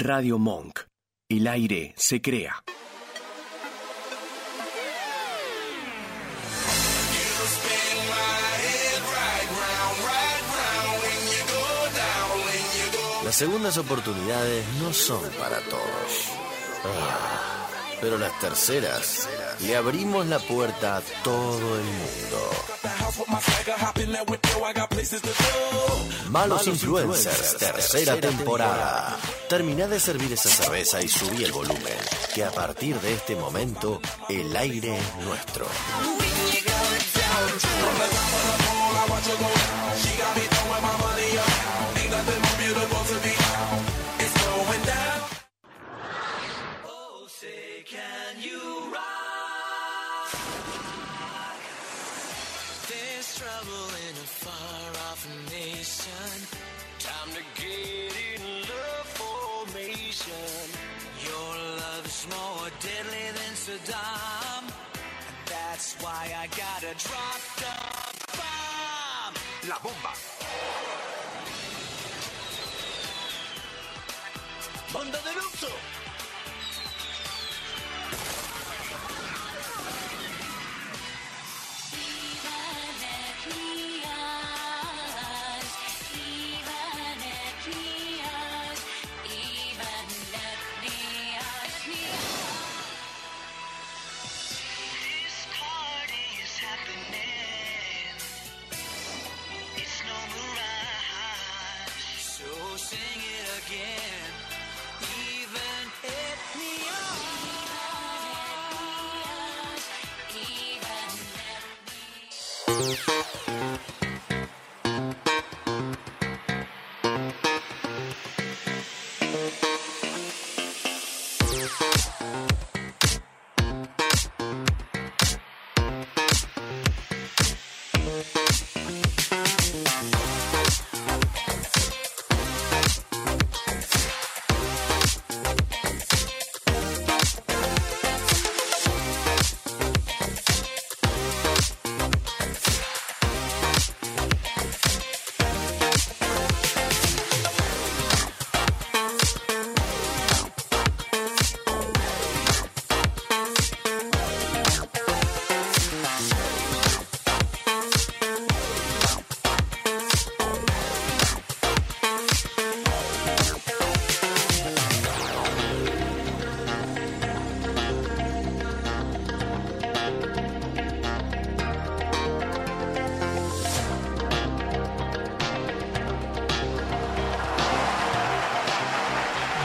Radio Monk. El aire se crea. Las segundas oportunidades no son para todos. Ah, pero las terceras le abrimos la puerta a todo el mundo. Malos Influencers, tercera temporada. Terminá de servir esa cerveza y subí el volumen, que a partir de este momento el aire es nuestro. La bomba. Banda del Oso.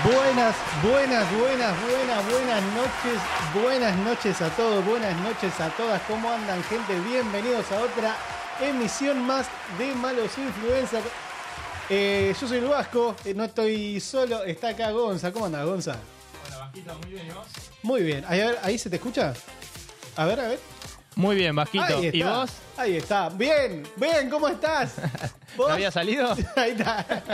Buenas, buenas, buenas, buenas, buenas noches, buenas noches a todos, buenas noches a todas, ¿cómo andan gente? Bienvenidos a otra emisión más de Malos Influencers. Eh, yo soy el Vasco, eh, no estoy solo, está acá Gonza, ¿cómo andas Gonza? Hola, Vasquito, muy bien, ¿y vos? Muy bien, ahí, a ver, ahí se te escucha, a ver, a ver. Muy bien, Vasquito. Ahí ¿Y está, vos? Ahí está, bien, bien, ¿cómo estás? ¿No ¿Vos? había salido? Ahí está.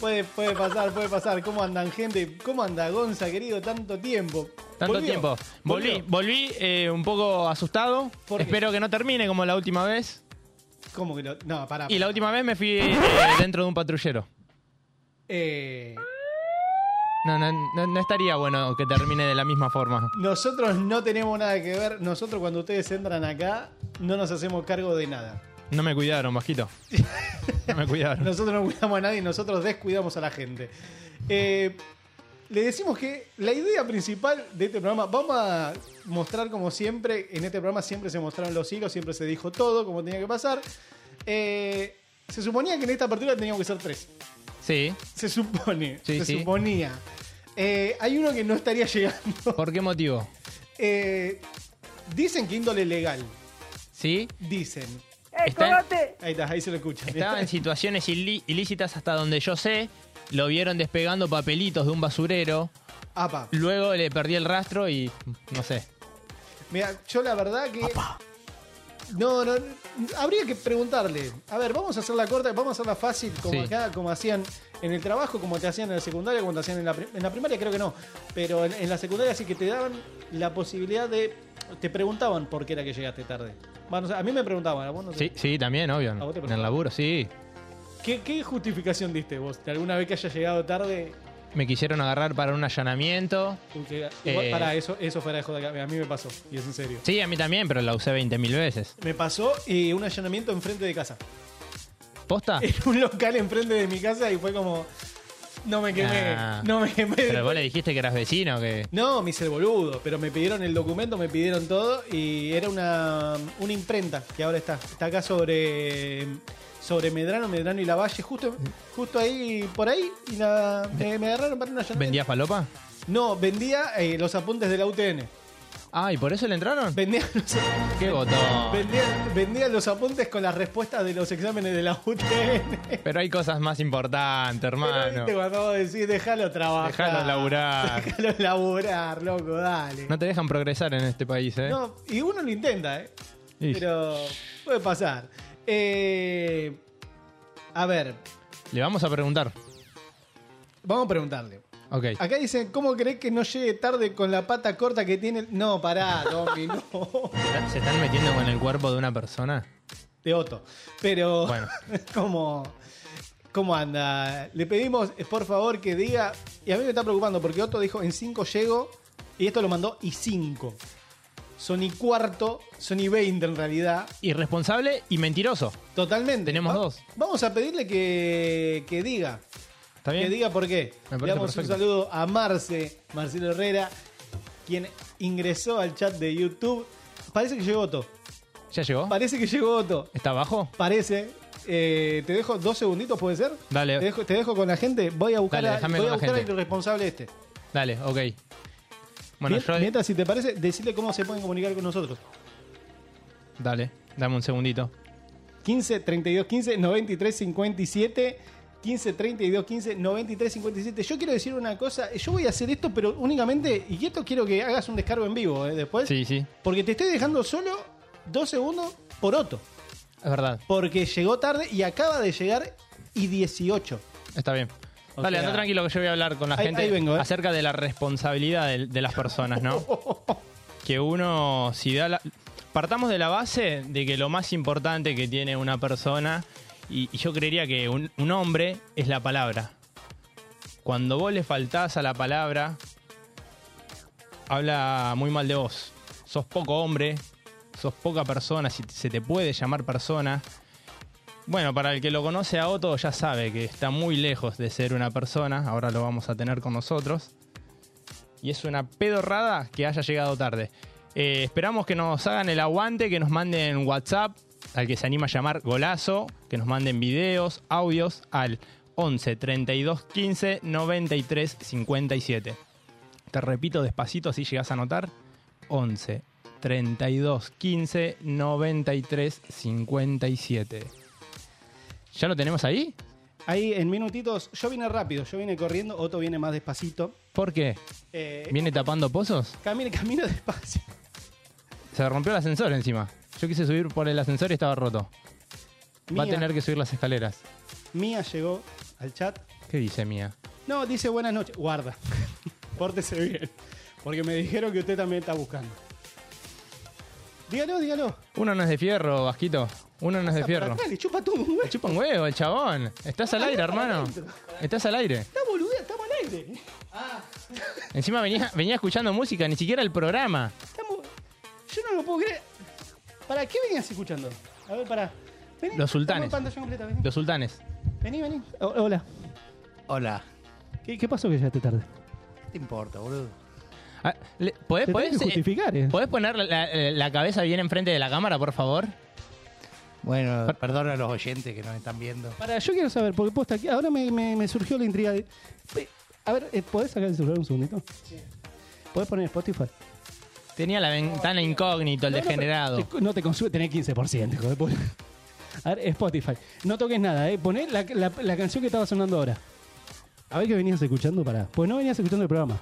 Puede, puede pasar, puede pasar. ¿Cómo andan, gente? ¿Cómo anda, Gonza, querido? Tanto tiempo. Tanto ¿Volvió? tiempo. Volví, ¿Volvió? volví eh, un poco asustado. ¿Por qué? Espero que no termine como la última vez. ¿Cómo que lo.? No, pará. Y la pará. última vez me fui eh, dentro de un patrullero. Eh, No, no, no, no estaría bueno que termine de la misma forma. nosotros no tenemos nada que ver. Nosotros, cuando ustedes entran acá, no nos hacemos cargo de nada. No me cuidaron, Vasquito. No me cuidaron. Nosotros no cuidamos a nadie, nosotros descuidamos a la gente. Eh, le decimos que la idea principal de este programa, vamos a mostrar como siempre, en este programa siempre se mostraron los hilos, siempre se dijo todo como tenía que pasar. Eh, se suponía que en esta partida teníamos que ser tres. Sí. Se supone, Sí, se sí. suponía. Eh, hay uno que no estaría llegando. ¿Por qué motivo? Eh, dicen que índole legal. ¿Sí? Dicen. ¡Eh, Está en- colote! Ahí está, ahí se lo escuchan. Estaba en situaciones ilí- ilícitas hasta donde yo sé. Lo vieron despegando papelitos de un basurero. Apa. Luego le perdí el rastro y no sé. Mira, yo la verdad que. No, no. Habría que preguntarle. A ver, vamos a hacer la corta, vamos a hacerla fácil, como Sí. acá, como hacían en el trabajo, como te hacían en la secundaria, como te hacían en la, pri- en la primaria, creo que no. Pero en, en la secundaria sí que te daban la posibilidad de. Te preguntaban por qué era que llegaste tarde. Bueno, o sea, a mí me preguntaban, a vos no sé. Sí, sí, también, obvio. vos te En preguntaron? el laburo, sí. ¿Qué, qué justificación diste vos? ¿De alguna vez que hayas llegado tarde? me quisieron agarrar para un allanamiento. Porque igual- Eh. pará, eso, eso fuera de joda, a mí me pasó, y es en serio. Sí, a mí también, pero la usé 20.000 veces. Me pasó eh, un allanamiento enfrente de casa. ¿Posta? En un local enfrente de mi casa y fue como. No me quemé, Ah. no me quemé. Pero vos le dijiste que eras vecino, que... No, me hice el boludo, pero me pidieron el documento, me pidieron todo y era una, una imprenta que ahora está. Está acá sobre, sobre Medrano, Medrano y La Valle, justo, justo ahí, por ahí, y la, me, me agarraron para una llamada. ¿Vendías falopa? No, vendía eh, los apuntes de la UTN. Ah, ¿y por eso le entraron? Vendía los, ¡Qué botón! vendía, vendía los apuntes con las respuestas de los exámenes de la UTN. Pero hay cosas más importantes, Pero, hermano. viste, cuando vos decís, déjalo trabajar. Déjalo laburar. Déjalo laburar, loco, dale. No te dejan progresar en este país, ¿eh? No, y uno lo intenta, ¿eh? Y- Pero puede pasar. Eh, a ver, Le vamos a preguntar. vamos a preguntarle. Ok. Acá dicen, ¿cómo crees que no llegue tarde con la pata corta que tiene? el-?" No, pará, Domi, no. ¿Se están metiendo con el cuerpo de una persona? De Otto. Pero, Bueno. ¿cómo, ¿cómo anda? Le pedimos, eh, por favor, que diga... Y a mí me está preocupando porque Otto dijo, en 5 llego, y esto lo mandó y 5. Son y cuarto, son y 20 en realidad. Irresponsable y mentiroso. Totalmente. Tenemos dos. Vamos a pedirle que, que diga. ¿Está bien? Que diga por qué. Me parece Le damos perfecto. un saludo a Marce, Marcelo Herrera, quien ingresó al chat de YouTube. Parece que llegó Otto. ¿Ya llegó? Parece que llegó Otto. ¿Está abajo? Parece. Eh, te dejo dos segunditos, ¿puede ser? Dale. Te dejo, te dejo con la gente. Voy a buscar, Dale, a- déjame voy a con la buscar al gente. responsable este. Dale, ok. Bueno, Mien- yo... Mientras, si te parece, decirle cómo se pueden comunicar con nosotros. Dale, dame un segundito. 15 32 15 93 57 15 32 15 93 57 yo quiero decir una cosa eh, yo voy a hacer esto pero únicamente y esto quiero que hagas un descargo en vivo ¿eh? después Sí, sí. porque te estoy dejando solo dos segundos por Otto Es verdad. porque llegó tarde y acaba de llegar y 18 Está bien. O Dale, sea- anda tranquilo que yo voy a hablar con la Ahí- gente ahí vengo, ¿eh? acerca de la responsabilidad de, de las personas, ¿no? que uno, si da la... Partamos de la base de que lo más importante que tiene una persona, y, y yo creería que un, un hombre, es la palabra. Cuando vos le faltás a la palabra, habla muy mal de vos. Sos poco hombre, sos poca persona, si se te puede llamar persona. Bueno, para el que lo conoce a Otto ya sabe que está muy lejos de ser una persona, ahora lo vamos a tener con nosotros. Y es una pedorrada que haya llegado tarde. Eh, esperamos que nos hagan el aguante, que nos manden WhatsApp, al que se anima a llamar golazo, que nos manden videos, audios al 11 32 15 93 57. Te repito despacito si llegas a anotar. 11 32 15 93 57. ¿Ya lo tenemos ahí? ahí en minutitos yo vine rápido yo vine corriendo Otto viene más despacito ¿Por qué? eh, ¿Viene tapando pozos? camina camina despacio Se rompió el ascensor encima. Yo quise subir por el ascensor y estaba roto. Va a Mía- tener que subir las escaleras. Mía llegó al chat ¿Qué dice Mía? No, dice buenas noches. Guarda. Pórtese bien. Porque me dijeron que usted también está buscando. Dígalo, dígalo. Uno no es de fierro, Vasquito. Uno no es de fierro. Dale, chupa tú, güey. Chupa un huevo, el chabón. Estás al aire, hermano. Estás al aire. Está boludea, estamos al aire. Encima venía, venía escuchando música, ni siquiera el programa. Estamos... Yo no lo puedo creer. ¿Para qué venías escuchando? A ver, para. Vení, Los sultanes. toma pantalla completa, vení. Los sultanes. Vení, vení. O- hola. Hola. ¿Qué, qué pasó que llegaste tarde? ¿Qué te importa, boludo? Ah, le- ¿Podés, Te tenés podés, que eh, justificar, eh. podés poner la, la- la cabeza bien enfrente de la cámara, por favor? Bueno, per- perdón a los oyentes que nos están viendo. Para, yo quiero saber, porque posta aquí, ahora me, me- me surgió la intriga de. Ve, A ver, eh, ¿podés sacar el celular un segundito? Sí. ¿Podés poner Spotify? Tenía la ventana incógnito, el No, no, pero degenerado. te- No te consume, tenés 15%, hijo de puta. A ver, Spotify. No toques nada, eh. Poné la, la- la canción que estaba sonando ahora. A ver qué venías escuchando para. Pues no venías escuchando el programa.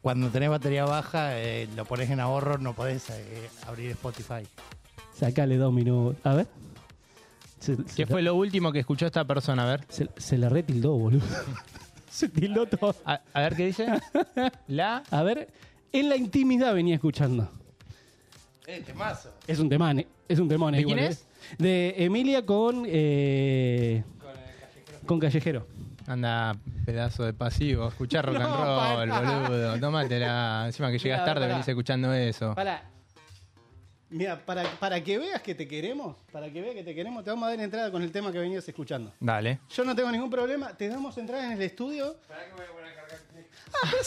Cuando tenés batería baja, eh, lo pones en ahorro, no podés eh, abrir Spotify. Sacale dos minutos. A ver. Se, se ¿Qué la- fue lo último que escuchó esta persona? A ver. Se, se la retildó, boludo. se tildó todo. A, a ver qué dice. La. A ver, en la intimidad venía escuchando. Eh, temazo. Es un temane, es un temone. ¿De quién igual, es? ¿eh? De Emilia con. eh, con Callejero. Anda, pedazo de pasivo. Escuchar rock No, and roll, pará. boludo. Tómatela. Encima que llegas Mira, tarde, pará. venís escuchando eso. Para. Mira, para, para que veas que te queremos, para que veas que te queremos, te vamos a dar entrada con el tema que venías escuchando. Dale. Yo no tengo ningún problema, te damos entrada en el estudio.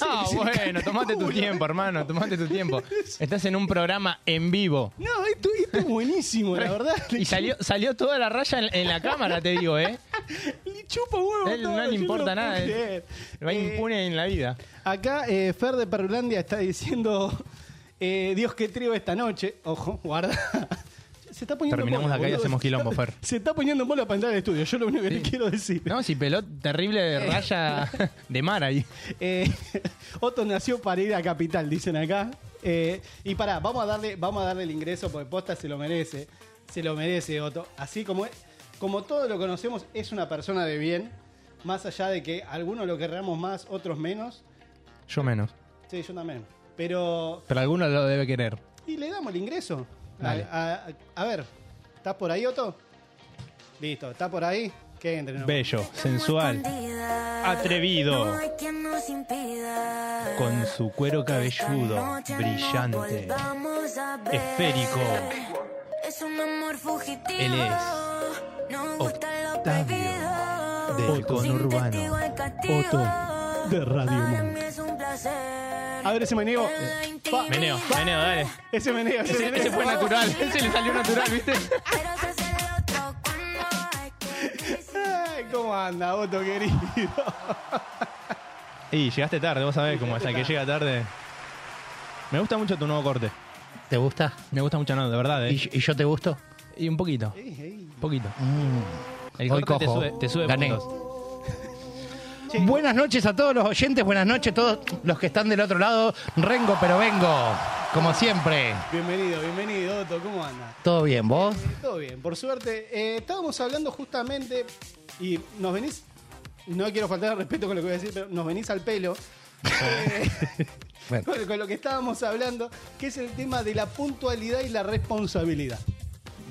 Ah, bueno, tomate tu tiempo, hermano. Tomate tu tiempo. Estás en un programa en vivo. No, esto, esto es buenísimo, la verdad. Y salió, salió toda la raya en, en la cámara, te digo, ¿eh? Le chupa huevo. Él todo, no yo le importa puedo nada. creer. eh. Va Eh, impune en la vida. Acá eh, Fer de Perrulandia está diciendo, eh, Dios qué trío esta noche. Ojo, guarda. Se está poniendo Terminamos bola, acá y boludo. hacemos quilombo, Se está- Fer. Se está poniendo bola para entrar al estudio, yo lo único que le Sí. quiero decir. No, si peló terrible de raya de mar ahí. Eh, Otto nació para ir a Capital, dicen acá. Eh, y pará, vamos a darle, vamos a darle el ingreso porque Posta se lo merece. Se lo merece Otto. Así como, es- como todos lo conocemos, es una persona de bien. Más allá de que algunos lo querramos más, otros menos. Yo menos. Sí, yo también. Pero. Pero alguno lo debe querer. Y le damos el ingreso. A, Dale. a- a ver, ¿estás por ahí, Otto? Listo, ¿estás por ahí? Que entre. nomás. Bello, sensual, Atrevido. atrevido, con su cuero cabelludo, brillante, esférico. Él es Octavio del conurbano. Otto de Radio Monk. A ver ese meneo. Pa. Meneo, meneo, dale. Ese meneo, ese, Ese, meneo. ese fue natural, ese le salió natural, ¿viste? Ay, ¿Cómo anda, Otto, querido? Y llegaste tarde, vos sabés cómo es el que llega tarde. Me gusta mucho tu nuevo corte. ¿Te gusta? Me gusta mucho, no, de verdad, ¿Y, ¿eh? yo- y yo te gusto? Mm. Y un poquito, un poquito. El Hoy corte te cojo. sube, te sube Gané. puntos. Buenas noches a todos los oyentes, buenas noches a todos los que están del otro lado. Rengo, pero vengo, como siempre. Bienvenido, bienvenido, Otto, ¿cómo anda? ¿Todo bien, vos? Todo bien, por suerte. Eh, estábamos hablando justamente y nos venís. No quiero faltar al respeto con lo que voy a decir, pero nos venís al pelo. Eh, Bueno. con, con lo que estábamos hablando, que es el tema de la puntualidad y la responsabilidad.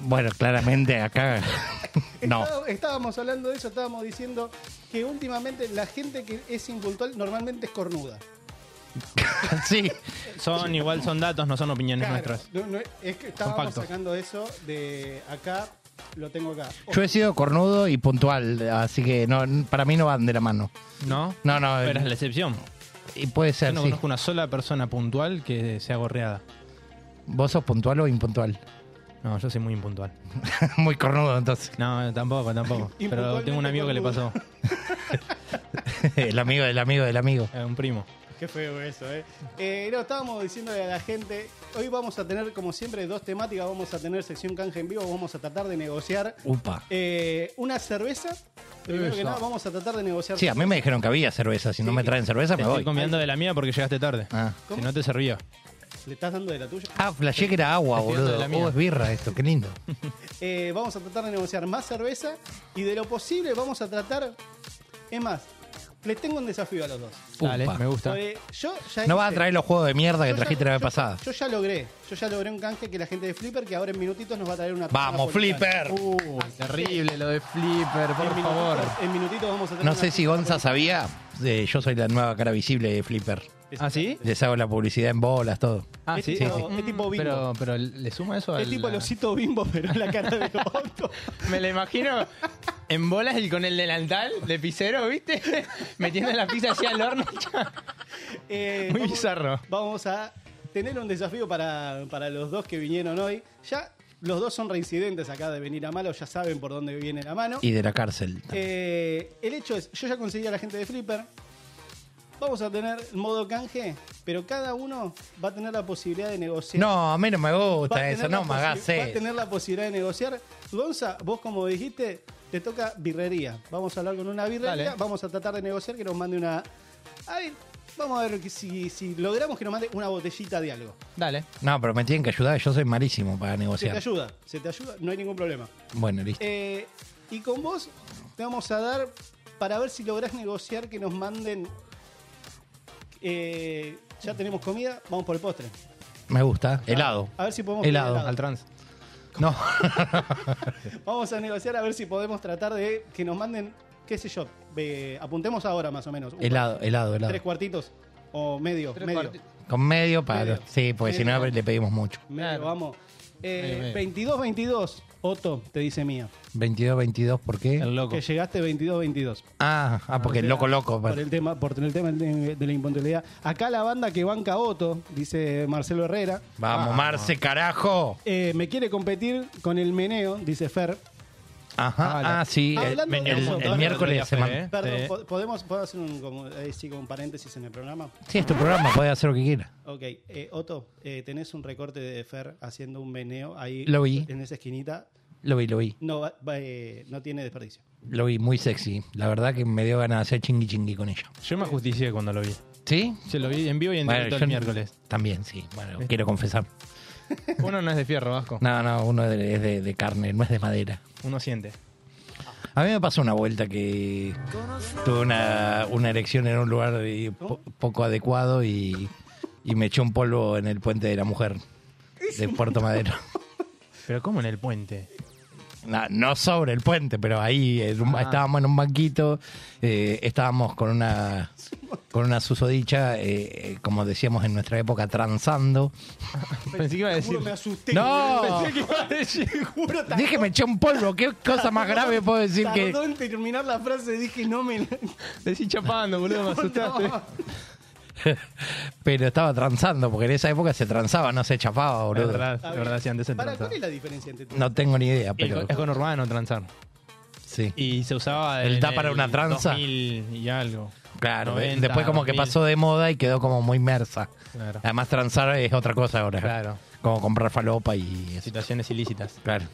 Bueno, claramente acá. No. Estáb- Estábamos hablando de eso, estábamos diciendo que últimamente la gente que es impuntual normalmente es cornuda. Sí. Son igual, son datos, no son opiniones Claro, nuestras. no, no, es que estábamos factos. sacando eso de acá, lo tengo acá. Oh, Yo he sido cornudo y puntual, así que no, para mí no van de la mano. ¿No? No, no. Pero es la excepción. Y puede Yo ser, no sí. conozco una sola persona puntual que sea gorreada. ¿Vos sos puntual o impuntual? No, yo soy muy impuntual. Muy cornudo, entonces. No, tampoco, tampoco. Pero tengo un amigo que le pasó, El amigo del amigo del amigo. eh, un primo. Qué feo eso, ¿eh? Eh, No, estábamos diciéndole a la gente, hoy vamos a tener, como siempre, dos temáticas. Vamos a tener sección canje en vivo, vamos a tratar de negociar Upa. eh, una cerveza. Primero que Eso. nada, vamos a tratar de negociar. Sí, a mí me dijeron que había cerveza. Si no me traen cerveza, Te me estoy voy. comiendo de la mía porque llegaste tarde. Ah. Si no te servía. ¿Le estás dando de la tuya? Ah, flashé que era agua, Estoy tirando boludo. de la mía. Oh, es birra esto, qué lindo. Eh, vamos a tratar de negociar más cerveza y de lo posible vamos a tratar. Es más, les tengo un desafío a los dos. Dale, me gusta. Porque yo ya No vas a hice- traer los juegos de mierda que Yo ya- trajiste la vez yo- pasada. Yo ya logré, yo ya logré un canje que la gente de Flipper, que ahora en minutitos nos va a traer una. Vamos, napolitana. Flipper. Uy, terrible lo de Flipper, por En favor. minutitos, en minutitos vamos a traer No una sé si pizza Gonza sabía. eh, yo soy la nueva cara visible de Flipper. napolitana. ¿Ah, sí? Les hago la publicidad en bolas, todo. Ah, Es sí. tipo- sí, sí. es Mm, tipo bingo. Pero, pero le suma eso al. Es tipo el osito bimbo, pero en la cara de Otto. Me lo imagino en bolas y con el delantal de pisero, ¿viste? Metiendo la pizza así al horno. Eh, Muy bizarro. Vamos a tener un desafío para, para los dos que vinieron hoy. Ya los dos son reincidentes acá de venir a malo, ya saben por dónde viene la mano. Y de la cárcel. Eh, el hecho es, yo ya conseguí a la gente de Flipper. Vamos a tener modo canje, pero cada uno va a tener la posibilidad de negociar. No, a mí no me Va a gusta tener eso, no la me hagas posi- Va a eso. tener la posibilidad de negociar. Gonza, vos como dijiste, te toca birrería. Vamos a hablar con una birrería, Dale. vamos a tratar de negociar que nos mande una... A ver, vamos a ver que si, si logramos que nos mande una botellita de algo. Dale. No, pero me tienen que ayudar, yo soy malísimo para Se te negociar. ayuda, se te ayuda, no hay ningún problema. Bueno, listo. Eh, y con vos te vamos a dar para ver si lográs negociar que nos manden... eh, ya tenemos comida, vamos por el postre. Me gusta. Helado. A ver si podemos... pedir Helado, Al trans. No, Vamos a negociar a ver si podemos tratar de que nos manden qué sé yo, eh, apuntemos ahora más o menos. Un Helado, helado, helado. Tres cuartitos o medio, medio. Con medio palo. Medio. Sí, porque si no Medio. le pedimos mucho. Medio, vamos. Medio, medio. 22-22, Otto, te dice mía. 22-22, ¿por qué? El loco. Que llegaste 22-22. Ah, ah, porque el loco, loco. Por el tema, por tener el tema de, de la impuntualidad. Acá la banda que banca Otto, dice Marcelo Herrera. Ah. Vamos, Marce, carajo. Eh, me quiere competir con el meneo, dice Fer. Ajá, Ah, ah, la- sí. El, Hablando de el- eso, el perdón, miércoles se Fer, man- ¿eh? Perdón, Sí. po- ¿podemos, ¿puedo hacer un, como, eh, sí, como un paréntesis en el programa? Sí, es tu programa, puedes hacer lo que quieras. Ok, eh, Otto, eh, tenés un recorte de Fer haciendo un meneo ahí Lo vi. en esa esquinita. Lo vi, lo vi. No, va- va, eh, no tiene desperdicio. Lo vi, muy sexy. La verdad que me dio ganas de hacer chingui chingui con ella. Yo me justicié cuando lo vi. ¿Sí? Se lo vi en vivo y en Bueno, directo yo- el miércoles. También, sí. Bueno, quiero confesar. ¿eh? Uno no es de fierro, Vasco. No, no, uno de- es de, de carne, no es de madera. Uno siente. A mí me pasó una vuelta que tuve una, una erección en un lugar y po- poco adecuado y, y me echó un polvo en el puente de la mujer de Puerto Madero. Pero ¿cómo en el puente? No, no sobre el puente, pero ahí en Ah. un- estábamos en un banquito, eh, estábamos con una con una susodicha, eh, eh, como decíamos en nuestra época, transando. Pensé que iba a decir. Juro, me asusté. ¡No! Pensé que iba a decir, juro, tardó- Dije, me eché un polvo, qué cosa más grave puedo decir que... Tardó en terminar la frase, dije, no me... Decí chapando, boludo, me asustaste. Pero estaba transando, porque en esa época se transaba, no se chapaba, La boludo. verdad, la verdad, sí, antes se Para, transaba. ¿cuál es la diferencia entre tú? No tengo ni idea, Es pero con- es con urbano transar. sí. Y se usaba. ¿El en da para una tranza? 2000 y algo. Claro, eh, 90, después como que 2000. pasó de moda y quedó como muy mersa. Claro. Además transar es otra cosa ahora. Claro. Como comprar falopa y eso. Situaciones ilícitas. Claro.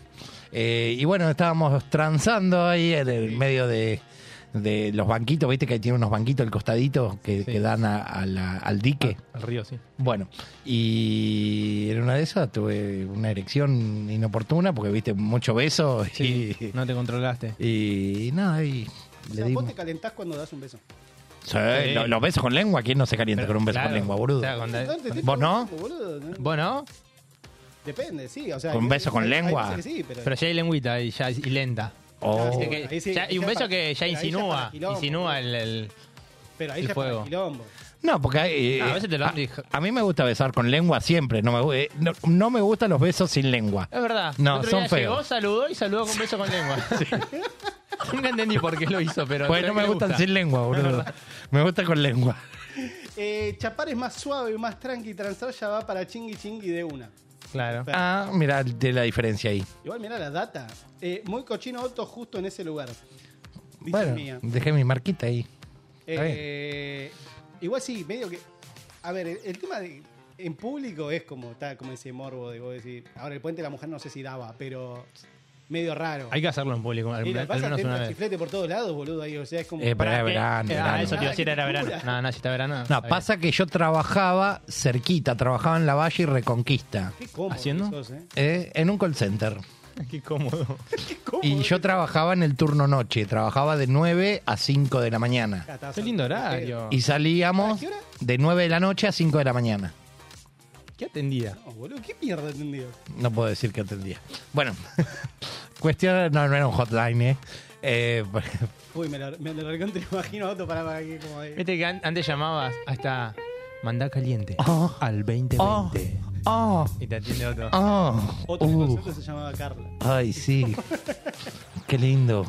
Eh, y bueno, estábamos transando ahí en el medio de, de los banquitos, viste que ahí tiene unos banquitos al costadito que, que dan a- a la- al dique. Al río, sí. Bueno, y en una de esas tuve una erección inoportuna porque viste mucho beso Sí. No te controlaste. y, y nada, y O le sea, di. vos te calentás cuando das un beso. Sí, lo- los besos con lengua, ¿quién no se calienta con un beso Claro. con lengua, boludo? O sea, con- Entonces, te estoy ¿Vos no? preguntando, boludo, ¿no? Bueno, Depende, sí, o sea... ¿Con hay- beso con hay- hay lengua? veces que sí, pero... pero ya hay lengüita y, ya, y lenta. Oh. Claro, sí, Que- Ahí sí, ya- y un ya beso para- que ya ahí ya insinúa. para quilombo, insinúa boludo. el- el pero ahí el ya es para fuego. quilombo. No, porque hay, eh, No, Ah, a veces te lo a, han dicho. a mí me gusta besar con lengua siempre. No me, gu- eh, no, no me gustan los besos sin lengua. Es verdad. No, Otro son día feos. Llegó, saludó y saludó con beso con lengua. Nunca entendí por qué lo hizo, pero. Pues no creo me que le gustan gusta. sin lengua, boludo. Me gusta con lengua. Eh, chapar es más suave, más tranqui, transar ya va para chingui chingui de una. Claro. Claro. Ah, mirá de la diferencia ahí. Igual mirá la data. Eh, muy cochino Otto justo en ese lugar. Dice bueno, mía. dejé mi marquita ahí. Ah, está bien. Eh, igual sí, medio que... A ver, el, el tema de... En público es como, está como ese morbo de vos decir... Ahora, el puente de la mujer no sé si daba, pero... Medio raro. Hay que hacerlo en público, al, y lo al que Eh, pasa es menos que una tengo vez. chiflete por todos lados, boludo. Ahí, o sea, es como... Eh, pero Pará, era verano, Eh, ah, verano. eso te iba a decir, era verano. No, no, si está verano. está No, bien. pasa que yo trabajaba cerquita, trabajaba en la valle y Reconquista, qué cómodo ¿Haciendo? que sos, eh. eh, en un call center. Qué cómodo. Y yo trabajaba en el turno noche, trabajaba de 9 a 5 de la mañana. Acá estás, Qué lindo Otto. horario. Y salíamos ¿A qué hora? de 9 de la noche a 5 de la mañana. ¿Qué atendía? No, boludo, qué mierda entendido. No puedo decir que atendía. Bueno, cuestión, no, no era un hotline, ¿eh? Eh, Uy, me lo, me lo recontra imagino a Otto para, para que como ahí. Viste que an- antes llamabas hasta mandá caliente Oh. al 2020. oh, oh, Y te atiende otro. oh, Otro uh, Este concepto se llamaba Carla. ay, sí. Qué lindo.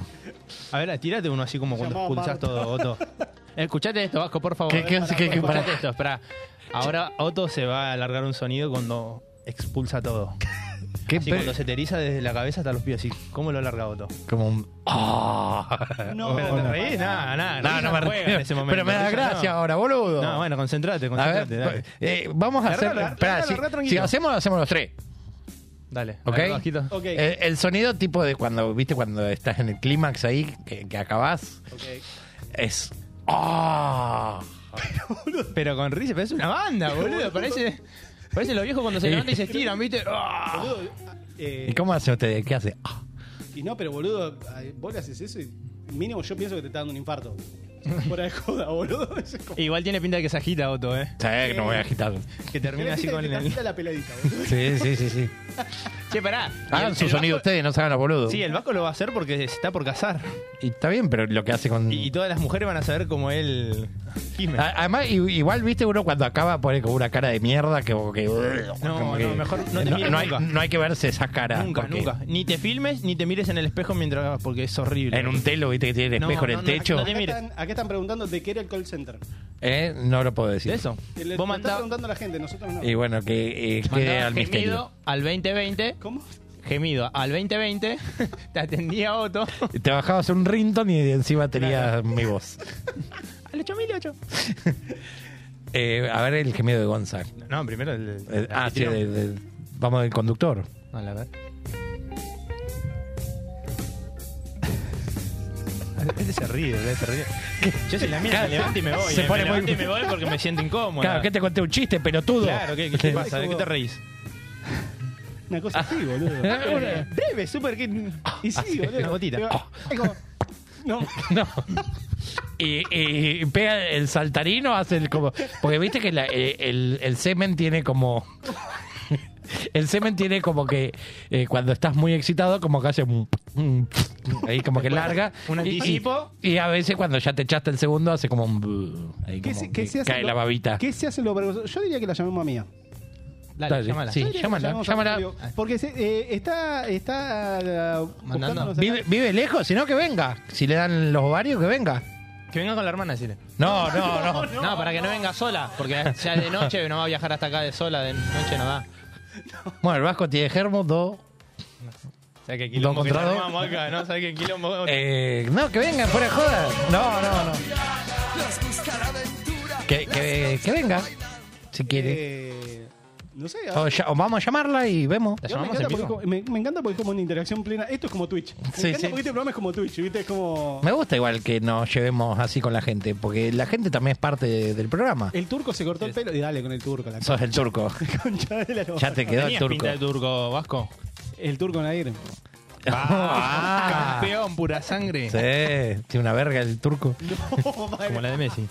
A ver, tírate uno así como cuando Llamaba expulsas Marta. todo, Otto. Escuchate esto, Vasco, por favor. Eh, ¿Qué, qué, qué, qué- Escuchate pará? esto, esperá. Ahora Otto se va a alargar un sonido cuando expulsa todo. ¿Qué Así, pe- cuando se te eriza desde la cabeza hasta los pies, así. ¿Cómo lo alarga Otto? Como un... oh. No, Pero te reís, nada, nada. No, no me juega río. en ese momento. Pero me da Risa no. gracia ahora, boludo. No, bueno, concentrate, A concentrate. ver, dale. eh, vamos a Largalo, hacer... largalo, Espera, si- largalo, si, tranquilo. hacemos, hacemos los tres. Dale. Ok. dale, bajito. Ok, Eh, El, sonido tipo de cuando, viste, cuando estás en el clímax ahí, que, que acabás, ok. es... ah. Pero con risa, pero es una banda, boludo. Parece, parece los viejos cuando se levantan y se estiran, ¿viste? ¡Ah! Boludo, eh, ¿Y cómo hacen ustedes? ¿Qué hace? Ah. y no, pero boludo, ay, vos le haces eso y mínimo yo pienso que te está dando un infarto. Fuera de joda, boludo. Es como- Igual tiene pinta de que se agita Otto, ¿eh? Sí, que no voy a agitar. Que termina Tenés así con pinta de que te el. agita la peladita, boludo. Sí, sí, sí, sí. Che, pará. Eh, Hagan El- su el sonido Vasco- ustedes, no se hagan a boludo. Sí, el Vasco lo va a hacer porque se está por casar. Y está bien, pero lo que hace con. Y, y todas las mujeres van a saber cómo él gime. A- Además, i- igual, viste, uno cuando acaba pone como una cara de mierda que. que- como que- no, mejor no te mires hay, nunca. no hay que verse esas caras. nunca, porque nunca. Ni te filmes ni te mires en el espejo mientras porque es horrible. En un telo, viste, que tiene el No, espejo en no, el no, techo. no No, te- Acá mire. están, acá están preguntando de qué era el call center. ¿Eh? no lo puedo decir. Eso. Le- Vos lo está mandá, preguntando a la gente, nosotros no. Y bueno, que eh, quede mandabas al misterio. gemido al 2020, ¿Cómo? gemido al 2020, te atendía Otto. Te bajabas un rinton y encima tenías mi voz. Al 8008. Eh, a ver el gemido de Gonza. No, primero el. Eh, el ah, sí, anfitrión. de- de- vamos del conductor. Dale, a ver. Este se ríe, este se ríe. Yo si la mira me levanto y me voy. Se eh, pone me muy- levanto y me voy porque me siento incómodo. Claro, que te conté un chiste, pelotudo. Claro, ¿qué, qué te pasa? ¿De qué te reís? Una ah. cosa así, boludo. Eh, Breve, súper que... Y sí, boludo. Una Oh, gotita. Es como- No, No. Y, y- y pega el saltarino, hace el como. Porque viste que la- eh, el, el semen tiene como. El semen tiene como que eh, cuando estás muy excitado, como que hace un. un- ahí como que larga. Un Y- y- anticipo. Y, a veces cuando ya te echaste el segundo, hace como un. Ahí ¿qué como se, que qué se hace cae lo- la babita. ¿Qué se hace lo vergonzoso? Yo diría que la llamemos a mía. Dale, Dale, llámala. Ah. sí, llámala, Llamamos a llámala. Mario, Porque se- eh, está, está uh, buscándonos acá. Vive, vive lejos, si no que venga. Si le dan los ovarios, que venga. Que venga con la hermana, decirle. No, no, no. No, para que no venga sola, porque ya de noche no va a viajar hasta acá de sola, de noche no va. Bueno, el Vasco tiene germo, dos. O sea, que quilombo que encontrado? armamos acá, ¿no? ¿Sabes qué quilombo? Eh, no, que venga, fuera de joda. No, no, no. Que, que, que venga, si quiere. Eh, no sé. O, ahora- Oh, ya- o vamos a llamarla y vemos. ¿La ahora me, llamamos en encanta porque, vivo? es como- me, me encanta porque es como una interacción plena. Esto es como Twitch. Me Sí, encanta sí. porque este programa es como Twitch, ¿viste? Es como. Me gusta igual que nos llevemos así con la gente, porque la gente también es parte de- del programa. El turco se cortó el pelo y dale con el turco, la Sos el turco. concha de la lora. Ya te quedó el ¿Tenías turco. pinta de turco vasco? El turco en aire. Ah, Campeón, pura sangre. Sí, tiene una verga el turco. No, Como vale. la de Messi.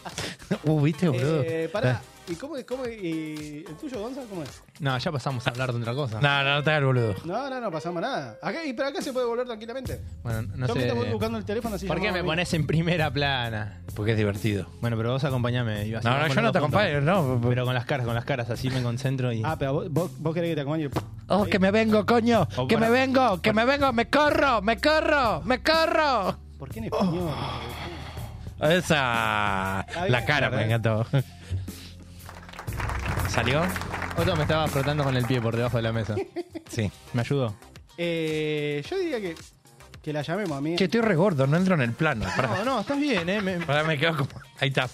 Uh, viste, boludo. Ah. Eh, pará. ¿Y cómo, cómo eh, el tuyo, Gonzalo, cómo es? No, ya pasamos a hablar de otra cosa. No, no, no te hagas el boludo. No, no, no pasamos nada. Acá, y, pero acá se puede volver tranquilamente. Bueno, no Yo me sé. estaba buscando el teléfono así. ¿Por qué llamaba me a mí. pones en primera plana? Porque es divertido. Bueno, pero vos acompañame. y así No, no, vamos yo no te juntos. acompaño, no. Pero con las caras, con las caras, así me concentro y. Ah, pero vos, vos, vos querés que te acompañe. Oh, que me vengo, coño. Oh, que para- me vengo, que me vengo. Me corro, me corro, me corro. ¿Por qué en español? Esa. La bien, cara está me bien. encantó. ¿Salió? Otro me estaba frotando con el pie por debajo de la mesa. Sí. ¿Me ayudó? Eh, yo diría que, que la llamemos a mí. Che, estoy regordo, no entro en el plano. Pará, No, no, estás bien, eh. me- pará, me quedo como. Ahí está.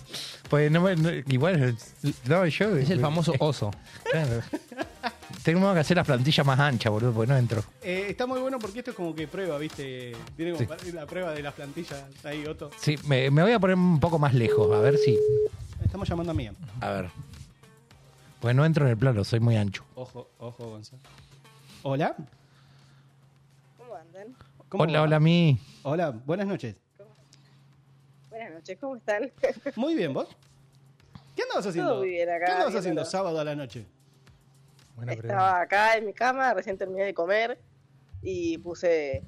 Pues no, me- no- igual. eh, No, yo. eh, Es el famoso oso. Claro. Tengo que hacer las plantillas más anchas, boludo, porque no entro. Eh, está muy bueno porque esto es como que prueba, ¿viste? Tiene como para- la prueba de las plantillas ahí, Otto. Sí, me, me voy a poner un poco más lejos, a ver si. Estamos llamando a mí. A ver. Pues no entro en el plano, soy muy ancho. Ojo, ojo, Gonzalo. Hola. ¿Cómo andan? ¿Cómo hola, va? hola, mi. Hola, buenas noches. Buenas noches, ¿cómo están? Muy bien, ¿vos? ¿Qué andabas haciendo? Todo bien acá, ¿Qué andabas viéndolo. haciendo sábado a la noche? Estaba acá en mi cama, recién terminé de comer y puse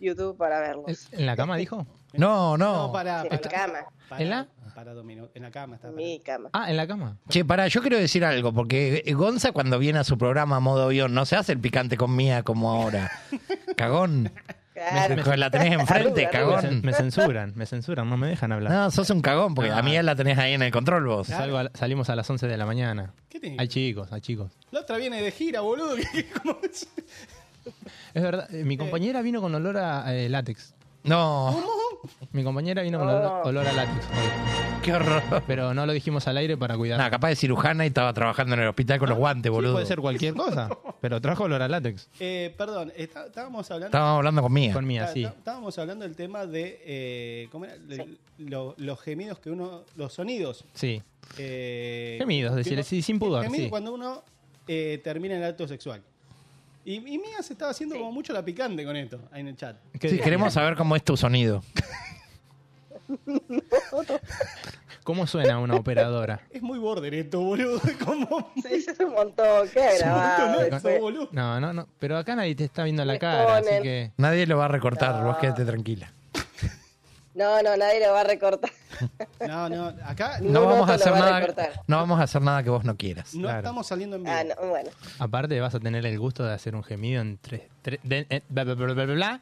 YouTube para verlos. ¿En la cama dijo? No, eh, no. No, para, En mi cama, para- ¿En la? Para dos minutos. En la cama está. en para- mi cama. Ah, en la cama. Che, pará, yo quiero decir algo, porque eh, Gonza cuando viene a su programa modo avión no se hace el picante con mía como ahora. Cagón. Claro. Me- la tenés enfrente, Arruga, Me, arruga. cagón. cen- me censuran, me censuran, no me dejan hablar. Ah. No, sos un cagón, porque a mía la tenés ahí en el control vos. Salgo a la- salimos a las 11 de la mañana. ¿Qué tiene? Hay chicos, hay chicos. La otra viene de gira, boludo. ¿Cómo es? Es verdad, eh, mi compañera vino con olor a eh, látex. No, Mi compañera vino Oh. con olor, olor a látex. hoy. qué horror. Pero no lo dijimos al aire para cuidar. Nada, capaz de cirujana y estaba trabajando en el hospital con los guantes, Sí, boludo. puede ser cualquier cosa, pero trajo olor a látex. Eh, perdón, está- estábamos hablando. Estábamos hablando con mía. Con mía, está- sí. está- Estábamos hablando del tema de, eh, ¿cómo era? De lo- los gemidos que uno, los sonidos. Sí. eh, Gemidos, que decirle, uno- sí, sin pudor, gemido sí. cuando uno eh, termina el acto sexual. Y, y Mía se estaba haciendo como mucho la picante con esto ahí en el chat. Sí, ¿Qué decía? queremos saber cómo es tu sonido. ¿Cómo suena una operadora? Es muy border esto, boludo. ¿Cómo? Sí, eso es un montón, queda Es un grabado. montón eso, después. boludo. No, eh, no, no. Pero acá nadie te está viendo la Me cara, así ponen. que. Nadie lo va a recortar, Ah. vos quédate tranquila. No, no, nadie lo va a recortar. No, no, acá no, No Ninguno vamos a te lo hacer va a nada. recortar. No vamos a hacer nada que vos no quieras. claro. estamos saliendo en vivo. Ah, no, bueno. Aparte vas a tener el gusto de hacer un gemido entre tre- de- eh, bla, bla, bla, bla, bla, bla.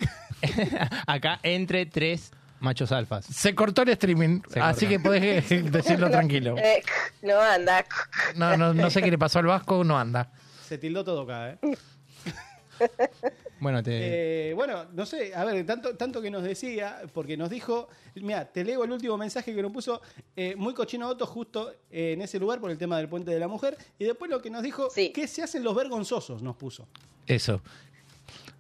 acá entre tres machos alfas. Se cortó el streaming, Se así cortó. que podés eh, decirlo tranquilo. Eh, no anda. No, no, no sé qué le pasó al Vasco, no anda. Se tildó todo acá, ¿eh? Bueno, te, Eh, bueno, no sé, a ver, tanto, tanto que nos decía, porque nos dijo, mira, te leo el último mensaje que nos puso, eh, muy cochino Otto, justo eh, en ese lugar por el tema del puente de la mujer, y después lo que nos dijo, Sí. que se hacen los vergonzosos, nos puso. Eso.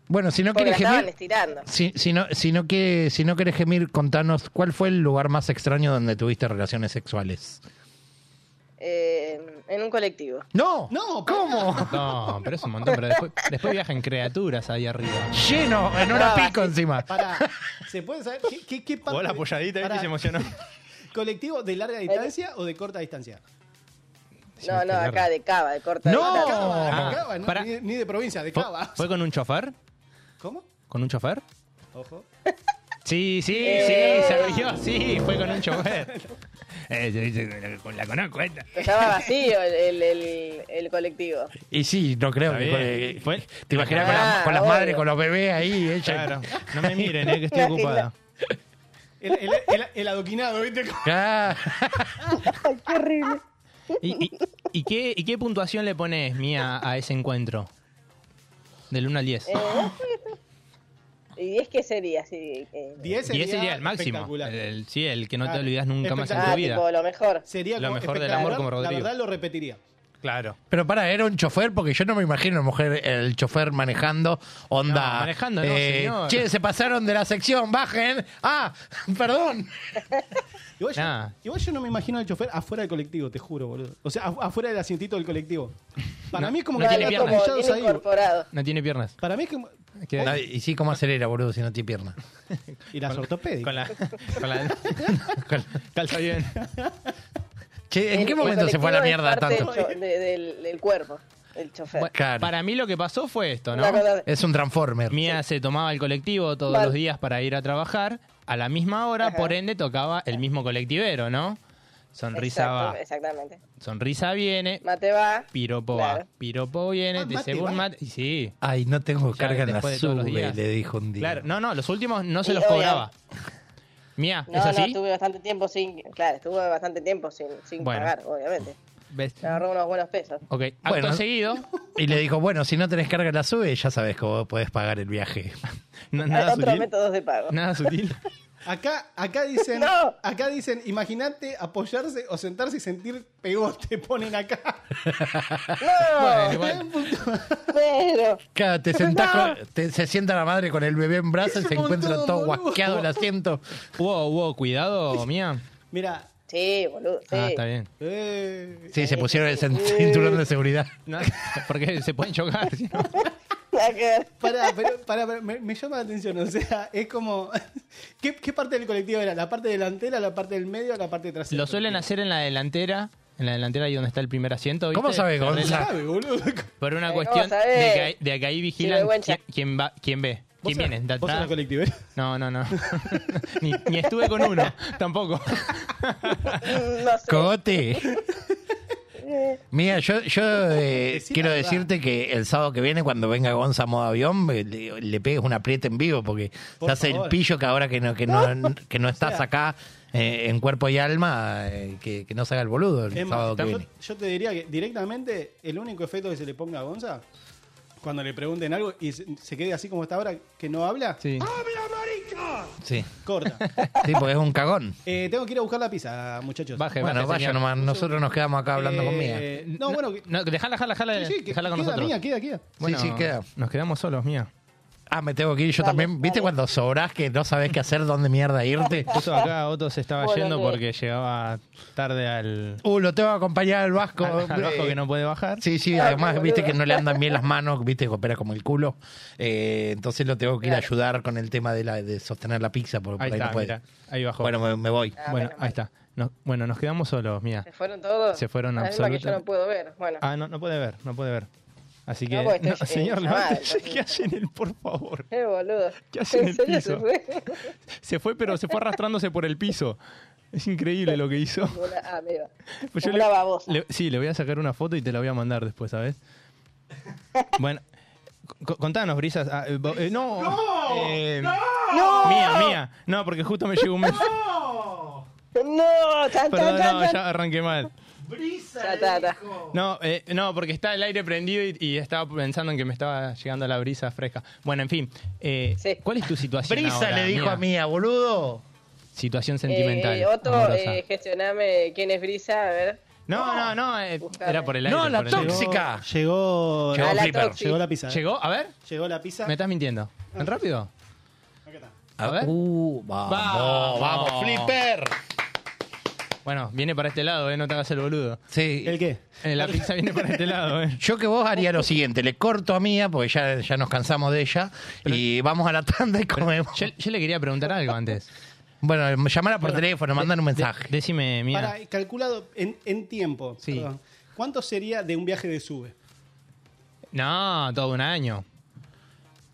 Bueno, si no Porque la quieres estaban gemir, estirando. si, si no, si no quiere, si no quieres gemir, contanos cuál fue el lugar más extraño donde tuviste relaciones sexuales. Eh, en un colectivo. No, No, ¿cómo? no, pero es un montón. Pero después, después viajan criaturas ahí arriba. Lleno, en hora No, pico encima. Para, ¿se puede saber qué, qué, qué parte? Vos la apoyadita Pará, ¿viste? se emocionó. ¿Colectivo de larga distancia o de corta distancia? No, no, acá de cava, de corta No. distancia. Cava, Ah, Cava, no, pará. ni, ni de provincia, de ¿Fue, Cava. fue con un chofer? ¿Cómo? ¿Con un chofer? Ojo. Sí, sí, Eh. sí, se rió, sí, fue con un chofer. Eh, sí, sí, la- la conozco esta. Estaba vacío el, el, el- el colectivo. Y sí, no creo Está que. bien. eh, Fue- Te imaginas con, la- Ah, con las obvio. madres, con los bebés ahí, ella. Claro, no me miren, eh, que estoy ocupada. El, el- el- el adoquinado, ¿viste? Claro. ¿Y, y- y qué, y qué puntuación le pones, Mía, a ese encuentro? Del 1 al 10. Eh, ¿Y 10 qué sería? Así, eh, 10 10 sería el máximo. espectacular. El, el- sí, el que no te Claro. olvidas nunca más en ah, tu tipo, vida. lo mejor. Sería Lo como mejor del amor espectacular, como Rodrigo. La verdad lo repetiría. Claro. Pero para, era un chofer, porque yo no me imagino el, mujer, el chofer manejando onda. Eh, No, manejando no, señor. Che, se pasaron de la sección, bajen. Ah, perdón. Igual, Nah. yo, igual yo no me imagino al chofer afuera del colectivo, te juro, boludo. O sea, afu- afuera del asientito del colectivo. Para No, mí es como no que No, tiene no, están piernas. como atomillados bien ahí. boludo. incorporado. No tiene piernas. Para mí es como. Queda- No, y sí, ¿cómo acelera, boludo, si no tiene pierna? Y las ortopédicas. con la, con la- con- calza bien. Che, ¿en El- qué el momento se fue a la colectivo es mierda parte tanto? del cho- de- del, del cuerpo, del chofer. Bueno, Claro. Para mí lo que pasó fue esto, ¿no? Una cosa así. Es un transformer. Mía se tomaba el colectivo todos Vale. los días para ir a trabajar. A la misma hora, Ajá. por ende, tocaba el mismo colectivo ¿no? Sonrisa Exacto, va. Exactamente. Sonrisa viene. Mate va. Piropo Claro. va. Piropo viene. Ah, te mate dice, "Buen va". mate. Y sí. Ay, no tengo Ya, carga en la después de todos los sube, días. le dijo un día. Claro, no, no, los últimos no se Y los obvio. cobraba. Mía, No, ¿es no, así? estuve bastante tiempo sin. Claro, estuve bastante tiempo sin, sin Bueno. pagar, obviamente. ¿Ves? Me agarró unos buenos pesos. Ok, acto Bueno. seguido, Y le dijo, bueno, si no tenés carga en la sube, ya sabes cómo podés pagar el viaje. no- Hay nada otros sutil. métodos de pago. Nada sutil. Acá, acá dicen, No. acá dicen, imagínate apoyarse o sentarse y sentir peor, te ponen acá. No, Igual, pero. Claro, te sentás con- te- se sienta la madre con el bebé en brazos y se Un montón, encuentra todo boludo. guasqueado el asiento. hubo, hubo cuidado, mía. Mira, Sí, boludo. Sí. Ah, está bien. eh, Sí, se pusieron el cen- eh. cinturón de seguridad. No, porque se pueden chocar. ¿sí? Nada que ver. pará, pero, pará, pero me, me llama la atención, o sea, es como, ¿qué, qué parte del colectivo era? ¿La parte delantera, la parte del medio o la parte trasera? Lo suelen hacer en la delantera, en la delantera ahí donde está el primer asiento. ¿viste? ¿Cómo sabe La regla- Gonza? ¿Sabe, boludo? Por una Eh, cuestión ¿cómo de sabés? que, ahí- de que ahí vigilan Sí, buen quién, chat. quién va, quién ve, quién viene. de ¿Vos sos la atrás. eh? colectivera? No, no, no. ni, ni estuve con uno, tampoco. No sé. Cogote. Mira, yo, yo eh, Decí la quiero verdad. decirte que el sábado que viene, cuando venga Gonza modo avión, eh, le, le pegues una aprieta en vivo, porque Por se hace favor. el pillo que ahora que no, que no, que no estás acá eh, en cuerpo y alma, eh, que, que no se haga el boludo el Es más, sábado que yo, viene. yo te diría que directamente el único efecto que se le ponga a Gonza, cuando le pregunten algo y se, se quede así como está ahora, que no habla, ¡Ah, Sí. Sí. corta. sí, porque es un cagón. Eh, tengo que ir a buscar la pizza, muchachos. Baje, Bueno, baje, vaya señor. nomás, nosotros nos quedamos acá hablando Eh, con Mía. No, bueno, que- No, dejala, jala, jala, sí, sí, que- dejala con queda nosotros. mía, queda, queda. Bueno, sí, queda. Nos quedamos solos, mía. Ah, me tengo que ir yo Dale, también. ¿Viste dale. cuando sobrás que no sabés qué hacer, dónde mierda irte? Justo acá Otto se estaba Bueno, yendo sí. porque llegaba tarde al, Uh, lo tengo que acompañar al Vasco. al- al bajo que no puede bajar. Uh, Sí, sí, Ah, además, qué viste boludo. que no le andan bien las manos, viste que opera como el culo. Eh, entonces lo tengo que ir a ayudar con el tema de, la, de sostener la pizza, porque por ahí ahí, está, no puede. mira, ahí bajó. Bueno, me, me voy. Ah, Bueno, menos mal. ahí está. No- bueno, nos quedamos solos, mía. Se fueron todos. Se fueron a la misma que yo absolutamente- no puedo ver. Bueno, Ah, no, no puede ver, no puede ver. Así que, No, porque no, estoy en señor, llamada, levántese, entonces. ¿qué hace en el, por favor? qué boludo. ¿Qué hace en el serio se piso? fue? Se fue, pero se fue arrastrándose por el piso. Es increíble lo que hizo. Como una amiga. Pues Como una babosa. le- sí, le voy a sacar una foto y te la voy a mandar después, ¿sabes? Bueno, co- contanos, Brisas. ah, eh, bo- eh, no, eh, Mía, mía. No, porque justo me llegó un mensaje. No, chan, Perdón, chan, chan, no, chan. ya arranqué mal. Ya está, está. No, eh, no, porque está el aire prendido y, y estaba pensando en que me estaba llegando la brisa fresca. Bueno, en fin. eh, Sí. ¿Cuál es tu situación Brisa ahora, le dijo Mía? a Mía, boludo. Situación sentimental. Eh, otro, amorosa. eh, gestioname quién es Brisa, a ver. no, no, no. eh, Buscar. era por el aire. No, la por el aire. tóxica. Música. Llegó, a Llegó la Flipper. Toxi. llegó la pizza. ¿eh? ¿Llegó? A ver, Llegó la pizza. me estás mintiendo. ¿En rápido? A ver. Uh, vamos, Vamos. vamos, Flipper. Bueno, viene para este lado, eh, no te hagas el boludo. Sí. ¿El qué? Eh, la pizza viene para este lado, eh. Yo que vos haría lo siguiente, le corto a Mía, porque ya, ya nos cansamos de ella, y vamos a la tanda y comemos. Yo, yo le quería preguntar algo antes. Bueno, llamala por teléfono, mandar un mensaje. Decime, mía. Para, calculado en, en tiempo. Sí. perdón. ¿Cuánto sería de un viaje de sube? No, todo un año.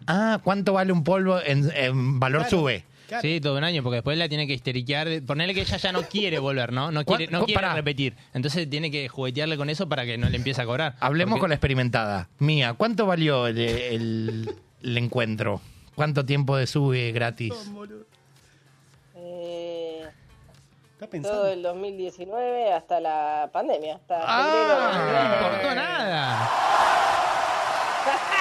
ah, ¿cuánto vale un polvo en, en valor Claro. sube? Claro. Sí, todo un año, porque después la tiene que histeriquear. de- Ponerle que ella ya no quiere volver, ¿no? No quiere, no ¿Cuán- quiere pará? repetir. Entonces tiene que juguetearle con eso para que no le empiece a cobrar. Hablemos Porque- con la experimentada. Mía, ¿cuánto valió el, el- el encuentro? ¿Cuánto tiempo de sube gratis? Eh, ¿Está pensando? todo el 2019 hasta la pandemia. Hasta ¡Ah! No febrero. importó nada.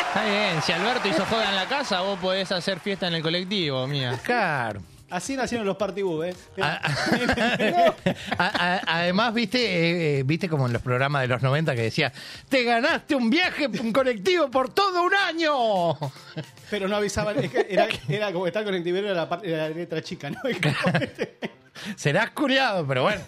Está bien, si Alberto hizo joda en la casa, vos podés hacer fiesta en el colectivo, mía. Claro. Así nacieron los party bus, ¿eh? A- a- a- además, viste, eh, eh, viste como en los programas de los 90 que decía, te ganaste un viaje, un colectivo por todo un año. Pero no avisaban. es que Era, era como estar con el tibero, era la, parte- era la letra chica, ¿no? Serás curiado, pero bueno.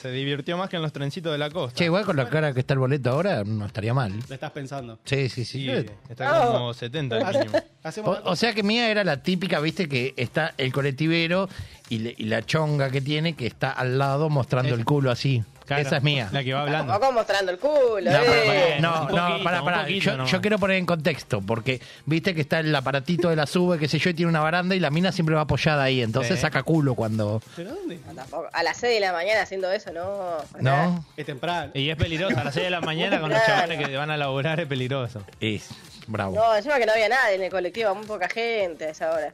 Se divirtió más que en los trencitos de la costa. Che, igual con la cara que está el boleto ahora, no estaría mal. La estás pensando. Sí, sí, sí. Sí, está Oh. Oh. como 70 el mínimo. Hacemos O, o sea que mía era la típica, viste, que está el colectivero y, le- y la chonga que tiene que está al lado mostrando Es- el culo así. Claro, Esa es mía. La que va hablando. Tampoco mostrando el culo. No, eh. pará, bueno, no, no, un poquito, pará, un pará. poquito Yo, nomás. yo quiero poner en contexto, porque viste que está el aparatito de la sube, qué sé yo, y tiene una baranda y la mina siempre va apoyada ahí, entonces Sí. saca culo cuando. ¿Pero dónde? Tampoco. A las 6 de la mañana haciendo eso, no. ¿No? Es temprano. Y es peligroso, a las 6 de la mañana con los Claro. chavales que van a laburar es peligroso. Es bravo. No, encima que no había nadie en el colectivo, muy poca gente a esa hora.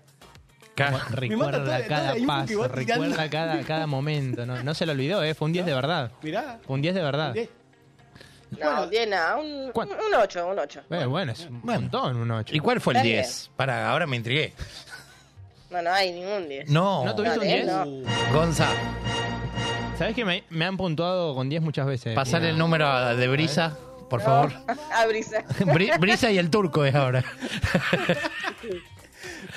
Ca- Recuerda toda la- toda cada la info que paso, va tirando. recuerda cada, cada momento. No, no se lo olvidó, ¿eh? fue un 10 de verdad. Mirá. Fue un 10 de verdad. Bien. No, un 10 nada, un, ¿Cuánto? un 8, un 8. Eh, bueno, es un Bueno. montón, un 8. ¿Y cuál fue el Está bien. 10? Para, ahora me intrigué. No, no hay ningún 10. No, ¿No tuviste un Uh. Dale, 10? no. Gonza, ¿Sabes que me, me han puntuado con 10 muchas veces? pasale Mira. el número a- de Brisa, por favor. A brisa. Bri- Brisa y el turco es ahora.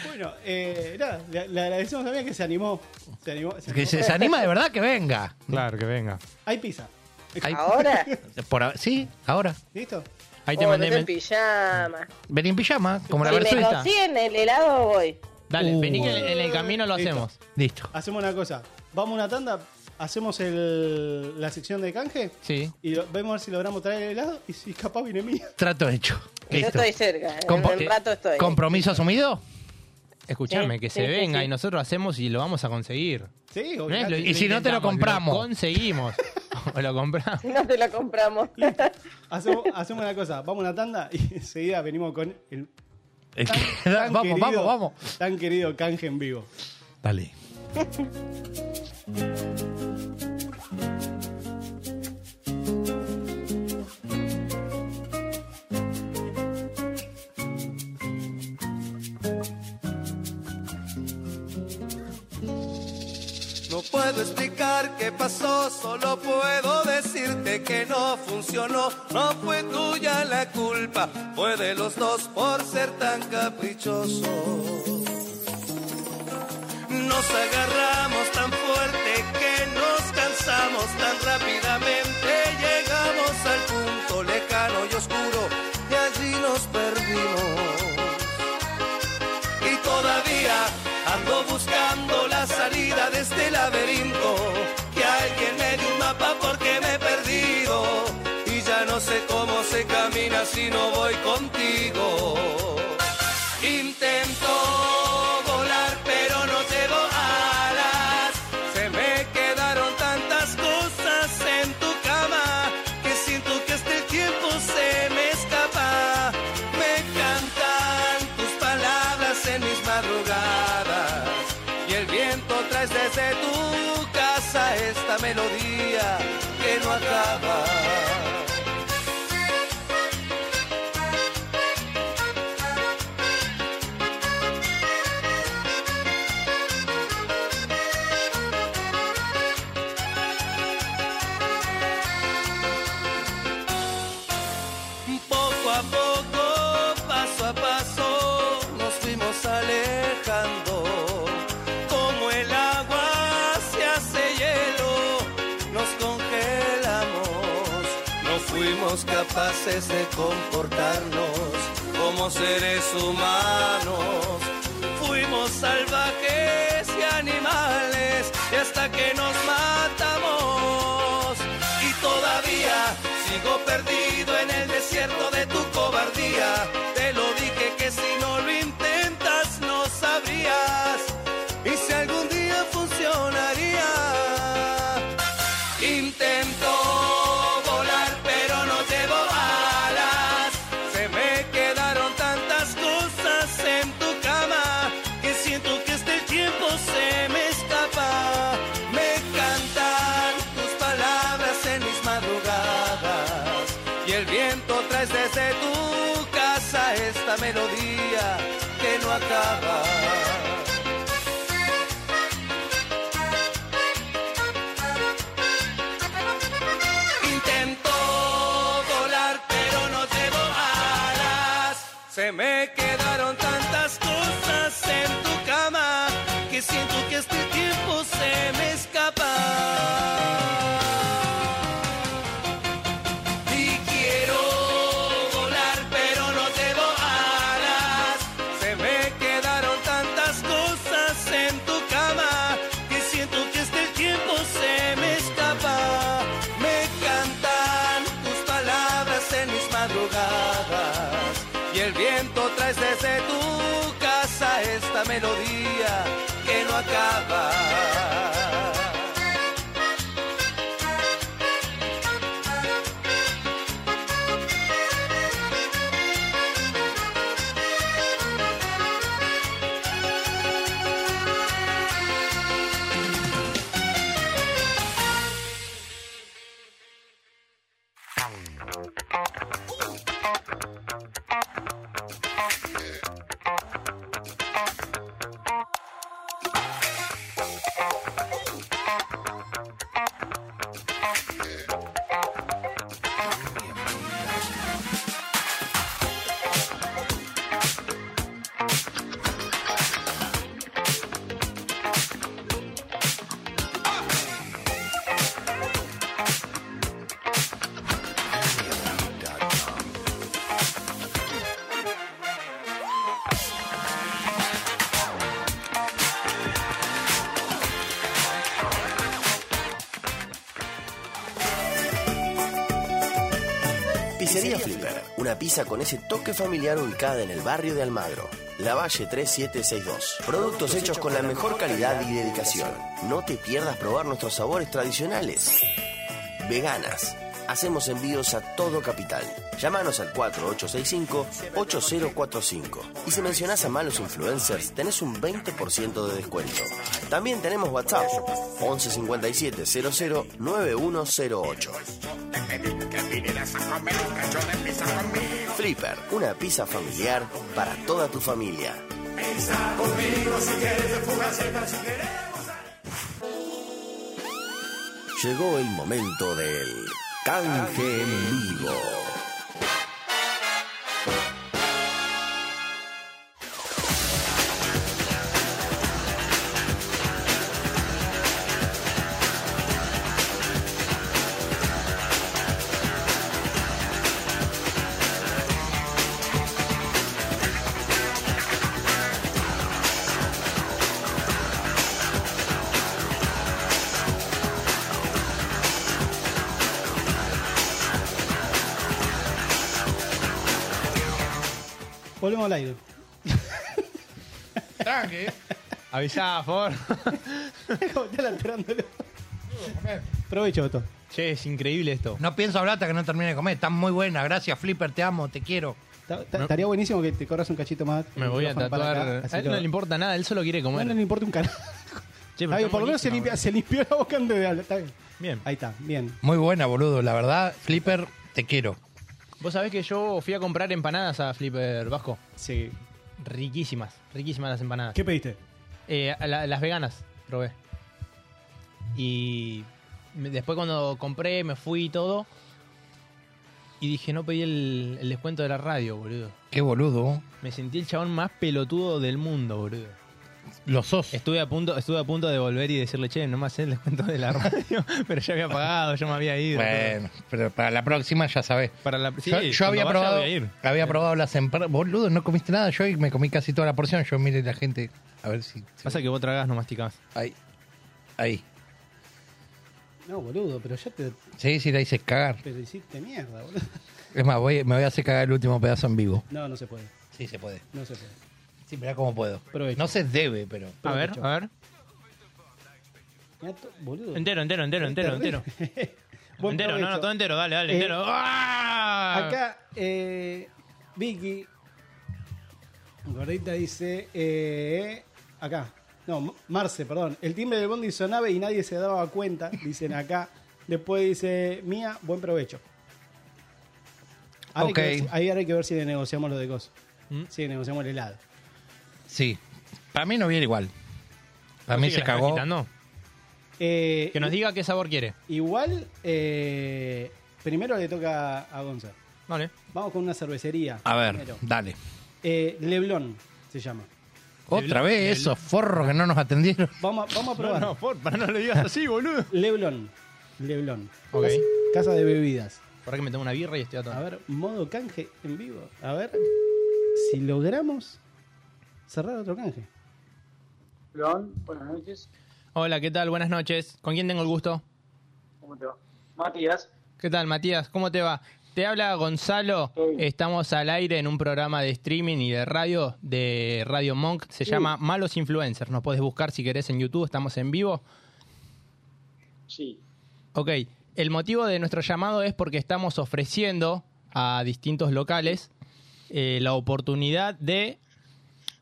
Bueno, eh, nada, le, le agradecemos también que se animó. Se animó. se Que animó. se, se anima de verdad que venga. Claro, que venga. Hay pizza. Ahí- Ahora, por a- sí, ahora. ¿Listo? Ahí te oh, mandé. no en men- pijama. Vení en pijama, como la Si me versuita. consiguen el helado, voy. Dale, Uh. vení que en el camino lo Listo. hacemos. Listo. Hacemos una cosa. Vamos a una tanda, hacemos el, la sección de canje Sí. y lo- vemos a ver si logramos traer el helado y si capaz viene mía. Trato hecho. Yo Listo. estoy cerca. ¿eh? En Compo- un rato estoy. ¿Compromiso asumido? Escuchame, Sí, que sí, se sí, venga sí. y nosotros hacemos y lo vamos a conseguir. Sí, No es obviamente. lo- Y si no, te Este, lo intentamos, compramos. conseguimos. O lo compramos. No te lo compramos. Hacemos, hacemos una cosa, vamos a una tanda y enseguida venimos con el tan vamos, querido- vamos, vamos. Tan querido canje en vivo. Dale. No puedo explicar qué pasó, solo puedo decirte que no funcionó. No fue tuya la culpa, fue de los dos por ser tan caprichoso. Nos agarramos tan fuerte que nos cansamos tan rápidamente. Llegamos al punto lejano y oscuro y allí nos perdimos y todavía ando buscando la salida de este laberinto. Quiero ahora si no voy contigo. Intento volar, pero no llevo alas. Se me quedaron tantas cosas en tu cama que siento que hasta el tiempo se me escapa. Me cantan tus palabras en mis madrugadas y el viento trae desde tu casa esta melodía que no acaba. Poco a poco, paso a paso, nos fuimos alejando. Como el agua se hace hielo, nos congelamos. No fuimos capaces de comportarnos como seres humanos. Fuimos salvajes y animales y hasta que nos matamos. Y todavía sigo perdido en el desierto de tu cobardía. Te lo dije que si no lo intentas no sabrías. Y si algún día funcionaría. Intento volar, pero no llevo alas. Se me quedaron tantas cosas en tu cama que siento que este tiempo se me escapa. Me cantan tus palabras en mis madrugadas y el viento trae desde tu casa esta melodía que no acaba. Intento volar, pero no llevo alas. Se me quedaron tantas cosas en tu cama que siento que este tiempo se me escapa. Y quiero volar, pero no llevo alas. Se me quedaron tantas cosas en tu cama que siento que este tiempo se me escapa. Me cantan tus palabras en mis madrugadas y el viento trae desde tu casa esta melodía que no acaba. Pizzería Flipper, una pizza con ese toque familiar ubicada en el barrio de Almagro, La Valle 3762. Productos hechos con la mejor calidad y dedicación. No te pierdas probar nuestros sabores tradicionales. Veganas. Hacemos envíos a todo capital. Llámanos al 4865-8045. Y si mencionás a malos influencers, tenés un 20% de descuento. También tenemos WhatsApp 1157 00 9108. Flipper, una pizza familiar para toda tu familia. Llegó el momento del canje en vivo. Volvemos al aire. Tranqui. Avisá, por favor. Como está alterándolo. Provecho, Otto. Che, es increíble esto. No pienso hablar hasta que no termine de comer. Están muy buenas. Gracias, Flipper. Te amo, te quiero. Ta- ta- Estaría buenísimo que te corras un cachito más. Me el voy a micrófono para tatuar. acá, así a él lo- no le importa nada, él solo quiere No, comer. no le importa un carajo. Che, pero Está bien, está por lo menos se, buenísima, eh. boludo. limpia- se limpió la boca antes de hablar. Está bien. Bien. Ahí está, bien. Muy buena, boludo. La verdad, Flipper, te quiero. Vos sabés que yo fui a comprar empanadas a Flipper Vasco. Sí. Riquísimas, riquísimas las empanadas. ¿Qué pediste? Eh, a la- las veganas, probé. Y me- después cuando compré, me fui y todo. Y dije, no pedí el, el descuento de la radio, boludo. Qué boludo. Me sentí el chabón más pelotudo del mundo, boludo. Lo sos. Estuve a punto, estuve a punto de volver y decirle, che, no me haces el descuento de la radio. pero ya había pagado, yo me había ido. Bueno, pero para la próxima ya sabés. Para la, sí, yo yo cuando había vaya probado, voy a ir. había probado las empanadas. Boludo, no comiste nada. Yo hoy me comí casi toda la porción. Yo mire la gente. A ver si. si- Pasa que vos tragás, no masticás. Ahí. Ahí. No, boludo, pero ya te, Sí, sí, la hice cagar. te hiciste mierda, boludo. Es más, voy, me voy a hacer cagar el último pedazo en vivo. No, no se puede. Sí, se puede. No se puede. Sí, mirá cómo puedo. Provecho. No se debe, pero. A ver, Provecho. a ver. Mirá to- boludo. Entero, entero, entero, entero, entero. Buen entero, no, no, provecho. todo entero, dale, dale, Eh, entero. ¡Ah! Acá, eh, Vicky Gordita dice. eh, acá. No, Marce, perdón. El timbre del bondi sonaba y nadie se daba cuenta, dicen acá. Después dice, Mía, buen provecho. Ahora hay que Ok. ver si- ahí ahora hay que ver si negociamos lo de cosas. ¿Mm? Si negociamos el helado. Sí. Para mí no viene igual. Para Así mí que se la está cagó. quitando. Eh, Que nos diga qué sabor quiere. Igual, eh, primero le toca a Gonza. Vale. Vamos con una cervecería. A ver, primero. dale. Eh, Leblon se llama. Otra vez esos forros que no nos atendieron. Vamos, a- vamos a No, probar. no, por, para no lo digas así, boludo. Leblon. Leblon. Ok. Casa de bebidas. Para que me tomo una birra y estoy A atado. ver, modo canje en vivo. A ver si logramos cerrar otro canje. León, buenas noches. Hola, ¿qué tal? Buenas noches. ¿Con quién tengo el gusto? ¿Cómo te va? Matías. ¿Qué tal, Matías? ¿Cómo te va? Te habla Gonzalo. Sí. Estamos al aire en un programa de streaming y de radio de Radio Monk. Se llama Malos Influencers. Nos podés buscar si querés en YouTube. Estamos en vivo. Sí. Ok, el motivo de nuestro llamado es porque estamos ofreciendo a distintos locales eh, la oportunidad de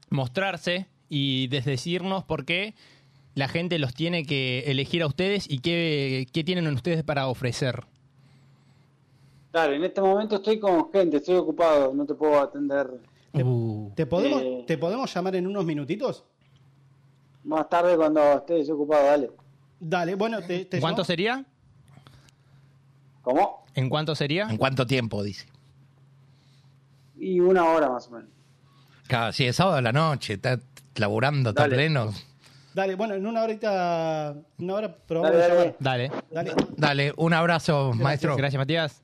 mostrarse y desdecirnos por qué la gente los tiene que elegir a ustedes y qué, qué tienen ustedes para ofrecer. Claro, en este momento estoy con gente, estoy ocupado, no te puedo atender. Uh, ¿Te podemos, Eh. ¿Te podemos llamar en unos minutitos? Más tarde cuando estés ocupado, dale. Dale, bueno, te, te ¿Cuánto llamo- sería? ¿Cómo? ¿En cuánto sería? ¿En cuánto tiempo? Dice. Y una hora más o menos. Claro, sí, es sábado a la noche, está laburando, está Dale. pleno. Dale, bueno, en una horita, una hora probamos Dale, de dale. llamar. Dale. Dale. Dale, un abrazo, maestro. Gracias, Matías.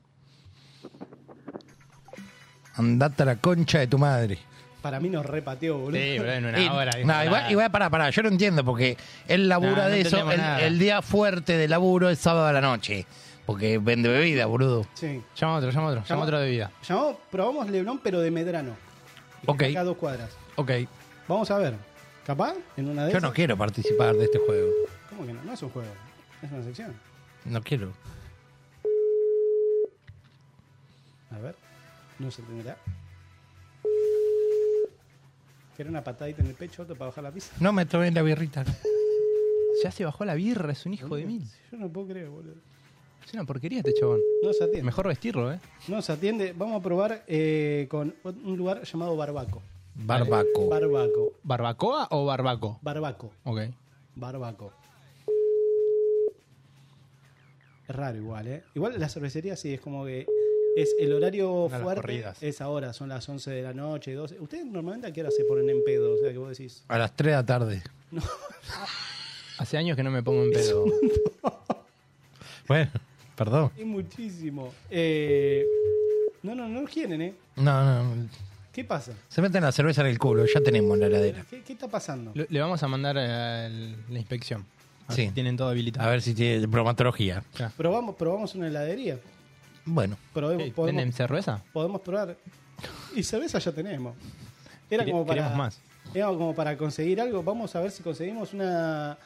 Andate a la concha de tu madre. Para mí nos repateó, boludo. Sí, bueno, en una Y- hora. dijo, no, igual, nada. igual, pará, pará, yo no entiendo porque él labura No, no de eso. entendemos El, nada. el día fuerte de laburo es sábado a la noche. Porque vende bebida, boludo. Sí. Llama a otro, llama a otro, llama a otro de vida. Llamamos, probamos Leblon, pero de Medrano. que Ok. está Acá a dos cuadras. Ok. Vamos a ver. ¿Capaz? En una de Yo esas. no quiero participar de este juego. ¿Cómo que no? No es un juego. Es una sección. No quiero. A ver. No se entenderá. Quiero una patadita en el pecho otro para bajar la pizza. No me tomé la birrita. no. Ya se bajó la birra, es un hijo de mil. Yo no puedo creer, boludo. Es una porquería este chabón. No se atiende. Mejor vestirlo, ¿eh? No se atiende. Vamos a probar eh, con un lugar llamado Barbaco. Barbaco. Barbaco. ¿Barbacoa o barbaco? Barbaco. Ok. Barbaco. Es raro igual, ¿eh? Igual la cervecería sí, es como que es el horario Una de las fuerte. corridas. Es ahora, son las 11 de la noche, 12. Ustedes normalmente a qué hora se ponen en pedo, o sea que vos decís... A las 3 de la tarde. Hace años que no me pongo en pedo. Bueno, perdón. Es muchísimo. Eh, no, no, no quieren, ¿eh? No, no. ¿Qué pasa? Se meten la cerveza en el culo. Ya tenemos la heladera. ¿Qué, qué está pasando? Lo- Le vamos a mandar a la inspección. A ver Sí. si tienen todo habilitado. A ver si tiene bromatología. Probamos, probamos una heladería. Bueno, Probemos, Hey, ¿Venden podemos, cerveza? podemos probar. Y cerveza ya tenemos. Era como Quere- para, queremos más. era como para conseguir algo. Vamos a ver si conseguimos una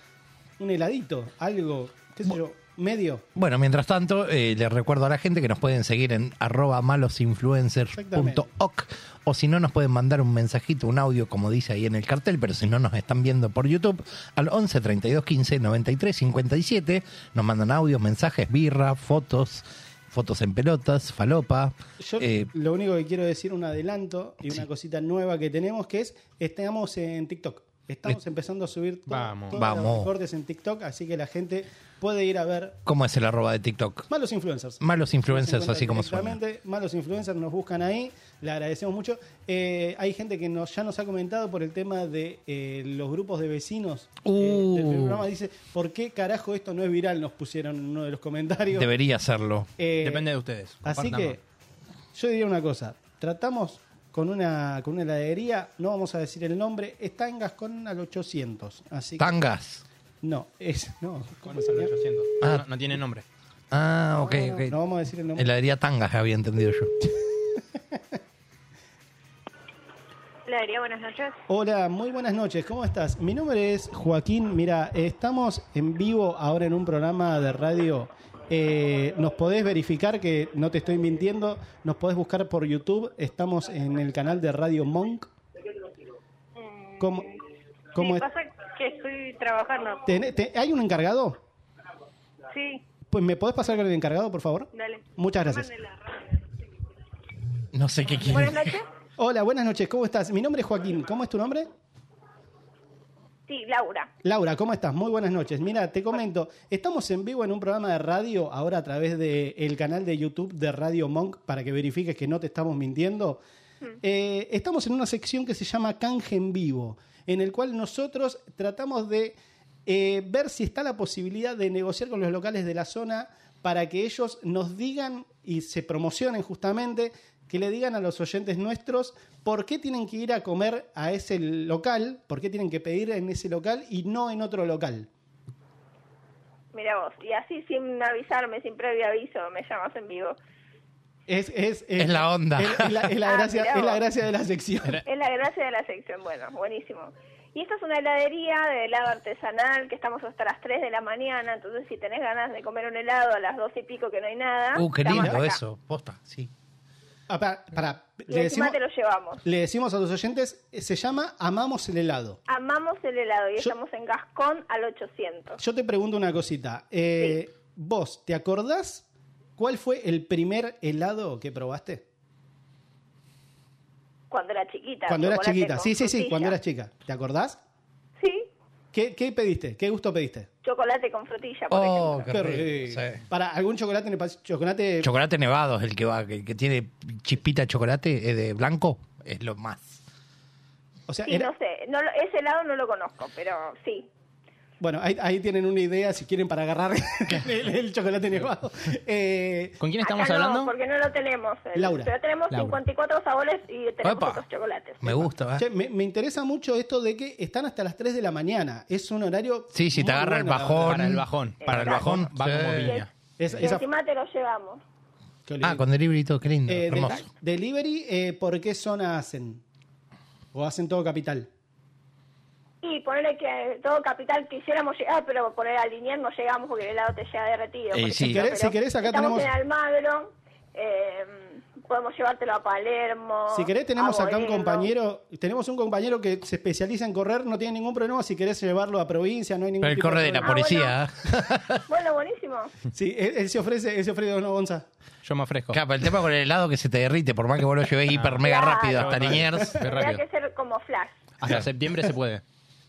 un heladito, algo, qué sé yo, medio. Bueno, mientras tanto, eh, les recuerdo a la gente que nos pueden seguir en arroba malosinfluencers.oc o si no, nos pueden mandar un mensajito, un audio, como dice ahí en el cartel, pero si no nos están viendo por YouTube, al 11 32 15 93 57 nos mandan audios, mensajes, birra, fotos, fotos en pelotas, falopa. Yo eh, lo único que quiero decir, un adelanto y una cosita nueva que tenemos, que es, estamos en TikTok. Estamos empezando a subir to- Vamos. todos los Vamos. recortes en TikTok, así que la gente puede ir a ver ¿Cómo es el arroba de TikTok? malos influencers. Malos influencers, así como suena. Exactamente, malos influencers nos buscan ahí, le agradecemos mucho. Eh, hay gente que nos, ya nos ha comentado por el tema de eh, los grupos de vecinos eh, Uh. del programa. Dice, ¿por qué carajo esto no es viral? Nos pusieron en uno de los comentarios. Debería serlo. Eh, Depende de ustedes. Así compártanlo. que yo diría una cosa, tratamos con una, con una heladería, no vamos a decir el nombre, es Tangas con al 800. Así que, Tangas. no, es, no, Con ¿cómo los se llama? 800. Ah. No, no tiene nombre. Ah, ok, Eh, no ok. vamos a decir el nombre. Heladería Tangas, había entendido yo. Ladería, buenas noches. Hola, muy buenas noches, ¿cómo estás? Mi nombre es Joaquín, mira, estamos en vivo ahora en un programa de radio. Eh, nos podés verificar que no te estoy mintiendo, nos podés buscar por YouTube, estamos en el canal de Radio Monk. Mm, ¿Cómo, sí, cómo es? pasa que estoy trabajando. ¿Tené- te- ¿Hay un encargado? Sí, Pues, ¿Me podés pasar con el encargado, por favor? dale. Muchas gracias. Mándela. No sé qué quiere. Buenas noches. Hola, buenas noches, ¿cómo estás? Mi nombre es Joaquín, ¿cómo es tu nombre? Sí, Laura. Laura, ¿cómo estás? Muy buenas noches. Mira, te comento, estamos en vivo en un programa de radio ahora a través del canal de YouTube de Radio Monk para que verifiques que no te estamos mintiendo. Mm. Eh, estamos en una sección que se llama Canje en Vivo, en el cual nosotros tratamos de eh, ver si está la posibilidad de negociar con los locales de la zona para que ellos nos digan y se promocionen justamente, que le digan a los oyentes nuestros por qué tienen que ir a comer a ese local, por qué tienen que pedir en ese local y no en otro local. Mira vos. Y así sin avisarme, sin previo aviso, me llamas en vivo. Es, es, Es la onda. Es, es la, es la Ah, gracia, mirá es la vos. gracia de la sección. Es la gracia de la sección. Bueno, buenísimo. Y esta es una heladería de helado artesanal que estamos hasta las 3 de la mañana. Entonces, si tenés ganas de comer un helado a las 12 y pico que no hay nada. Uh, qué estamos lindo acá. eso. Posta, sí. Ah, para, para, Y le, encima decimos, te lo llevamos. le decimos a los oyentes, eh, se llama Amamos el helado. Amamos el helado y Yo- estamos en Gascón al 800. Yo te pregunto una cosita. Eh, ¿Vos te acordás cuál fue el primer helado que probaste? Cuando era chiquita. Cuando eras chocolate chiquita. con Sí, sí, sí, frutilla. cuando eras chica. ¿Te acordás? Sí, ¿Qué, qué pediste? ¿Qué gusto pediste? chocolate con frutilla, por Oh, ejemplo. qué rico. sí. Para algún chocolate, en el pas- chocolate Chocolate nevado es el que va, que, que tiene chispita de chocolate eh, de blanco, es lo más. O sea, Sí, era- no sé, no lo- ese helado no lo conozco, pero sí. bueno, ahí, ahí tienen una idea si quieren para agarrar el, el chocolate nevado. Eh, ¿Con quién estamos Acá no, hablando? porque no lo tenemos. El- Laura. Pero tenemos Laura. 54 sabores y tenemos Opa. otros chocolates. Me gusta, che, ¿eh? me, me interesa mucho esto de que están hasta las 3 de la mañana. Es un horario. Sí, si te muy agarra el bueno, la bajón. verdad. Para el bajón. Para el bajón, Va sí. como piña. Es- Y esa- encima te lo llevamos. qué Ah, olvidé. con delivery y todo, qué lindo, Eh, de- hermoso. delivery, eh, ¿por qué zona hacen? ¿O hacen todo capital? Y ponerle que todo capital quisiéramos llegar, pero poner al Linier no llegamos porque el helado te llega derretido. Eh, por sí. Si ejemplo, querés- si pero querés, acá estamos tenemos- en Almagro, eh, podemos llevártelo a Palermo. Si querés, tenemos a acá un Moreno. compañero. Tenemos un compañero que se especializa en correr, no tiene ningún problema. Si querés llevarlo a provincia, no hay ningún Pero el tipo corre de la problema. Ah, policía. ¿eh? Bueno, buenísimo. Sí, él, él se ofrece, él se ofrece una bonza. Yo me ofrezco. ¿eh? Claro, pero el tema con el helado que se te derrite, por más que vos lo Ah. lleves hiper mega Claro. rápido hasta Liniers. Qué Tendría rápido. que ser como flash. Hasta septiembre se puede.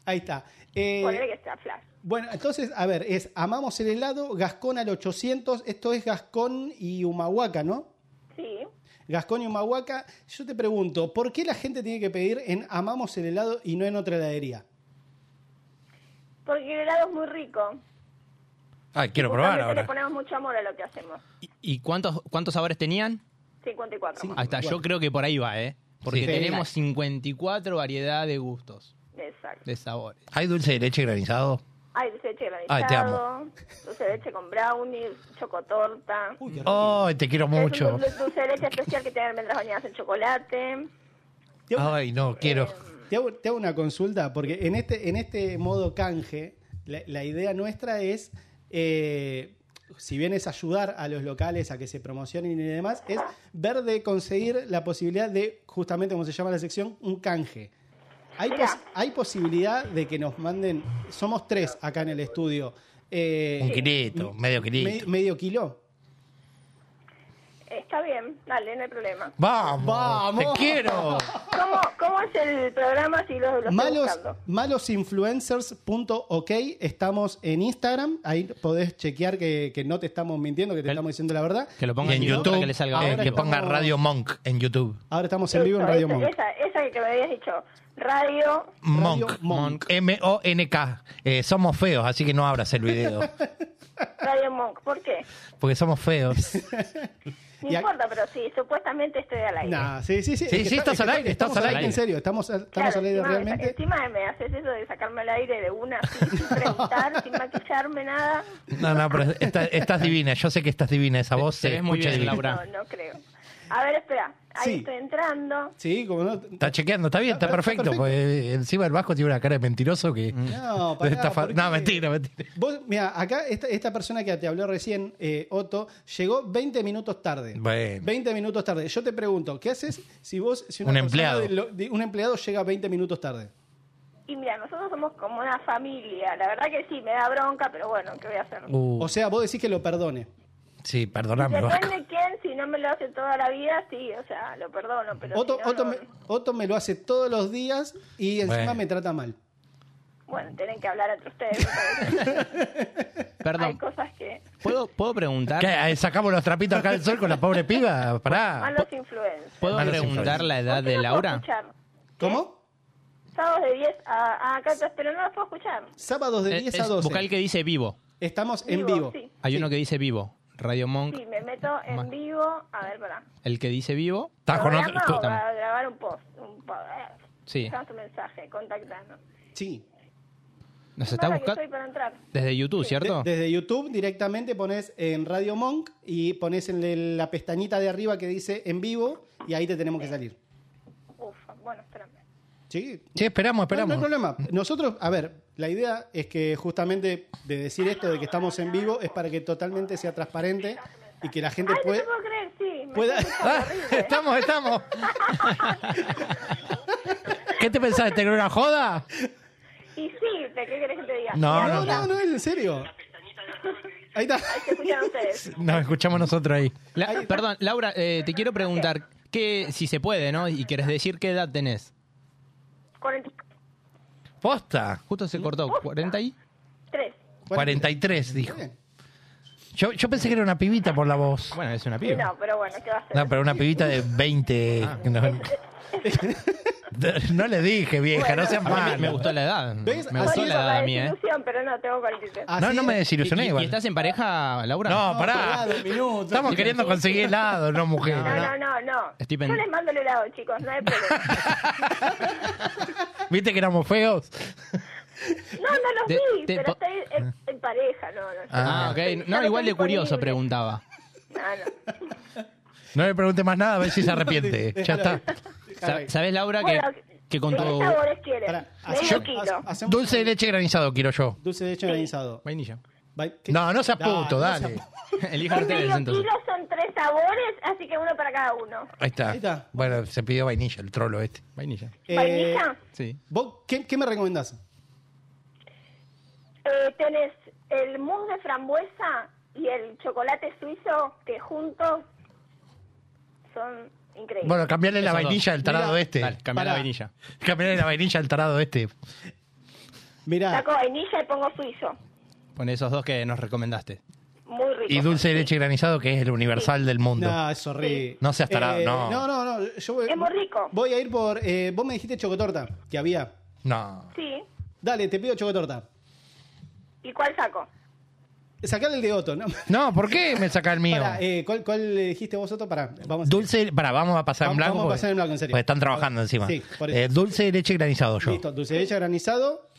Ahí está. Eh, Ponerle que sea flash. bueno, entonces, a ver, es Amamos el helado, Gascón al 800. Esto es Gascón y Humahuaca, ¿no? Sí. Gascón y Humahuaca. Yo te pregunto, ¿por qué la gente tiene que pedir en Amamos el helado y no en otra heladería? Porque el helado es muy rico. Ay, Ah, quiero probar Justamente Le ahora. ponemos mucho amor a lo que hacemos. ¿Y, y cuántos, cuántos sabores tenían? 54. Sí. Ahí está, yo Bueno. creo que por ahí va, ¿eh? Porque Sí. tenemos 54 variedad de gustos, Exacto. de sabores. ¿Hay dulce de leche granizado? Hay dulce de leche granizado. Ay, te amo. Dulce de leche con brownie, chocotorta. Uy, qué rico. Oh, te quiero Es un mucho. dulce- dulce de leche especial que tiene almendras bañadas en chocolate. Te hago, Eh, Ay, no, quiero. te hago- te hago una consulta, porque en este, en este modo canje, la, la idea nuestra es, eh, si bien es ayudar a los locales a que se promocionen y demás, es ver de conseguir la posibilidad de, justamente como se llama la sección, un canje. ¿Hay, pos- Mirá. hay posibilidad de que nos manden, somos tres acá en el estudio, eh, Un kilito, medio me- kilito. medio kilo? Está bien, dale, no hay problema. ¡Vamos! ¡Vamos! ¡Te quiero! ¿Cómo, cómo es el programa si lo, lo estoy Malos, buscando? malosinfluencers.ok estamos en Instagram, ahí podés chequear que, que no te estamos mintiendo, que te El- estamos diciendo la verdad. Que lo Y pongan en en YouTube para que YouTube, le salga eh, ahora. que que ponga vamos- Radio Monk en YouTube. Ahora estamos en vivo en Radio Eso, Monk. Esa, esa que me habías dicho. Radio. Radio Monk. Monk. M-O-N-K. Eh, somos feos, así que no abras el video. Radio Monk, ¿por qué? Porque somos feos. No Y a- importa, pero sí, supuestamente estoy al aire. Nah, sí, sí, Sí, sí. es que sí, está- estás es que al está- aire, estás estamos al al aire. En aire. serio, estamos, estamos Claro, al aire encima, realmente. Encima me haces eso de sacarme al aire de una, así, sin preguntar, sin maquillarme, nada. No, no, pero está- estás divina. Yo sé que estás divina. Esa voz te se ves muy escucha bien, divina. Laura. No, no creo. A ver, espera. Ahí Sí. estoy entrando. Sí, como no. Está chequeando, está bien, está, Está- está perfecto. porque encima el vasco tiene una cara de mentiroso que. Mm. Pero No, pará, está fa- ¿por No, qué? mentira, mentira. Vos, mira, acá esta, esta persona que te habló recién, eh, Otto, llegó 20 minutos tarde. Bueno. 20 minutos tarde. Yo te pregunto, ¿qué haces si vos, si una Un persona empleado. de lo- de- un empleado llega 20 minutos tarde? Y mira, nosotros somos como una familia. La verdad que sí, me da bronca, pero bueno, ¿qué voy a hacer? Uh, O sea, vos decís que lo perdone. sí, perdóname, vasco. Depende quién, si no me lo hace toda la vida, sí, o sea, lo perdono, pero Otto, si no, Otto no. me, Otto me lo hace todos los días y encima Bueno. me trata mal. Bueno, tienen que hablar entre ustedes. me parece. Hay Perdón, cosas que... ¿puedo, ¿puedo preguntar? ¿Qué? Eh, ¿Sacamos los trapitos acá del sol con la pobre piba? Pará. Malos influencers. ¿Puedo Malos preguntar influencers. la ¿Por edad qué de no puedo Laura? escuchar? ¿Cómo? Sábados de 10 a, a 14, pero no los puedo escuchar. Sábados de Eh, 10 es- a 12. buscá el que dice vivo. Estamos en Vivo, vivo. sí. Hay uno que dice vivo. Radio Monk, Sí, me meto en Ma- vivo. A ver, pará. el que dice vivo. ¿Estás con otro- Programa o tú- para grabar un post. Un post. Sí. Deja tu mensaje, contactanos. Sí. Nos está Pasa que buscando estoy para entrar. desde YouTube, ¿cierto? De- desde YouTube directamente pones en Radio Monk y pones en el- la pestañita de arriba que dice en vivo y ahí te tenemos que salir. Ufa, bueno, espérame. Sí. Sí, esperamos, No, no hay esperamos. problema. Nosotros, a ver, la idea es que justamente de decir esto de que estamos en vivo es para que totalmente sea transparente y que la gente Ay, no pueda... te puedo creer, sí. Me pueda- estoy escuchando, Ah, horrible. estamos, estamos. ¿Qué te pensás? ¿Te creó una joda? Y sí, ¿de qué querés que te diga? No, Mira, No, mira, no, no, es en serio. Ahí está. Ahí se escuchan ustedes. Nos escuchamos nosotros ahí. La- perdón, Laura, eh, te quiero preguntar que, si se puede, ¿no? Y quieres decir qué edad tenés. 43. Posta. Justo se cortó. ¿40 y? 43, dijo. Bien. Yo, yo pensé que era una pibita por la voz. Bueno, es una Sí, piba. no, pero bueno, ¿qué va a hacer? No, pero una pibita de 20. Ah. No, No le dije, vieja, no seas A mí me, malo. me gustó la edad. ¿Ves? Me Así gustó es. la edad a mí, ¿eh? desilusión, pero no, tengo 43. Así Ah, No, no me es. desilusioné Ah, ¿Y- y- ¿Y igual. estás en pareja, Laura? No, pará. pará, dos minutos. Estamos queriendo conseguir helado, no mujer. No, no, no, no. Estoy pen- Yo les mando el helado, chicos, no hay problema. ¿Viste que éramos feos? No, no los Te- vi, te pero po- estoy en, en pareja, no, no. yo Ah, estoy- ok. yo No, estoy igual de curioso disponible. preguntaba. No, Ah, no. No le pregunte más nada, a ver si se arrepiente. Ya está. Déjalo ahí. Sa- ¿Sabes, Laura, que, Bueno, que con ¿qué tu sabores quieren? Pará, ah, Medio hacemos- kilo. ha- hacemos- Dulce de leche granizado quiero yo. Dulce de leche granizado. vainilla? Vai- ¿qué? No, no seas No, puto, no dale. seas- Elijan En ustedes, medio entonces. kilo son tres sabores, así que uno para cada uno. Ahí Ahí está. está. Bueno, se pidió vainilla, el trolo este. Vainilla. Eh, Vainilla. Sí. ¿Vos qué, qué me recomendás? Eh, tenés el mousse de frambuesa y el chocolate suizo que juntos son increíbles. Bueno, cambiarle la Esos dos. vainilla al tarado Mira, este. Dale, cambia la Pará. vainilla. Cambiarle la vainilla al tarado este. Mirá, Saco vainilla y pongo suizo. Pon esos dos que nos recomendaste. Muy rico. Y dulce de leche granizado, que es el universal del mundo. no, es horrible. Eh, No seas tarado, no. No, no, no. Yo voy, Es muy rico. Voy a ir por. eh, vos me dijiste chocotorta que había. No. Sí. Dale, te pido chocotorta. ¿Y cuál saco? Sacale el de Otto, ¿no? No, ¿por qué me saca el mío? Pará, eh, ¿cuál, ¿cuál le dijiste vos, Otto? Pará, vamos. Dulce, para, vamos a pasar en Vamos- blanco. vamos a porque- pasar en blanco, en serio. porque están trabajando encima. Sí, por eso. Eh, dulce de leche granizado yo. Listo, dulce de leche granizado.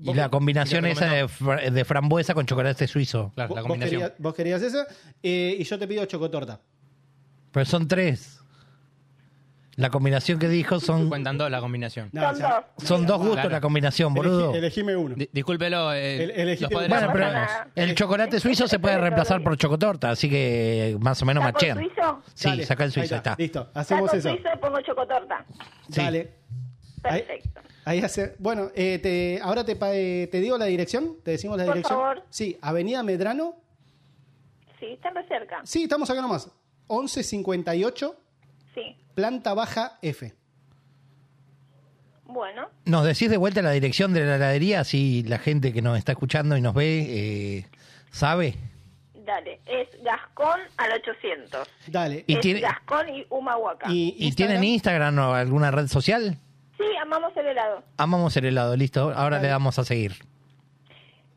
Y la combinación y la esa de, fra- de frambuesa con chocolate suizo. Claro, Vos- la vos, combinación. querías, vos querías esa. eh, y yo te pido chocotorta. Pero son tres. La combinación que dijo son, Cuentan dos la combinación. No, o sea, son dos gustos Claro. la combinación, elegí- boludo. elegime uno. Di- discúlpelo, eh, El- elegiste los padres Bueno, no pero americanos. el chocolate suizo se puede reemplazar por chocotorta, así que más o menos ¿Taco machean. suizo? Sí, Dale, saca el ahí suizo, ahí está. Listo, hacemos Taco eso. suizo y pongo chocotorta. Sí. Dale. Ahí- Perfecto. Ahí hace, bueno, eh, te- ahora te, pa- eh, te digo la dirección, te decimos la Por dirección. favor. Sí, Avenida Medrano. Sí, está re cerca. Sí, estamos acá nomás. 1158, Sí. planta baja F. Bueno, Nos decís de vuelta la dirección de la heladería, así la gente que nos está escuchando y nos ve eh, sabe. dale. Es Gascón al 800. Dale. Y es tiene- Gascón y Ah, Humahuaca. ¿Y tienen Instagram o alguna red social? Sí, amamos el helado. Amamos el helado, listo. Ahora le damos a seguir.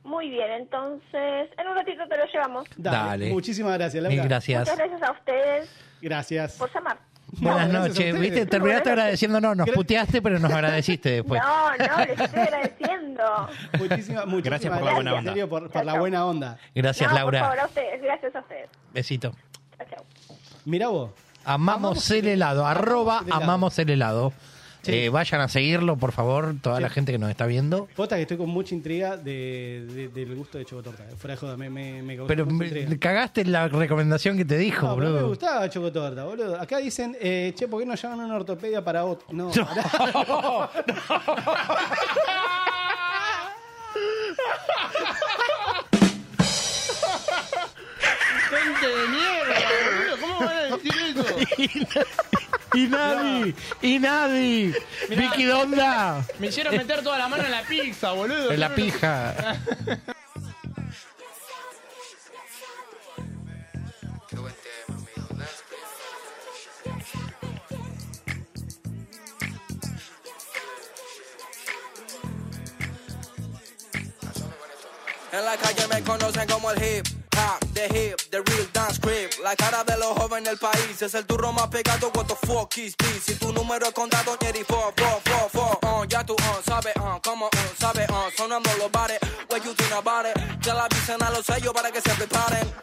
Muy bien, entonces en un ratito te lo llevamos. Dale. Dale. Muchísimas gracias, Laura. Mil Eh, gracias. Muchas gracias a ustedes Gracias. por llamar. Buenas No, gracias a noches. ustedes. ¿Viste? Terminaste agradeciéndonos. Nos Gra- puteaste, pero nos agradeciste después. No, no, les estoy agradeciendo. Muchísimas, muchísimas Gracias por la buena en onda. serio, por, por la Chao. buena onda. Gracias, No, Por favor, Laura. a ustedes. Gracias a ustedes. Besito. Chao, chao. Mirá vos. Amamos el helado. Arroba el helado. amamos el helado. Sí. Eh, vayan a seguirlo, por favor, toda la gente que nos está viendo. Posta que estoy con mucha intriga de, de- del gusto de chocotorta. Fuera de joda, me, me, me causó Pero mucha me- intriga. cagaste la recomendación que te dijo, No, pero me boludo. gustaba chocotorta, boludo. Acá dicen, eh, che, ¿por qué no llaman a una ortopedia para otro? No, pará. ¡Gente de mierda! ¿Cómo van a decir eso? Y nadie, y nadie. Vicky Donda. Me hicieron meter toda la mano en la pizza, boludo. En la pija. En la calle me conocen como el hip hop, the hip, the real dance crib. La cara de los jóvenes del país es el turro más pegado. What the fuck is this? Si tu número es contado, Jerry, four, four, four, four. Uh, ya tú, uh, sabe, uh, como, uh, sabe, uh, sonando los bares. What you think about it? Ya la avisen a los sellos para que se preparen.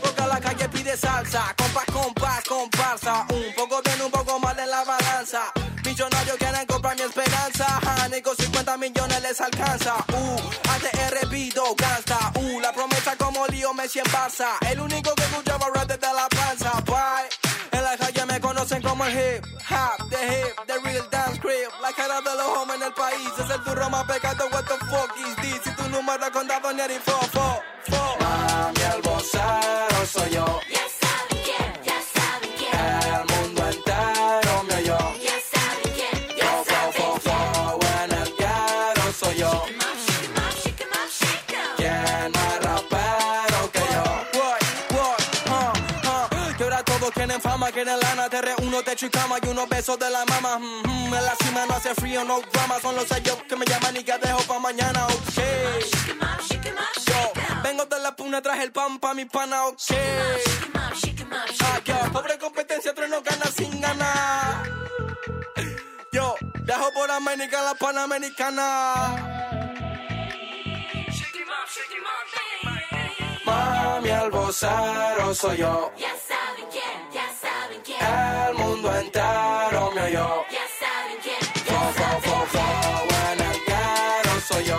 Porque la calle pide salsa, compas, compas, comparsa. Un poco bien, un poco mal en la balanza. Millonarios quieren comprar mi esperanza. Ajá, ni con 50 millones les alcanza. Uh, antes he revido gasta. Uh, la promesa como lío Messi en Barça. El único que escuchaba rap desde la panza. Bye. En la calle me conocen como el hip hop, the hip, the real dance crib. La cara de los hombres en el país es el turro más pecado. What the fuck is this? Si tu número es contado, ni fo, fo, fo. Mami, el vocero soy yo. Ya saben quién, ya saben quién, El mundo entero me oyó. ya saben quién, ya Fo, fo, saben fo, fo, en el carro soy yo. quién. Mom, shake it, mom, shake it, mom, shake it. ¿Quién más rapero que yo? What, what, huh, huh. Que ahora todos quieren fama, quieren lana, te reúno, techo y cama y unos besos de la mama. Mm, mm. En la cima no hace frío, no drama, son los sellos que me llaman y que dejo pa' mañana, ok. Shake it, mom, shake it, mom, Yo shake it. vengo de la puna, traje el pan pa' mi pana, ok. Shake it, mom, shake it, mom, shake Ah, yo, pobre competencia, tres no gana sin ganar. Yo, dejo por América la panamericana. it. Shake it, mom, shake it, mom, baby. Mami, el vocero soy yo. Ya saben quién, ya saben quién, El mundo entero me oyó. ya saben quién, Fo, ya fo, saben fo, fo, en el carro soy yo.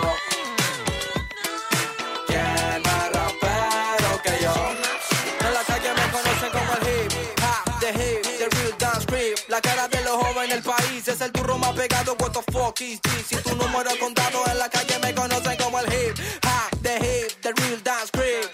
¿Quién más rapero que yo? En la calle me conocen como el hip hop, the hip, the real dance creep. La cara de los jóvenes en el país es el turro más pegado. What the fuck is this? Si tu número es contado en la calle me conocen como el hip hop, the hip, the real dance creep.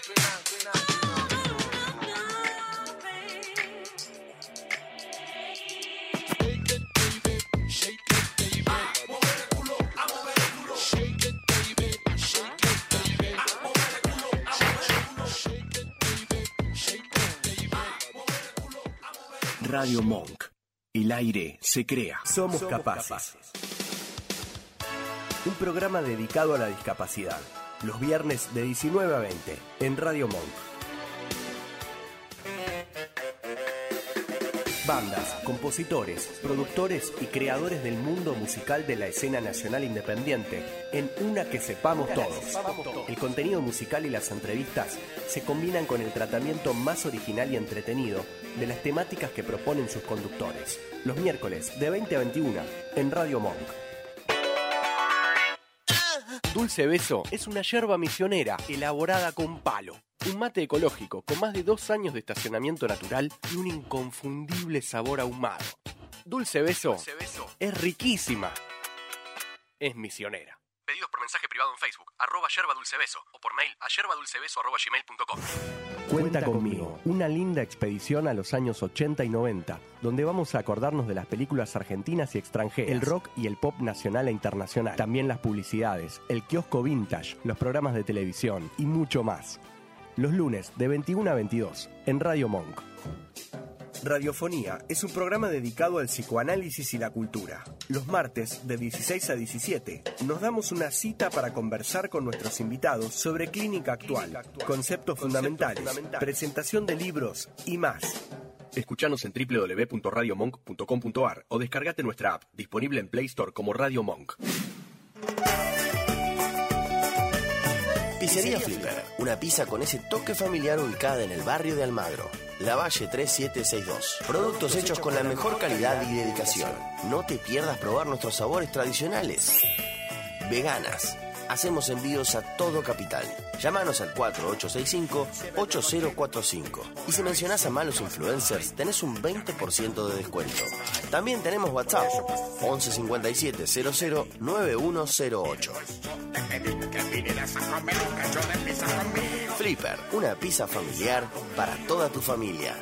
Radio Monk. El aire se crea. Somos, capaces. Un programa dedicado a la discapacidad. Los viernes de 19 a 20 en Radio Monk. Bandas, compositores, productores y creadores del mundo musical de la escena nacional independiente, en una que sepamos todos. El contenido musical y las entrevistas se combinan con el tratamiento más original y entretenido de las temáticas que proponen sus conductores. Los miércoles de 20 a 21 en Radio Monk. Dulce Beso es una yerba misionera elaborada con palo. Un mate ecológico con más de dos años de estacionamiento natural y un inconfundible sabor ahumado. Dulce Beso, es riquísima. Es misionera. Pedidos por mensaje privado en Facebook, arroba yerba dulce beso o por mail a yerbadulcebeso arroba gmail.com. Cuenta conmigo, una linda expedición a los años 80 y 90, donde vamos a acordarnos de las películas argentinas y extranjeras, el rock y el pop nacional e internacional, también las publicidades, el kiosco vintage, los programas de televisión y mucho más. Los lunes de 21 a 22 en Radio Monk. Radiofonía es un programa dedicado al psicoanálisis y la cultura. Los martes, de 16 a 17, nos damos una cita para conversar con nuestros invitados sobre clínica actual, conceptos, fundamentales, presentación de libros y más. Escuchanos en www.radiomonk.com.ar o descargate nuestra app, disponible en Play Store como Radio Monk. Pizzería Flipper, una pizza con ese toque familiar ubicada en el barrio de Almagro. La Valle 3762. Productos hechos con la mejor calidad y dedicación. No te pierdas probar nuestros sabores tradicionales. Veganas. Hacemos envíos a todo capital. Llámanos al 4865-8045. Y si mencionás a malos influencers, tenés un 20% de descuento. También tenemos WhatsApp 1157 00 9108. Flipper, una pizza familiar para toda tu familia.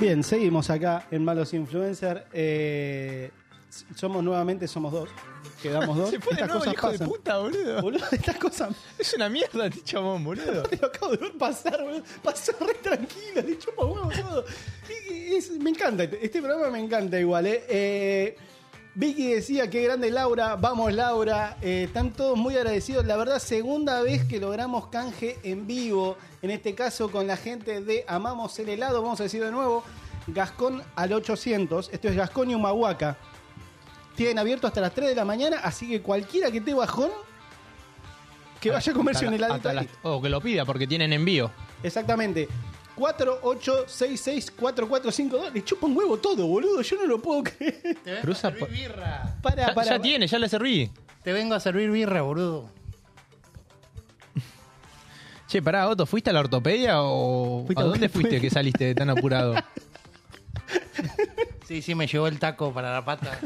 Bien, seguimos acá en Malos Influencer. Eh, s- somos nuevamente, somos dos. Quedamos dos. Se fue de Estas nuevo el hijo de cosas pasan. puta, boludo. Boludo, estas cosas Es una mierda este chabón, boludo. te lo acabo de ver pasar, boludo. Pasó re tranquilo, le chupa huevo todo. Y- y es- me encanta, este programa me encanta igual, ¿eh? Eh, Vicky decía, qué grande Laura, vamos Laura, Eh, están todos muy agradecidos. La verdad, segunda vez que logramos canje en vivo, en este caso con la gente de Amamos el Helado, vamos a decir de nuevo, Gascón al 800, esto es Gascón y Humahuaca. Tienen abierto hasta las 3 de la mañana, así que cualquiera que esté bajón, que vaya a comerse Hasta un la- helado. hasta las- O que lo pida porque tienen envío. Exactamente. 48664452. Le chupa un huevo todo, boludo. Yo no lo puedo creer. Te vengo Cruza a servir por- birra. Para, Ya, para. ya tiene, ya le serví. Te vengo a servir birra, boludo. Che, pará, Otto, ¿fuiste a la ortopedia o Fuiste a a dónde buscar- fuiste que saliste tan apurado? Sí, sí, me llevó el taco para la pata.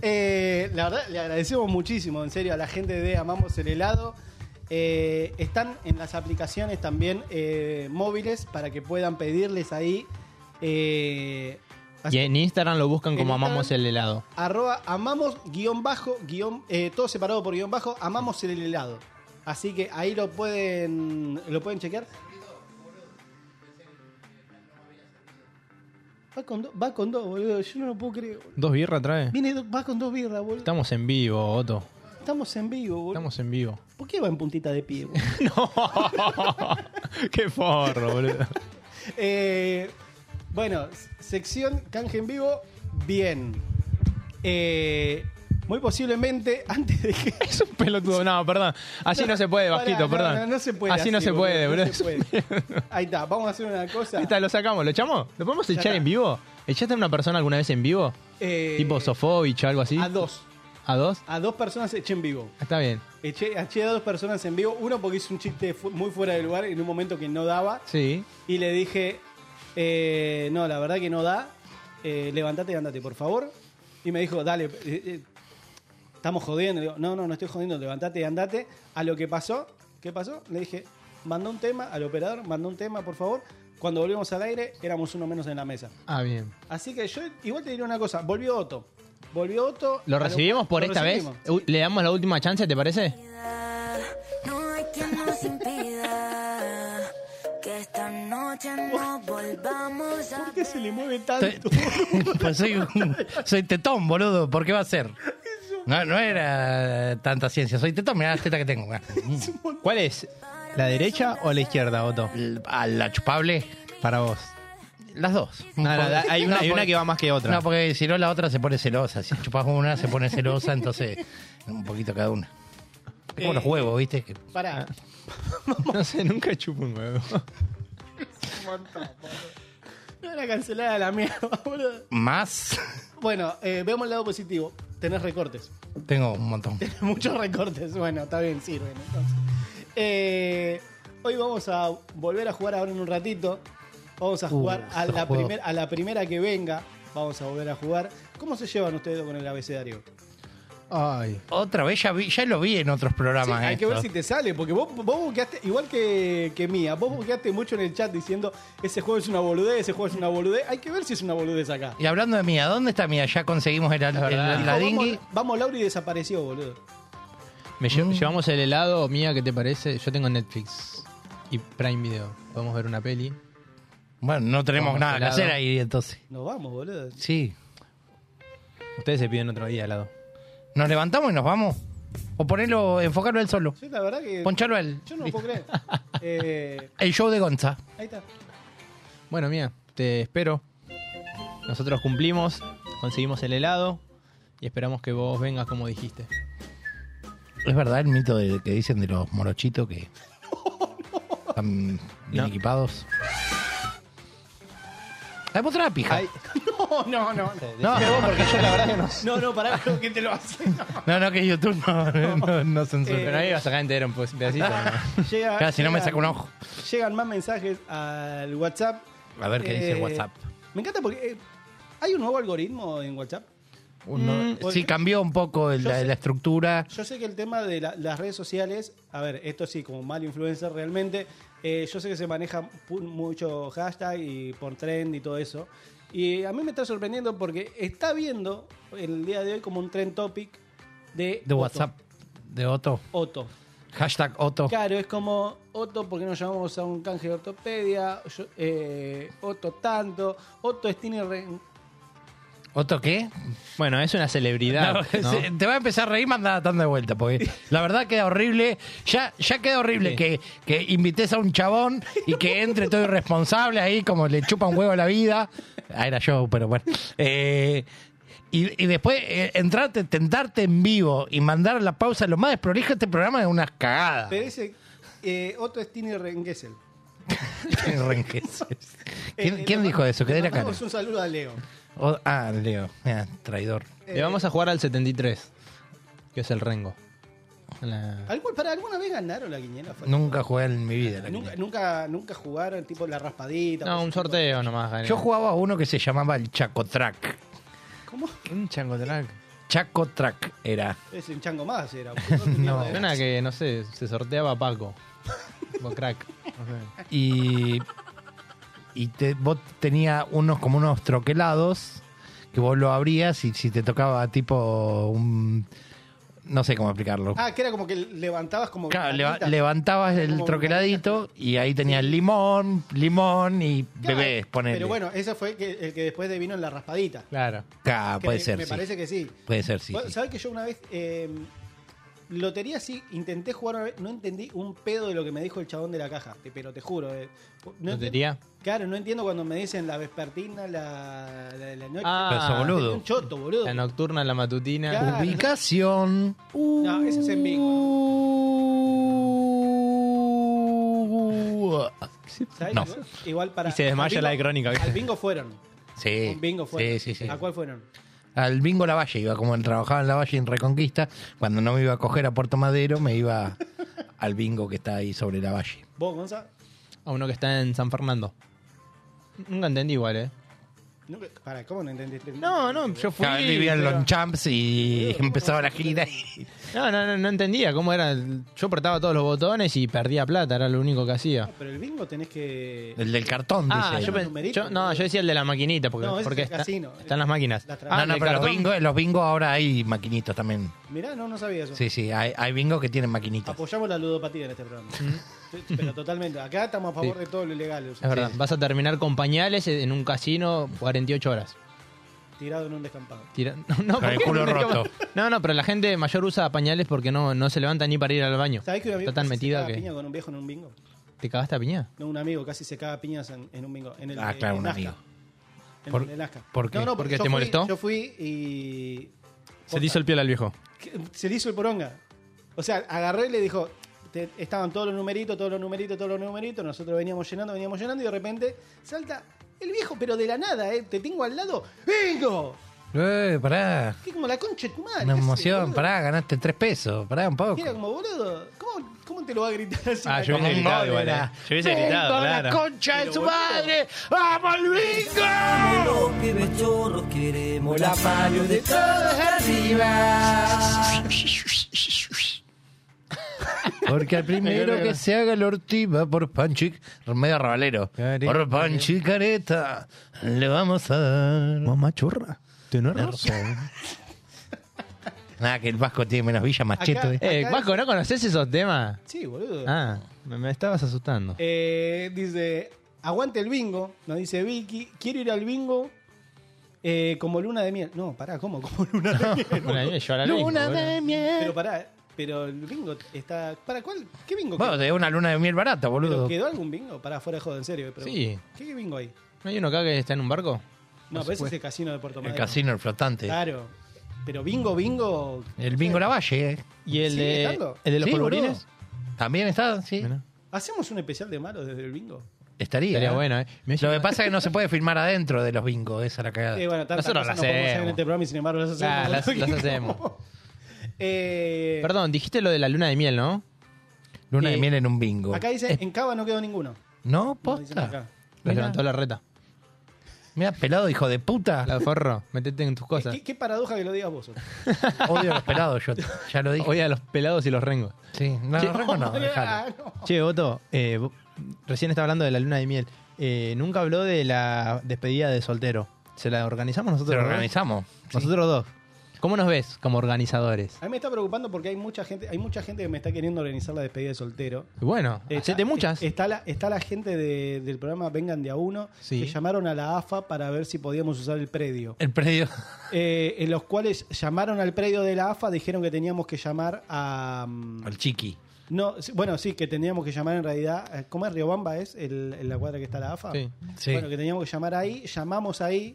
Eh, la verdad, le agradecemos muchísimo, en serio, a la gente de Amamos el Helado. Eh, están en las aplicaciones también eh, móviles para que puedan pedirles ahí. eh, y en Instagram lo buscan En como Instagram- amamos el helado. arroba amamos guión bajo guión eh, todo separado por guión bajo amamos el helado así que ahí lo pueden lo pueden chequear va con dos va con dos boludo yo no lo puedo creer boludo. ¿Dos birras trae? Viene do- va con dos birras boludo Estamos en vivo, Otto. estamos en vivo boludo Estamos en vivo. ¿por qué va en puntita de pie boludo? Qué forro, boludo. Eh, bueno, s- sección canje en vivo, bien. Eh, muy posiblemente antes de que Es un pelotudo. No, perdón. Así no, se puede, Pará, bajito, no, perdón. No, no se puede. Así, no se boludo, puede, no boludo. se puede. Ahí está, vamos a hacer una cosa. Ahí está, lo sacamos, lo echamos. ¿Lo podemos Ya echar está. en vivo? ¿Echaste a una persona alguna vez en vivo? Eh, ¿Tipo Sofovich o algo así? A dos. ¿A dos? A dos personas eché en vivo. Está bien. Eché, eché a dos personas en vivo. Uno porque hice un chiste fu- muy fuera de lugar en un momento que no daba. Sí. Y le dije, eh, no, la verdad que no da. Eh, levantate y andate, por favor. Y me dijo, dale, eh, eh, estamos jodiendo. Le digo, no, no, no estoy jodiendo, levantate y andate. A lo que pasó, ¿qué pasó? Le dije, mandó un tema al operador, mandó un tema, por favor. Cuando volvimos al aire, éramos uno menos en la mesa. Ah, bien. Así que yo igual te diré una cosa, volvió Otto. Volvió Otto. Ah, ¿Lo a recibimos por lo esta recibimos. vez? U- ¿Le damos la última chance, te parece? No hay quien nos impida que esta noche nos volvamos a. ¿Por qué se le mueve tanto? Pues soy, un- soy tetón, boludo. ¿Por qué va a ser? No, no era tanta ciencia. Soy tetón. Mirá la teta que tengo. ¿Cuál es? ¿La derecha o la izquierda, Otto? ¿A la chupable? Para vos. Las dos. No, no, da- hay una- hay una que va más que otra. No, porque si no, la otra se pone celosa. Si chupas una, se pone celosa. Entonces, un poquito cada una. Es Como los huevos, ¿viste? Que- Pará. Ah. no sé, nunca chupo un huevo. No era cancelada la mierda, boludo. Más. Bueno, eh, veamos el lado positivo. Tenés recortes. Tengo un montón. Muchos recortes. Bueno, está bien, sirven. Entonces. Eh, hoy vamos a volver a jugar ahora en un ratito. Vamos a jugar a, estos la juegos. primer- a la primera que venga. Vamos a volver a jugar. ¿Cómo se llevan ustedes con el abecedario? Ay. Otra vez, ya, vi- ya lo vi en otros programas. Sí, hay que ver esto. si te sale, porque vos, vos buscaste, igual que, que mía, vos buscaste mucho en el chat diciendo ese juego es una boludez, ese juego es una boludez. Hay que ver si es una boludez acá. Y hablando de mía, ¿dónde está mía? Ya conseguimos el, el- verdad. la Dijo, vamos- dinghy. Vamos, Laura y desapareció, boludo. Me lle- Mm. Llevamos el helado, mía, ¿qué te parece? Yo tengo Netflix y Prime Video. Podemos ver una peli. Bueno, no tenemos Vamos nada que helado. hacer ahí entonces. Nos vamos, boludo. Sí. Ustedes se piden otro día helado. Nos levantamos y nos vamos. O ponerlo, enfocarlo él solo. Yo la verdad que. Ponchalo a él. Yo no lo puedo creer. Eh, El show de Gonza. ahí está. Bueno, mía, te espero. Nosotros cumplimos, conseguimos el helado y esperamos que vos vengas como dijiste. Es verdad el mito de, que dicen de los morochitos que están bien No. equipados. Dame otra pija. Ahí. No, no, no. No, porque yo la verdad que no No, no, pará, creo que te lo hace. No. no, no, que YouTube no, no, no Eh, censura. Pero ahí vas a sacar entero pues, un pedacito. ¿no? Llega, Claro, si no me llegan- saco un ojo. Llegan más mensajes al WhatsApp. Eh, A ver qué dice el WhatsApp. Me encanta porque eh, hay un nuevo algoritmo en WhatsApp. Mm, Uno- Uh, Sí, cambió un poco el- Yo la, sé- la estructura. Yo sé que el tema de la- las redes sociales, a ver, esto sí, como mal influencer realmente, eh, yo sé que se maneja pu- mucho hashtag y por trend y todo eso. Y a mí me está sorprendiendo porque está viendo el día de hoy como un trend topic de, De Otto. WhatsApp. De Otto. Otto. Hashtag Otto. Claro, es como Otto, porque nos llamamos a un canje de ortopedia? Yo- eh, Otto tanto, Otto es tiene re- ¿Otto qué? Bueno, es una celebridad. No, ¿no? se- Te va a empezar a reír, manda dando de vuelta, porque la verdad queda horrible. Ya, ya queda horrible Sí. que, que invites a un chabón y que entre todo irresponsable ahí, como le chupa un huevo a la vida. Ah, era yo, pero bueno. Eh, y, y después eh, entrarte, tentarte en vivo y mandar la pausa, lo más desprolijo este programa es una cagada. Pero ese eh, Otto es Tini Rengesel. Rengueses. ¿Quién, Eh, quién le dijo mando- eso? Que le era cara. mandamos un saludo a Leo. O- ah, Leo, Mira, traidor. Le vamos a jugar al 73, que es el Rengo. La- ¿Algún- para, ¿Alguna vez ganaron la quiniela? Fue- Nunca jugué en mi vida. la ¿Nunca, quiniela. nunca, nunca jugaron tipo la raspadita. pues, No, un sorteo nomás gané. Yo jugaba a uno que se llamaba el Chacotrack. ¿Cómo? un changotrack. Chacotrack era. Es un chango más, era. No, una que, no sé, se sorteaba Paco. Tipo crack. No sé. Y, y te, vos tenía unos como unos troquelados que vos lo abrías y si te tocaba tipo un... No sé cómo explicarlo. Ah, que era como que levantabas como. Claro, leva- banderitas. levantabas el Como troqueladito y ahí tenías limón, limón y Claro, bebés, ponele. Pero bueno, ese fue el que, el que después devino en la raspadita. Claro. Claro, Que Ah, puede me- ser, Me sí. parece que sí. Puede ser, sí. Bueno, sí. ¿Sabés que yo una vez. eh, Lotería sí, intenté jugar una vez, no entendí un pedo de lo que me dijo el chabón de la caja, te- pero te juro. eh, no ¿Lotería? entiendo- claro, no entiendo cuando me dicen la vespertina, la, la, la noche. Ah, Pero sos boludo. Un choto, boludo. La nocturna, la matutina. Claro. Ubicación. No, ese es en bingo. Uh, ¿Sabés? No. Igual- Igual para. Y se desmaya al la bingo- de crónica, ¿viste? Al bingo fueron. Sí. Un bingo Sí, fue. sí, sí. ¿A cuál fueron? Al bingo La Valle iba, como él trabajaba en La Valle en Reconquista, cuando no me iba a coger a Puerto Madero, me iba al bingo que está ahí sobre La Valle. ¿Vos, Gonza? A uno que está en San Fernando. Nunca entendí igual, ¿eh? No, para, ¿cómo no entendiste? No, no, yo fui. Cada vez vivía en pero- Lonchamps y empezaba la gira y No, no, no, no entendía cómo era. Yo apretaba todos los botones y perdía plata, era lo único que hacía. Ah, Pero el bingo tenés que. el del cartón, Ah, dice. yo, él. pen- yo- no, yo decía el de la maquinita, porque, No, ese porque es el está- casino. están las máquinas. Las No, trampas. Ah, no, el pero los cartón. bingos, los bingos ahora hay maquinitos también. Mirá, no, no sabía eso. Sí, sí, hay, hay bingos que tienen maquinitas. Apoyamos la ludopatía en este programa. Sí, Pero totalmente. Acá estamos a favor de todo lo ilegal. o sea, Mm. Es verdad, vas a terminar con pañales en un casino 48 horas. Tirado en un descampado. Tira- No, Con el ¿por qué? culo roto. No, no, pero la gente mayor usa pañales porque no, no se levanta ni para ir al baño. ¿Sabés que un amigo Está tan casi se metida caga a que- piña con un viejo en un bingo? ¿Te cagaste a piña? No, un amigo casi se caga a piñas en, en un bingo. En el, Ah, de- claro, en un Nazca. amigo. En ¿Por- el de Nazca. por qué? No, no, ¿Porque yo te fui- molestó? Yo fui y. Se te hizo el piel al viejo. que- se le hizo el poronga. O sea, agarré y le dijo, te- estaban todos los numeritos, todos los numeritos, todos los numeritos, nosotros veníamos llenando, veníamos llenando y de repente salta el viejo, pero de la nada, ¿eh? te tengo al lado, ¡bingo! Eh, pará. Que como la concha de tu madre. Una ¿qué haces, emoción, boludo? pará, ganaste tres pesos, pará un poco. Y Era como, boludo, ¿cómo, cómo te lo va a gritar así? Ah, yo Como- hubiese gritado igual, Módena. eh. Yo hubiese gritado, Vengo a la claro. concha de Pero, su boludo. madre. ¡Vamos, al bingo! Los pibes chorros queremos la mano de todos arriba. Porque al primero que se haga la ortiva por Panchic, medio rabalero, Careta. por Panchic Careta, le vamos a dar. Mamá chorra. Tenés razón. Nada, que el Vasco tiene menos villa, más Acá- cheto. eh. Eh, Vasco, ¿no conoces esos temas? Sí, boludo. Ah, me, me estabas asustando. Eh, dice, aguante el bingo, nos dice Vicky, quiero ir al bingo eh, como luna de miel. No, pará, ¿cómo? Como luna de miel. Bueno, eh, yo ahora lo Luna mismo, de boludo. miel. Pero pará, pero el bingo está. ¿Para cuál? ¿Qué bingo? Bueno, quedó? de una luna de miel barata, ¿Pero boludo. ¿Quedó algún bingo? Pará, fuera de joda, en serio. pero- Sí. ¿Qué, qué bingo hay? ¿No hay uno acá que está en un barco? No, pero ese es el casino de Puerto El Madero. casino, el flotante. Claro. Pero bingo, bingo. El bingo La Valle, eh. ¿Y el, ¿Sigue de, estando? el de los Sí, boludo. polvorines? También está, sí. Mirá, ¿Hacemos un especial de malos desde el bingo? Estaría. Estaría eh. bueno, ¿eh? Me Lo que pasa es que no se puede filmar adentro de los bingos, esa es la cagada. Eh, bueno, tantas Nosotros cosas lo no podemos hacer en hacemos. este programa y sin embargo las hacemos. Ah, las- las hacemos. Eh, Perdón, dijiste lo de la luna de miel, ¿no? Luna de Eh, miel en un bingo. Acá dice, en Cava no quedó ninguno. No, No, Eh. dicen posta. acá. Me Mirá. levantó la reta. Mira, pelado, hijo de puta. La forro, metete en tus cosas. ¿Qué, qué paradoja que lo digas vos. Odio a los pelados, yo ya lo dije. Oye, a los pelados y los rengos. Sí, no, Sí. los rengos no, dejalo. Ah, no. Che, Otto, eh, vo- recién estaba hablando de la luna de miel. Eh, nunca habló de la despedida de soltero. ¿Se la organizamos Se nosotros? lo dos? organizamos. Nosotros dos. ¿Cómo nos ves como organizadores? A mí me está preocupando porque hay mucha gente, hay mucha gente que me está queriendo organizar la despedida de soltero. Bueno, hacete muchas. Está la, está la gente de- del programa Vengan de a uno Sí. que llamaron a la AFA para ver si podíamos usar el predio. El predio. Eh, en los cuales llamaron al predio de la AFA, dijeron que teníamos que llamar a. mm, El chiqui. No, sí, bueno, sí, que teníamos que llamar en realidad. eh, ¿Cómo es Riobamba? ¿Es el, en la cuadra que está la AFA? Sí. Sí. Bueno, que teníamos que llamar ahí, llamamos ahí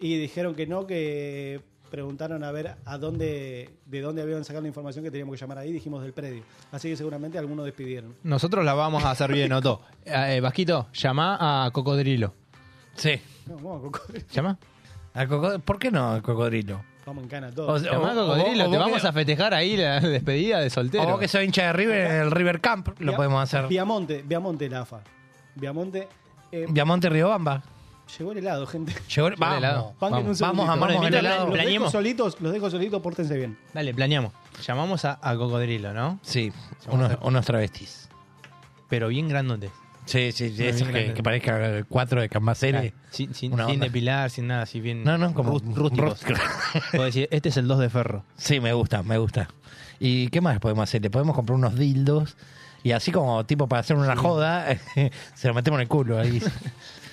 y dijeron que no, que preguntaron a ver a dónde, de dónde habían sacado la información que teníamos que llamar ahí, dijimos del predio. Así que seguramente algunos despidieron. Nosotros la vamos a hacer bien, Otto. Eh, Vasquito, llama a Cocodrilo. Sí. No, vamos, a Cocodrilo. ¿Llama? Al coco- ¿Por qué no al cocodrilo? Vamos en cana O- todos. Llamá a o- Cocodrilo, o te vos vamos que- a festejar ahí la despedida de O soltero. vos que sos hincha de River, en el River Camp lo Via- podemos hacer. Viamonte, Viamonte la AFA. Viamonte. eh, Viamonte Riobamba. llegó el helado, gente. Llegó el, Llegó el helado. vamos. Banquen un Vamos, vamos, segundito. amamos el Remítame, helado. Los dejo Planeemos. solitos, los dejo solitos, pórtense bien. Dale, planeamos. Llamamos a, a Cocodrilo, ¿no? Sí, unos, unos travestis. Pero bien grandotes. Sí, sí, sí, Muy esos que, bien, grande. que parezca cuatro de Cambaceres. Sin, sin, Una sin onda. depilar, sin nada, así bien No, no, como rú- rústicos. rústico. Puedo decir, este es el 2 de ferro. Sí, me gusta, me gusta. ¿Y qué más podemos hacer? Le podemos comprar unos dildos y así como tipo para hacer una joda, se lo metemos en el culo ahí.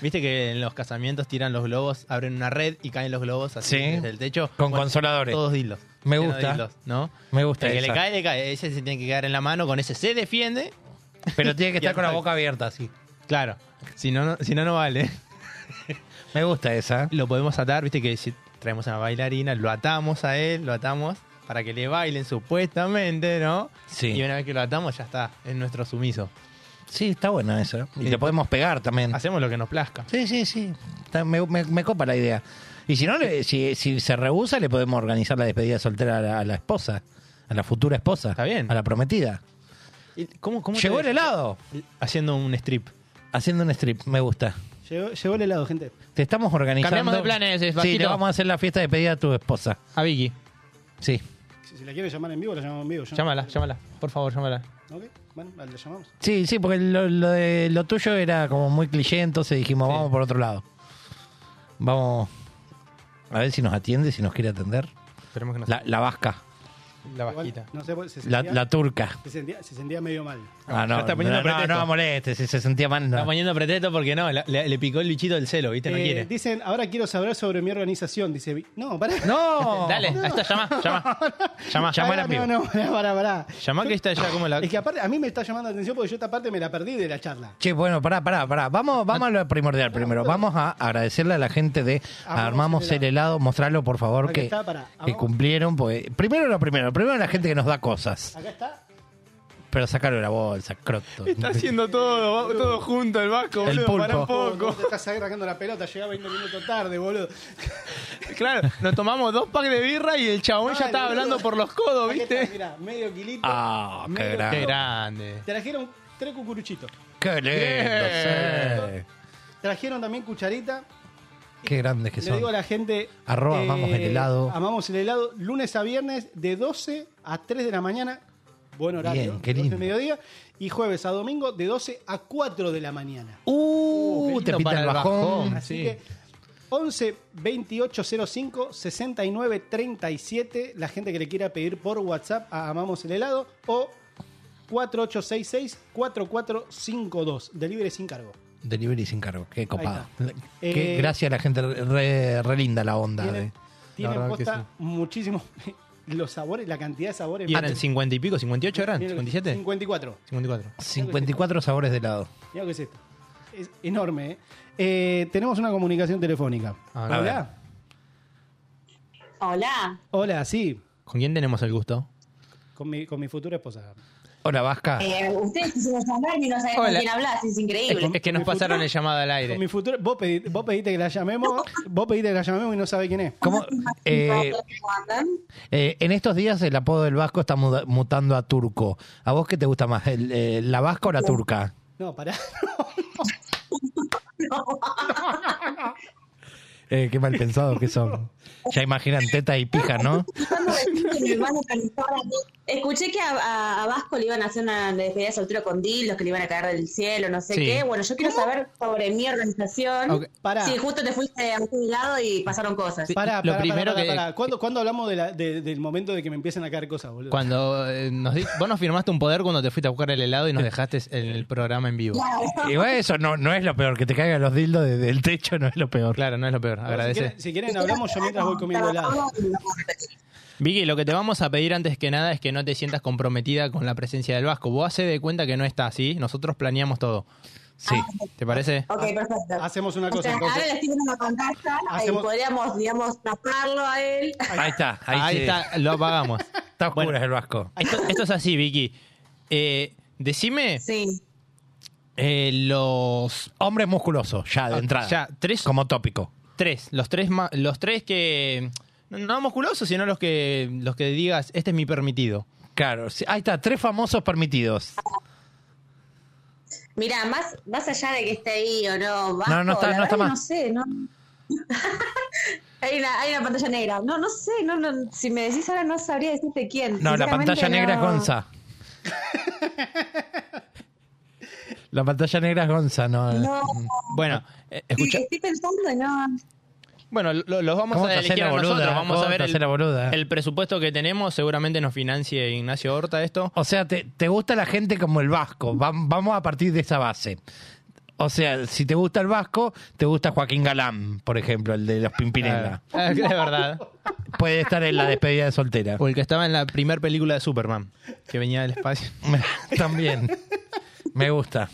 Viste que en los casamientos tiran los globos, abren una red y caen los globos así Sí. desde el techo. Con consoladores. Todos dildos. Me Lleno de gusta. dildos, ¿no? Me gusta El que esa. le cae, le cae. Ese se tiene que quedar en la mano, con ese se defiende. Pero tiene que Y estar con la al- boca abierta, así. Claro. Si no, no, si no, no vale. Me gusta esa. Lo podemos atar, viste que si traemos a una bailarina, lo atamos a él, lo atamos para que le bailen supuestamente, ¿no? Sí. Y una vez que lo atamos, ya está, es nuestro sumiso. Sí, está buena esa. Y Sí. le podemos pegar también. Hacemos lo que nos plazca. Sí, sí, sí. Está- me, me- me copa la idea. Y si no, le- si, si se rehúsa, le podemos organizar la despedida soltera a la, a la esposa, a la futura esposa. Está bien. A la prometida. ¿Cómo, cómo Llegó te- el helado. Haciendo un strip. Haciendo un strip, me gusta. Llegó, llegó el helado, gente. Te estamos organizando. Cambiamos de planes, eh, Sí, Vasquito. le vamos a hacer la fiesta de despedida a tu esposa. A Vicky. Sí. Si, si la quiere llamar en vivo, la llamamos en vivo. Yo no- Llámala, llámala. Por favor, llámala. Ok, bueno, la la llamamos. Sí, sí, porque lo, lo de- lo tuyo era como muy cliché, entonces dijimos, vamos por otro lado. Vamos a ver si nos atiende, si nos quiere atender. Esperemos que nos- La, la vasca. La Igual, vasquita. No sé, pues, se La- sentía- la turca. Se sentía, se sentía medio mal. Ah, no, Ya está no, poniendo no, no, pretexto. no moleste, si se sentía mal. no. Está poniendo pretexto porque no, la- le, le picó el bichito del celo, ¿viste? este No Eh, quiere. Dicen, ahora quiero saber sobre mi organización. Dice, Vi- no, pará. No, Dale, ahí está, llama, llama. Llama, llama a la Pará, piba. No, no, pará, pará, pará. Llamá que está ya como la. Es que aparte, a mí me está llamando la atención porque yo esta parte me la perdí de la charla. Che, bueno, pará, pará, pará. Vamos, vamos a lo primordial primero. Vamos a agradecerle a la gente de Armamos Armamos el el helado. Mostrarlo, por favor, Acá que, está, pará. que cumplieron. Porque, primero lo primero. Primero la gente que nos da cosas. Acá está. Pero sacarlo de la bolsa, croto. todo, todo junto el vasco, El boludo, pará un pulpo. Oh, no te estás arrancando la pelota, llega 20 minutos tarde, boludo. Claro, nos tomamos dos packs de birra y el chabón ya Ay, estaba Ah, boludo. hablando por los codos, Acá está, ¿viste? mirá, medio kilito. Ah, qué Medio grande. Qué kilo. grande. Trajeron tres cucuruchitos. Qué lindo, sí. Bien. Trajeron también cucharita. Qué grandes que Le digo a son. la gente. eh, Arroba amamos el helado. Amamos el helado. Lunes a viernes de 12 a 3 de la mañana. Buen horario. Bien, qué 12 lindo. de mediodía. Y jueves a domingo de 12 a 4 de la mañana. Uh, qué te lindo pinta para el el bajón. bajón. Así Sí. que 11 28 05 69 37. La gente que le quiera pedir por WhatsApp a Amamos el Helado o 4866 4452. Delivery sin cargo. Delivery sin cargo, qué copado. Eh, Qué, gracias a la gente, re, re linda la onda. Tienen, de- tienen verdad que posta muchísimos. Los sabores, la cantidad de sabores. ¿Y eran 50 y pico? ¿58 eran? Mira lo que- ¿57? 54. 54. 54 sabores de helado. Mira lo que es esto. Es enorme, ¿eh? Eh, Tenemos una comunicación telefónica. A ver. Hola. Hola. Hola, sí. ¿Con quién tenemos el gusto? Con mi, con mi futura esposa. Hola, Vasca. Eh, ustedes quisieron llamarme y no saben con Hola. quién hablas, es Es, increíble. es que nos pasaron el llamado al Con aire. mi futuro, vos, pedi- vos pediste que la llamemos, vos pediste que la llamemos y no sabe quién es. ¿Cómo? Eh, eh, en estos días el apodo del vasco está muda- mutando a turco. ¿A vos qué te gusta más, el, eh, la vasca o la turca? No, pará. Eh, qué mal pensados que son. Ya imaginan teta y pija, ¿no? Tratando de decir que me van a organizar a mí. Escuché que a, a- a Vasco le iban a hacer una despedida de soltero con dildos, que le iban a caer del cielo, no sé Sí. qué. Bueno, yo quiero saber sobre mi organización. Ok, pará. Sí, justo te fuiste a un lado y pasaron cosas. Pará, Lo pará, primero pará, pará, que- pará. ¿Cuándo, cuándo hablamos de la- de- del momento de que me empiezan a caer cosas, boludo? Cuando eh, nos di- vos nos firmaste un poder cuando te fuiste a buscar el helado y nos dejaste en el programa en vivo. Y bueno, eso no, no es lo peor, que te caigan los dildos desde el techo no es lo peor. Claro, no es lo peor. Ahora, si, quieren, Agradece. si quieren hablamos yo mientras voy comiendo helado. Vicky, lo que te vamos a pedir antes que nada es que no te sientas comprometida con la presencia del Vasco. Vos haces de cuenta que no está así. Nosotros planeamos todo. Sí. ¿Te parece? Ok, perfecto. Hacemos una O sea, cosa ahora le entonces. estoy viendo la pantalla Hacemos- y podríamos, digamos, taparlo a él. Ahí está, ahí, Ahí, sí. está. está, lo apagamos. oscuro Bueno. el vasco. Esto, esto es así, Vicky. Eh, decime Sí. eh, los Hombre musculoso, ya de Ah, entrada. ya, tres. Como tópico. tres, los tres, ma- los tres que no musculosos, sino los que los que digas este es mi permitido. Claro, sí, ahí está, tres famosos permitidos. Mira, más, más allá de que esté ahí o no, Vasco, No, no está- la no está verdad que más. no sé, no. hay, una, hay una pantalla negra. No, no sé, no, no, si me decís ahora no sabría decirte quién. No, la Sinceramente, pantalla negra no. es Gonza. La pantalla negra es Gonza, no. eh. No, Bueno, eh, escucha, estoy pensando, y no. bueno, lo- los vamos ¿Cómo a te haces elegir la a nosotros, boluda? vamos ¿Cómo a ver te haces el, la boluda? el presupuesto que tenemos, seguramente nos financie Ignacio Horta esto. O sea, te, te gusta la gente como el vasco. Vam- vamos a partir de esa base. O sea, si te gusta el vasco, te gusta Joaquín Galán, por ejemplo, el de los Pimpinela. Ah, es verdad. Puede estar en la despedida de soltera. O el que estaba en la primera película de Superman, que venía del espacio. También. Me gusta.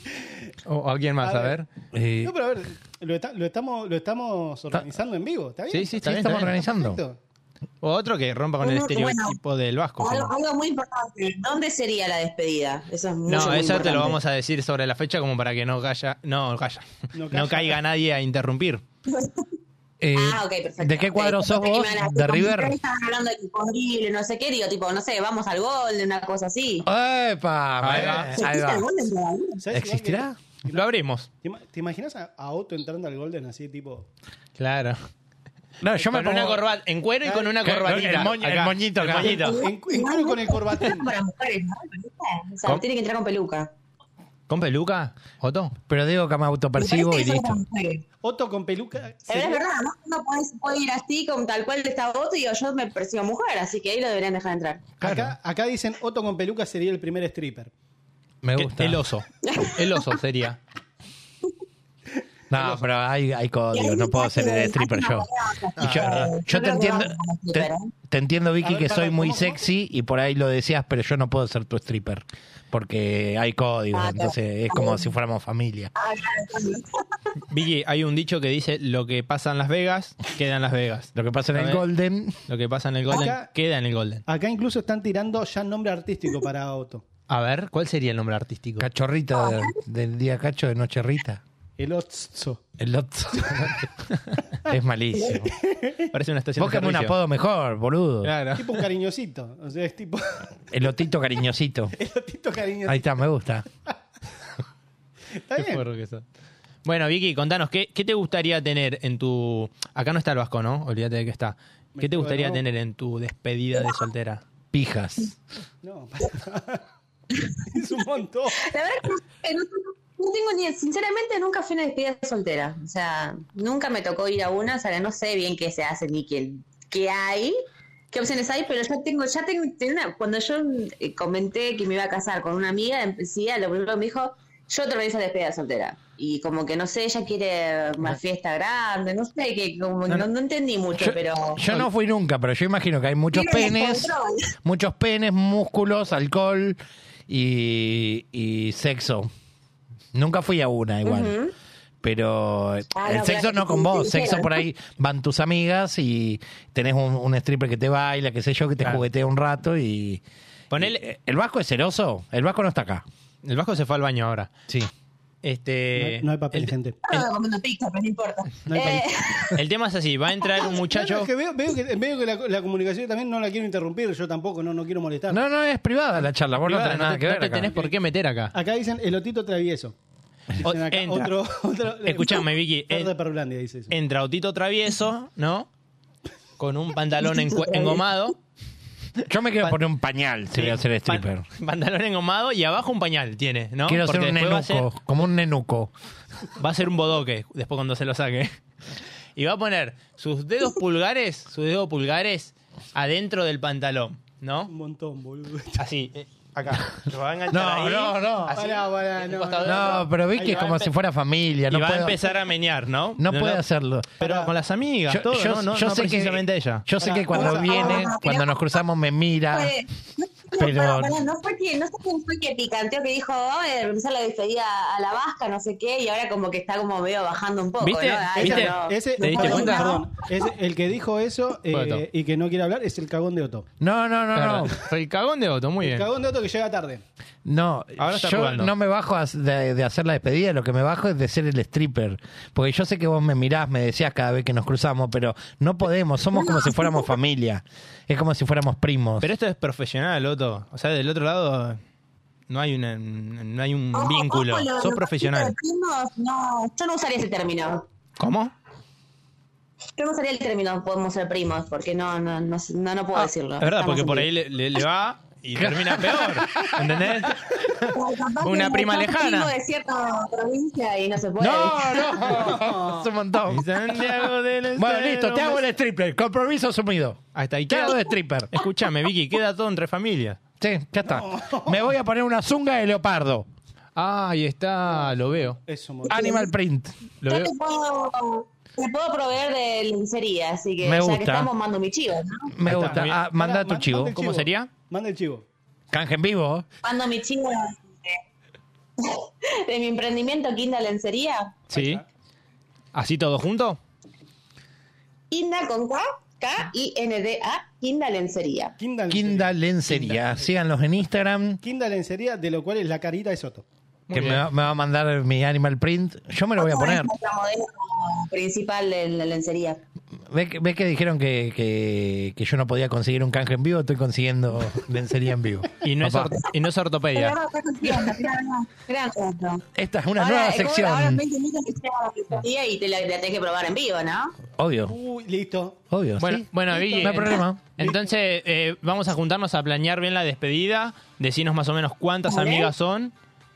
O a quién más, a A ver. ver. Eh, No, pero a ver, lo, está- lo estamos, lo estamos organizando en vivo, ¿está bien? Sí, sí, está Sí, estamos bien, está bien. organizando. Perfecto. O otro que rompa con el Uno- estereotipo del vasco. Algo, algo muy importante. ¿Dónde sería la despedida? Eso es mucho, No, muy eso te importante. lo vamos a decir sobre la fecha como para que no calla, no calla, No no, calla. caiga nadie a interrumpir. Eh, Ah, ok, perfecto. ¿De qué cuadro Ok, sos pensé que vos? me iban a decir, ¿De como River? ustedes Estaban hablando de tipo horrible, no sé qué, digo, tipo, no sé, vamos al gol, una cosa así. ¡Epa! Ahí eh, va, ahí ¿Existe el va. gol en Rivadavia? ¿Sabes que ¿Existirá? Lo abrimos. ¿Te, ima- te imaginas a, a Otto entrando al Golden así, tipo. Claro. No, yo me con una pongo- corbata, en cuero y con una Que- corbatita. el moñ- el acá. moñito El acá. moñito. En, en cuero con el corbatín. Para mujeres, ¿no? O sea, ¿Cómo? tiene que entrar con peluca. ¿Con peluca? ¿Otto? Pero digo que me autopercibo Parece y que solo listo. para mujeres. Otto con peluca. Pero es sería- verdad, ¿no? uno puede, puede ir así, con tal cual está voto, y digo, yo me percibo mujer, así que ahí lo deberían dejar entrar. Acá, acá dicen Otto con peluca sería el primer stripper. Me Que- gusta. El oso. El oso sería. No, pero hay, hay códigos, no puedo ser el stripper yo. Y yo, yo te entiendo, te, te entiendo ¿eh? A Vicky, ver, que perdón, soy muy ¿cómo, cómo? sexy y por ahí lo decías, pero yo no puedo ser tu stripper porque hay códigos, Ah, claro. entonces es como si fuéramos familia. Billy, hay un dicho que dice: Lo que pasa en Las Vegas, queda en Las Vegas. Lo que pasa en A el ver. Golden, Lo que pasa en el Golden, Acá- queda en el Golden. Acá incluso están tirando ya nombre artístico para Otto. A ver, ¿cuál sería el nombre artístico? Ah, cachorrita de- del día cacho de noche Rita. El Otso. El otro es malísimo. Parece una estación Búscame de un servicio. apodo mejor, boludo. Claro. Tipo un cariñosito. O sea, es tipo. El otito cariñosito. El Otito cariñosito. Ahí está, me gusta. Está Qué bien. forro que sos. Bueno, Vicky, contanos, ¿qué, qué te gustaría tener en tu. Acá no está el Vasco, ¿no? Olvídate de que está. ¿Qué te Me gustaría quedo- tener en tu despedida de soltera? Pijas. No, pará. es un montón. La verdad que no, sé, no tengo- no tengo ni, sinceramente nunca fui a una despedida soltera. O sea, nunca me tocó ir a una, o sea, que no sé bien qué se hace ni quién, qué hay, qué opciones hay, pero ya tengo, ya tengo, tengo una- cuando yo eh, comenté que me iba a casar con una amiga, empecía, lo primero que me dijo, yo te organizo la despedida soltera. Y como que no sé, ella quiere una fiesta grande, no sé, que como no, no entendí mucho, Yo, pero... yo no fui nunca, pero yo imagino que hay muchos Tiene penes, descontrol. muchos penes, músculos, alcohol y, y sexo. Nunca fui a una igual. Ujú. Pero eh, Ah, el no, sexo claro, no sí, con sí, vos, sí, sexo claro. por ahí van tus amigas y tenés un, un stripper que te baila, qué sé yo, que te Claro. juguetea un rato y... Eh, Ponele- ¿El Vasco es celoso? El Vasco no está acá. El Vasco se fue al baño ahora. Sí. No Este, hay, no hay papel, el, gente. Yo no recomiendo TikTok, pero no importa. No hay Eh, el tema es así: va a entrar un Claro, muchacho. es que veo, veo que, veo que la, la comunicación también no la quiero interrumpir, yo tampoco, no, no quiero molestar. No, no, es privada la charla, vos no Privada, tenés nada te- que ver te acá. tenés por qué meter acá. Acá dicen el Otito travieso. O- Dicen acá entra. otro, otro- Escuchame, Vicky, Flor de en- Perlandia dice eso. entra Otito travieso, ¿no? Con un pantalón en- engomado. Yo me quiero Pan- poner un pañal si voy a este ser stripper. Pan- pantalón engomado y abajo un pañal tiene, ¿no? Quiero ser Porque un después va a ser- nenuco, como un nenuco. va a ser un bodoque después cuando se lo saque. Y va a poner sus dedos pulgares, sus dedos pulgares adentro del pantalón, Un ¿no? montón, boludo. Así, eh, acá. Lo va a enganchar No, ahí, no, no. así, Pará, pará, en no, ¿Ah, un costado no, No, otro, pero Vicky Ahí es va como a empe- si fuera familia. No y va puedo, a empezar a menear, ¿no? no puede hacerlo. Pero con las amigas, todo, no, no, no precisamente ella. Yo sé Pará, que cuando vamos a- viene, vamos a- cuando nos cruzamos, me mira. fue- no, no, Pero- pará, pará, no fue que, no sé quién fue que picanteó que dijo, oh, eh, empezó la despedida a la vasca, no sé qué, y ahora como que está como medio bajando un poco, ¿Viste? ¿no? Ay, ¿Viste? no. Ese, ¿Te diste perdón, cuenta? perdón. Ese- el que dijo eso eh, Otto. y que no quiere hablar es el cagón de Otto. No, no, no, Claro, no. fue el cagón de Otto, muy El bien. cagón de Otto que llega tarde. No, Ahora está yo jugando. no me bajo a- de, de hacer la despedida, lo que me bajo es de ser el stripper. Porque yo sé que vos me mirás, me decías cada vez que nos cruzamos, pero no podemos, somos como si fuéramos familia. Es como si fuéramos primos. Pero esto es profesional, Otto. O sea, del otro lado no hay, una, no hay un Ojo, vínculo. ojo, lo- Sos lo- profesional. los primos, No, yo no usaría ese término. ¿Cómo? Yo no usaría el término podemos ser primos, porque no, no, no, no, no puedo decirlo. Ah, Es verdad, Estamos porque en por vivo. ahí le, le- le va y termina peor. ¿Entendés? O capaz que una es prima un lejana. primo de cierta provincia y no se puede. No, no, es un montón. Santiago del Bueno, Estero. listo, te hago el stripper. Compromiso asumido. Hasta ahí Te hago queda. de stripper. Escúchame, Vicky, queda todo entre familia. Sí, ya está. Me voy a poner una zunga de leopardo. Ah, ahí está, lo veo. Eso, mo- Animal print. Lo Yo veo. te puedo, te puedo proveer de lencería, así que Me ya gusta. que estamos mando mi chivo, ¿no? Me Ahí está, gusta. muy bien. Ah, manda Pará, tu man- chivo. manda el ¿Cómo sería? Manda el chivo. Canje en vivo. Mando mi chivo de, de mi emprendimiento Quinda Lencería. Sí. ¿Así todo junto? Quinda con K, K I N D A, Quinda Lencería. Kindle. Quinda Lencería. Síganlos en Instagram. Kindle lencería, de lo cual es la carita de Soto. que me va, me va a mandar mi animal print. Yo me lo voy a poner. La modelo principal de la lencería. ¿Ves que, ves que dijeron que, que- que yo no podía conseguir un canje en vivo? Estoy consiguiendo lencería en vivo. Y no, es or- y no es Es ortopedia. verdad, está confiando, mirá, mirá, mirá, mirá. Esta es una Ahora, nueva eh, bueno, sección. Ahora en 20 minutos que llega la pizzería y te la, la tenés que probar en vivo, ¿no? Obvio. Uy, listo. Obvio. Bueno, sí. bueno Ville, No hay problema. Entonces, eh, vamos a juntarnos a planear bien la despedida, decirnos más o menos cuántas Dale. amigas son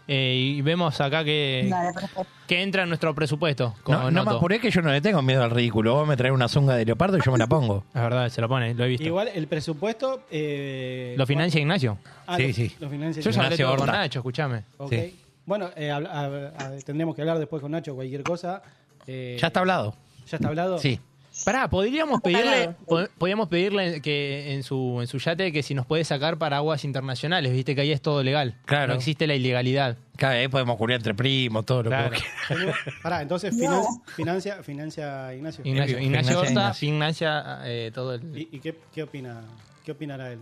eh, y vemos acá que, Dale, perfecto. que entra en nuestro presupuesto. Como No, no me noto. apuré que yo no le tengo miedo al ridículo. Vos me traes una zunga de leopardo y yo me la pongo. Es verdad, se lo pone, lo he visto. Igual el presupuesto. eh, ¿Lo financia Ignacio? Ah, Sí, lo- sí. lo financia Yo ya hablé Ignacio todo con Horta. Nacho, escúchame. Ok. Sí. Bueno, eh, habla- a- a- tendremos que hablar después con Nacho cualquier cosa. Eh, Ya está hablado. ¿Ya está hablado? Sí. Pará, podríamos pedirle, Pará. po- podríamos pedirle que en su, en su yate que si nos puede sacar para aguas internacionales, viste que ahí es todo legal. Claro. No existe la ilegalidad. Cada vez podemos curar entre primos, todo lo Claro. que vos quieras. Tenemos- Pará, entonces finan- financia, financia Ignacio. Ignacio, Eh, Ignacio Ignacio, Horta, Ignacio. financia eh, todo el. ¿Y, y qué, qué opina? ¿Qué opinará él?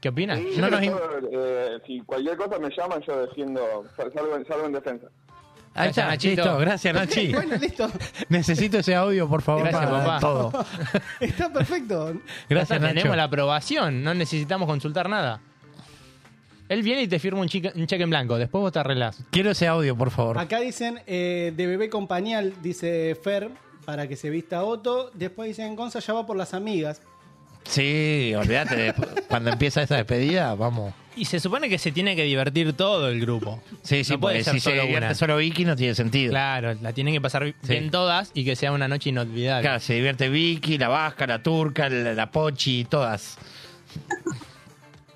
¿Qué opinas? No nos im- eh, si cualquier cosa me llaman, yo defiendo, sal- salgo, en- salgo en defensa. Ahí está, Nachito. listo. Gracias, Nachi. Bueno, listo. Necesito ese audio, por favor, Gracias, para papá. todo. Está perfecto. Gracias, Ya Nacho. tenemos la aprobación, no necesitamos consultar nada. Él viene y te firma un, chique- un cheque en blanco, después vos te arreglás. Quiero ese audio, por Ah, favor. Acá dicen eh, de bebé con pañal, dice Fer, para que se vista Otto. Después dicen Gonza ya va por las amigas. Sí, olvídate. de- Cuando empieza esa despedida, vamos. Y se supone que se tiene que divertir todo el grupo. Sí, sí, No puede porque ser si se solo una. divierte solo Vicky no tiene sentido. Claro. Claro, la tienen que pasar Sí. bien todas y que sea una noche inolvidable. se divierte Vicky, la Vasca, la Turca, la, la Pochi, todas.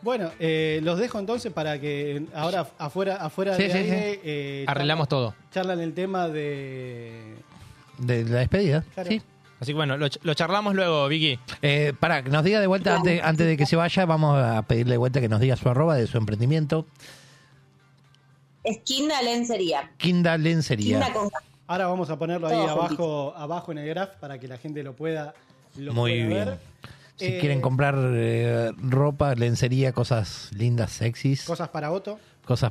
Bueno, eh, los dejo entonces para que ahora afuera, afuera Sí, de sí, aire eh, Arreglamos todo. charlan- charlan el tema de De la despedida, Claro. sí. Así que bueno, lo, ch- lo charlamos luego, Vicky. Eh, para que nos diga de vuelta, antes, antes de que se vaya, vamos a pedirle de vuelta que nos diga su arroba de su emprendimiento. Esquinda lencería. Kinda Quinda Lencería. con Ahora vamos a ponerlo ahí Todo abajo, abajo en el graph para que la gente lo pueda, lo Muy pueda bien. ver. Si Eh, quieren comprar eh, ropa, lencería, cosas lindas, sexys, cosas, Cosas para Otto.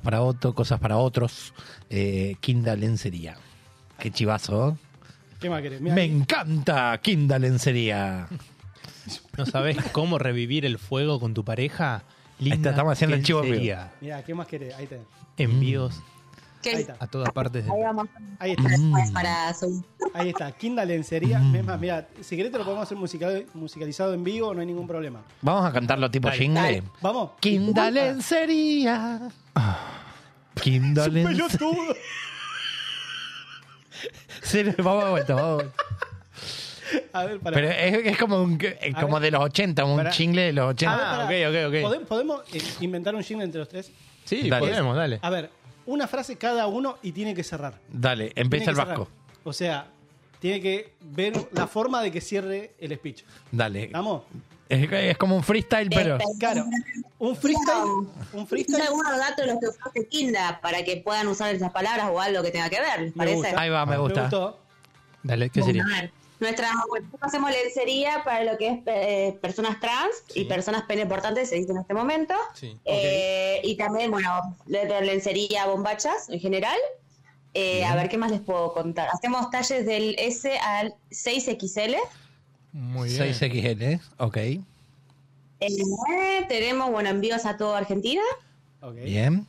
para Otto, cosas para otros, eh, Kinda Lencería. Qué chivazo. ¿eh? ¿Qué más querés? Mirá, Me encanta Kinda Lencería. ¿No sabés cómo revivir el fuego con tu pareja? Linda está, estamos haciendo el chivo lencería. mirá, ¿qué más querés? Ahí tenés. Envíos Ahí que está. a todas partes. ahí del- vamos Ahí Mm. está. para, para su- Ahí está, Kinda Lencería. Es más, mira, si querés te lo podemos hacer musical- musicalizado en vivo, no hay ningún problema. Vamos a cantarlo tipo Dale. jingle. Vamos. Kinda Lencería. Kinda Lencería. Sí, vamos de vuelta, vamos de vuelta. A ver, para. Pero es, es como, un- es como de los 80, un Pará. chingle de los 80. Ah, ok, ok, ok. ¿Podemos, podemos, eh, inventar un jingle entre los tres? Sí, Dale. podemos, dale. A ver, una frase cada uno y tiene que cerrar. Dale, Tiene empieza el que cerrar. vasco. O sea, tiene que ver la forma de que cierre el speech. Dale. ¿Estamos? Es, es como un freestyle, Eh, pero. Claro. Un freestyle. Un Dicen freestyle. algunos datos de los que usaste Kinda para que puedan usar esas palabras o algo que tenga que ver, ¿les Me parece? gusta. Ahí va, me gusta. gustó. Dale, ¿qué Bueno, sería? a ver, Nuestra, nosotros hacemos lencería para lo que es eh, personas trans y personas pene portantes, se dice en este momento. Sí. Eh, Y también, bueno, le- le- lencería, bombachas en general. Eh, a ver, ¿qué más les puedo contar? Hacemos talles del S al 6XL. Muy bien. 6XL, ¿eh? ok. Eh, tenemos, bueno, envíos a toda Argentina. Ok. Bien.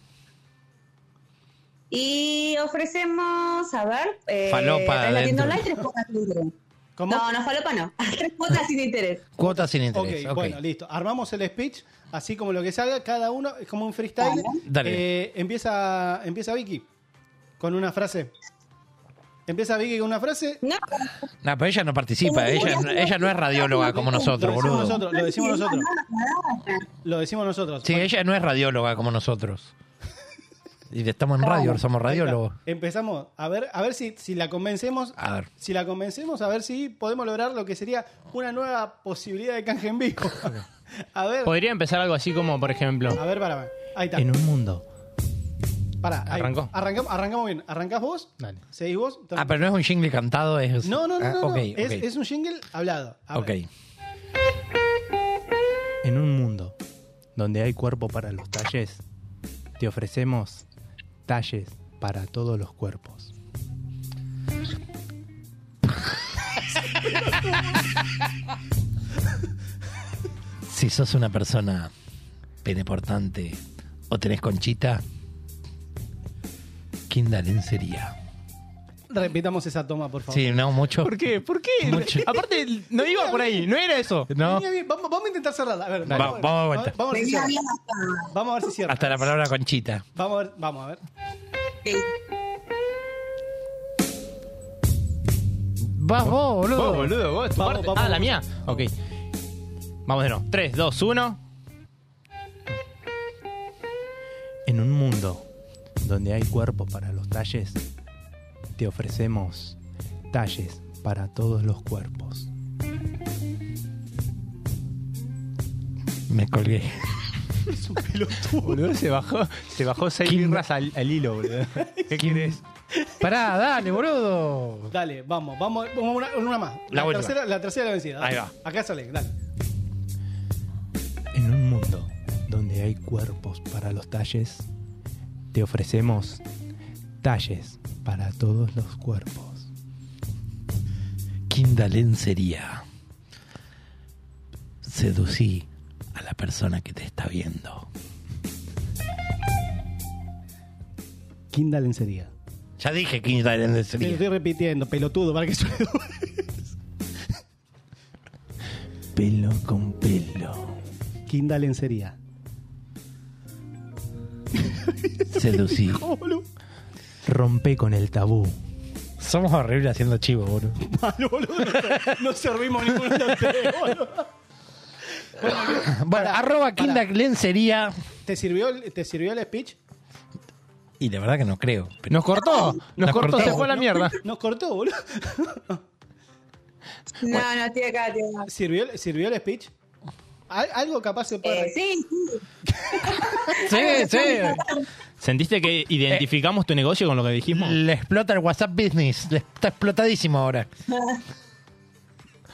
Y ofrecemos, a ver... Eh, Falopa en la tienda adentro. online, tres cuotas sin interés. ¿Cómo? No, no, falopa no. tres cuotas sin interés. Cuotas sin Ok, interés. ok. bueno, listo. Armamos el speech, así como lo que salga, cada uno es como un freestyle. Dale. Eh, empieza, empieza Vicky con una frase. Empieza Vicky con una frase. No, No, pero ella no participa, ella, ella no es radióloga como Lo nosotros, decimos boludo. nosotros, lo decimos nosotros. Lo decimos nosotros. Sí, Ok, ella no es radióloga como nosotros. Y estamos en radio, somos ahí está. radiólogos. Empezamos a ver, a ver si, si la convencemos. A ver. Si la convencemos, a ver si podemos lograr lo que sería una nueva posibilidad de canje en vivo. a ver, Podría empezar algo así como, por ejemplo, a ver, para. Ahí está. en un mundo. Pará, ahí. Arrancó. Arrancamos, arrancamos bien. ¿Arrancás vos? Dale. ¿Seguís vos? Ah, pero no es un jingle cantado, es. No, no, no, Ah, no, no. ok, Es, ok. es un jingle hablado. A Ok. ver. En un mundo donde hay cuerpo para los talles, te ofrecemos talles para todos los cuerpos. Si sos una persona peneportante o tenés conchita, Kinda Lencería. Repitamos esa toma, por favor. Sí, no, mucho. ¿Por qué? ¿Por qué? Mucho. Aparte, no iba por ahí, no era eso. No. Venía bien. Vamos, vamos a intentar cerrarla. A ver, Dale. a ver. Va- vamos de vuelta. Vamos a ver si Venía cierra. bien Vamos a ver si cierra. Hasta la palabra conchita. Vamos a ver, vamos a ver. Vas vos, boludo. Vos, boludo, vos, tu parte. ah, la mía. Ok. Vamos de nuevo. 3, 2, 1. En un mundo donde hay cuerpo para los talles, te ofrecemos talles para todos los cuerpos. Me colgué. Es un pelotudo. Boludo, se bajó, se bajó seis birras al, al hilo, boludo. ¿Qué querés? Pará, dale, boludo. Dale, vamos, vamos, vamos una, una más. La última. tercera, la tercera de la vencida. dale. Ahí va. Acá sale, dale. En un mundo donde hay cuerpos para los talles, te ofrecemos talles para todos los cuerpos. Kinda Lencería. Seducí a la persona que te está viendo. Kinda lencería. Ya dije Kinda Te lo Lencería. estoy repitiendo, pelotudo, para que suene. Pelo con pelo. Kinda lencería. Seducí. Rompe con el tabú. Somos horribles haciendo chivos, boludo. Malo, boludo. Ah, no- No servimos ninguno de los tres, boludo. Bueno, arroba Kinda Lencería. ¿Te sirvió, el- ¿Te sirvió el speech? Y la verdad que no creo. pero- Nos cortó, nos, cortó, se fue a la mierda. Nos cortó, boludo. No, no, estoy acá, estoy acá. ¿Sirvió, el- ¿Sirvió el speech? Al- Algo capaz se puede. Eh, sí, sí. Sí, sí. ¿Sentiste que identificamos tu negocio con lo que dijimos? Eh, Le explota el WhatsApp Business. Le está explotadísimo ahora.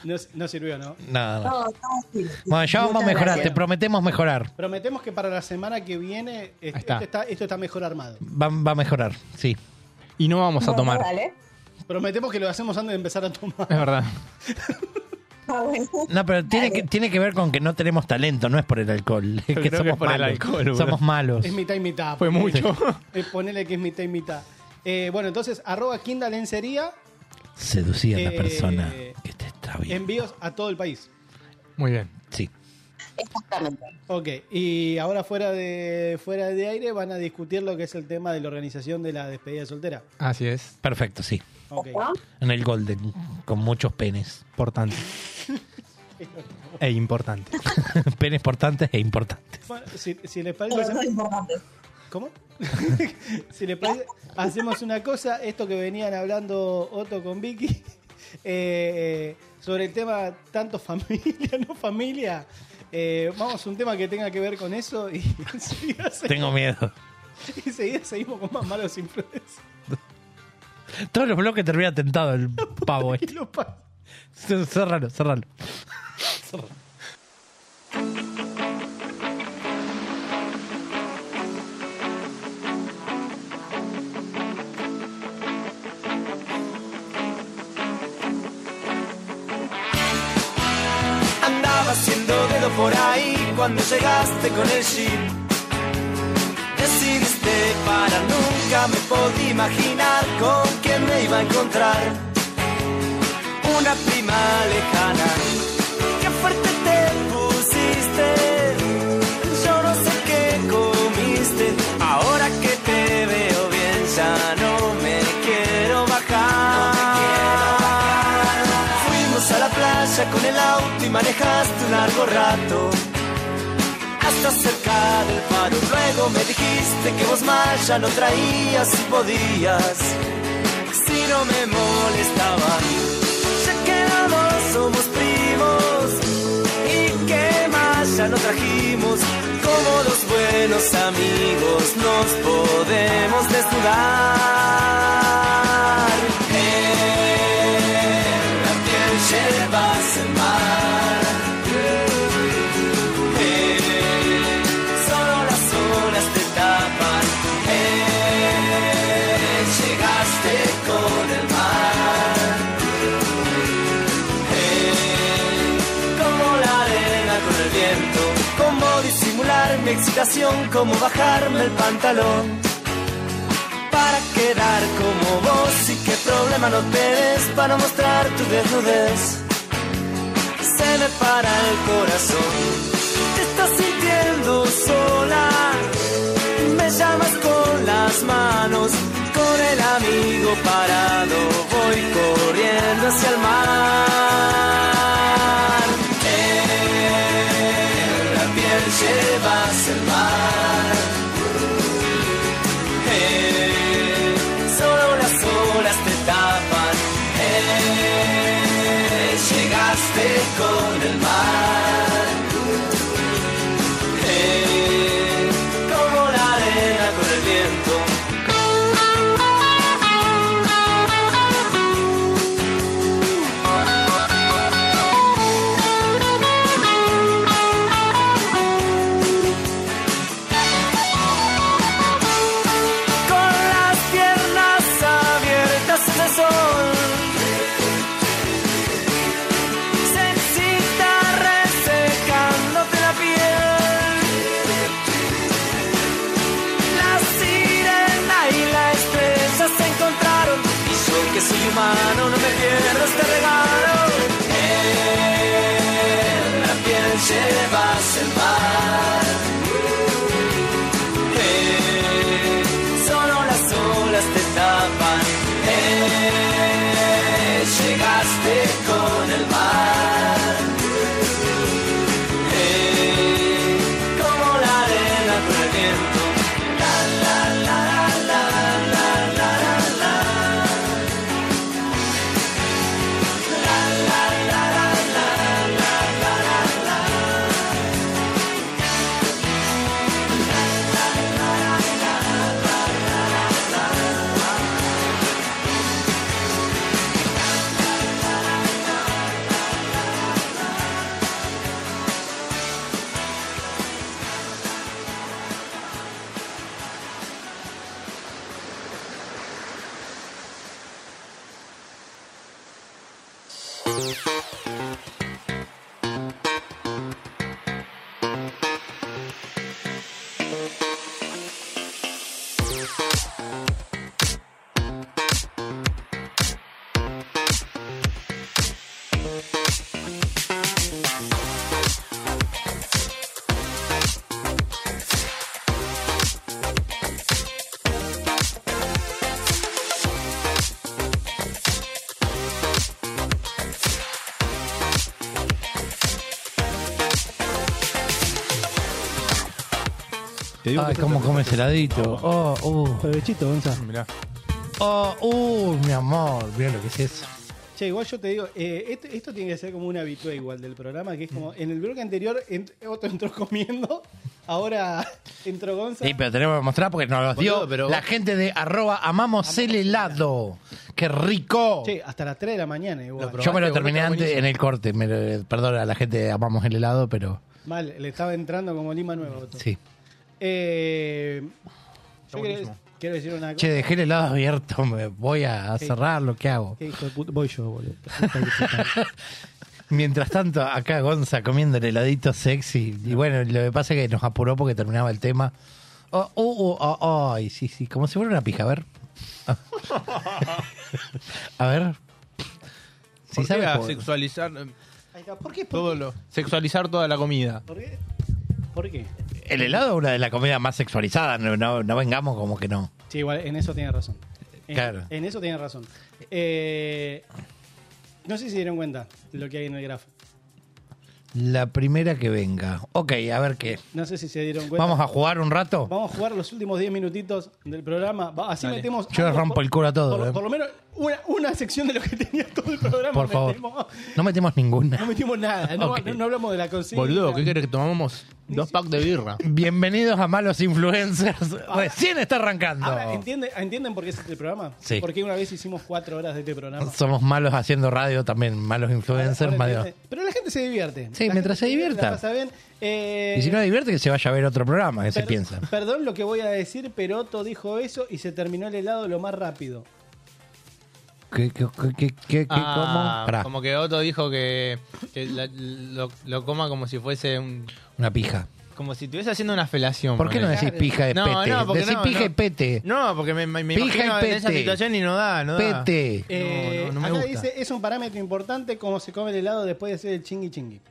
No, no sirvió, ¿no? Nada. No, Todo, todo sirve. Bueno, ya vamos a Muchas mejorar. gracias. Te prometemos mejorar. Prometemos que para la semana que viene es- Ahí está. esto está, esto está mejor armado. Va, va a mejorar, sí. Y no vamos a Bueno, tomar. dale. Prometemos que lo hacemos antes de empezar a tomar. Es verdad. Ah, bueno. No, pero tiene que, tiene que ver con que no tenemos talento, no es por el alcohol. Es Yo que creo somos que es por el malos. alcohol, boludo. somos malos. Es mitad y mitad. Fue ponele. mucho. Eh, ponele que es mitad y mitad. Eh, bueno, entonces, arroba Kinda Lencería, Seducir a la Eh, persona que te está bien. envíos a todo el país. Muy bien. Sí. Exactamente. Ok, y ahora fuera de, fuera de aire van a discutir lo que es el tema de la organización de la despedida de soltera. Así es. Perfecto, sí. Ok. En el Golden, con muchos penes. Importante. e importante. penes portantes e importantes. Bueno, si, si les parece... Todo, todo hacemos- importante. ¿Cómo? si les parece, hacemos una cosa, esto que venían hablando Otto con Vicky, eh, sobre el tema tanto familia, no familia. eh, vamos a un tema que tenga que ver con eso y enseguida, se- Tengo miedo. enseguida seguimos con más malos influencers. Todos los bloques terminan tentado el pavo. Y lo pa- este. Cerralo, cerralo. Andaba haciendo dedo por ahí cuando llegaste con el jeep. Decidiste para nunca, me podía imaginar con quién me iba a encontrar. Una prima lejana, qué fuerte te pusiste. Yo no sé qué comiste, ahora que te veo bien ya no me quiero bajar. Fuimos a la playa con el auto y manejaste un largo rato. Hasta cerca del faro. Luego me dijiste que vos más ya no traías y podías. Si no me molestaba, ya que los dos somos primos. Y que más ya no trajimos. Como los buenos amigos nos podemos desnudar. En la piel llevas el mar. Eh, Solo las olas te tapan. Eh, excitación como bajarme el pantalón para quedar como vos y qué problema no tenés para mostrar tu desnudez. Se me para el corazón, te estás sintiendo sola, me llamas con las manos, con el amigo parado, voy corriendo hacia el mar. En la piel llevas el mar. Eh, solo las olas te tapan. Eh, llegaste con el mar. Eh, como la arena con el viento. con las piernas abiertas en el sol. Se excita resecándote la piel. La sirena y la estrella se encontraron y yo que soy humano no me pierdo este regalo. En la piel llevas el mar. Eh, solo las olas te tapan. Eh, llegaste con el mar. Eh, como la arena con el viento. La, la, la, la, la, la, la, la. La, la, la, la, la, la, la, la, la. Ay, cómo comes heladito. Oh, uh. Provechito, Gonza. Mirá. Oh, uh, mi amor. Mira lo que es eso. Che, igual yo te digo, eh, esto, esto tiene que ser como una habitué igual del programa, que es Mm. como, en el bloque anterior ent- otro entró comiendo, ahora entró Gonza. Sí, pero tenemos que mostrar porque nos los dio Boludo, pero- la gente de arroba amamos el helado. ¡Qué rico! Che, hasta las 3 de la mañana igual. Yo me lo terminé antes en el corte. Me lo- eh, perdón a la gente de amamos el helado, pero Mal, le estaba entrando como Lima Nueva. Otto. sí. Eh, yo quiero, buenísimo. quiero decir una cosa. Che, dejé el helado abierto. Me voy a Sí. cerrar lo que hago. Qué hijo de puta- Voy yo, boludo. Mientras tanto, acá Gonza comiendo el heladito sexy. Y bueno, lo que pasa es que nos apuró porque terminaba el tema. Oh, oh, oh, oh, oh, y sí, sí, como si fuera una pija. A ver. a ver. Si ¿Por qué sabes a por- sexualizar eh, ¿Por qué? todo lo- sexualizar toda la comida? ¿Por qué? El helado es una de las comidas más sexualizadas. No, no- no vengamos como que no. Sí, igual, en eso tiene razón. En, Claro. en eso tiene razón. Eh, no sé si dieron cuenta lo que hay en el grafo. La primera que venga. Oh, Ok, a ver qué. No sé si se dieron cuenta. ¿Vamos a jugar un rato? Vamos a jugar los últimos 10 minutitos del programa. Va, Así Dale. metemos. Yo le algo, rompo por- el culo a todo, Por, eh. por lo menos una, una sección de lo que tenía todo el programa. Por favor. metemos. No metemos ninguna. No metimos nada. No, Ok. no- no hablamos de la consigna. Boludo, ¿qué querés que tomamos? Dos packs de birra. Bienvenidos a Malos Influencers. Recién está arrancando. Ahora, ¿entiende- ¿entienden por qué es este programa? Sí. Porque una vez hicimos cuatro horas de este programa. Somos malos haciendo radio también, malos influencers, Ahora malos. entiende. eh, Pero la gente se divierte. Sí, mientras se divierta. ¿Saben? Y si no divierte, que se vaya a ver otro programa, que se piensa. Eh, Perdón lo que voy a decir, pero Otto dijo eso y se terminó el helado lo más rápido. ¿Qué, qué, qué, qué, qué- Ah, cómo? Pará, Como que Otto dijo que, que la- lo, lo coma como si fuese un- una pija. Como si estuviese haciendo una felación. ¿Por qué no ponele. decís pija de No, pete? no, porque decís no, pija no. y pete. No, porque me, me, me Pija y imagino en esa pete. situación y no da, no da. Pete. Eh, No, no, no me acá gusta. dice, es un parámetro importante como se come el helado después de hacer el chingui chingui.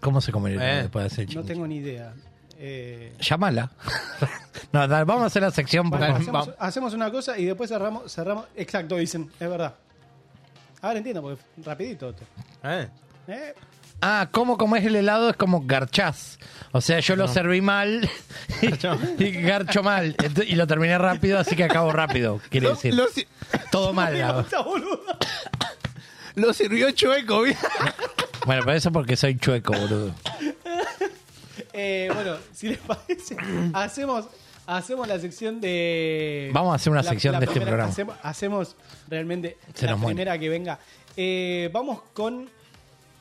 ¿Cómo se come el helado Eh. después de hacer el No chingui? tengo ni idea. Eh, Llámala. no, dale, vamos a hacer la sección. bueno, vamos- hacemos, hacemos una cosa y después cerramos, cerramos. Exacto, dicen, es verdad. Ahora entiendo, porque rapidito. esto. Eh, Ah, ¿cómo comes el helado? Es como garchás. O sea, yo lo No. serví mal y, y garcho mal. Ent- Y lo terminé rápido, así que acabo rápido, quiere decir. lo si- Todo mal. la- Lo sirvió chueco, ¿viste? Bueno, pero eso porque soy chueco, boludo. eh, bueno, si les parece, hacemos, hacemos la sección de... Vamos a hacer una la- sección la de este primera- programa. Hacemos, hacemos realmente Se la nos muere. primera que venga. Eh, vamos con...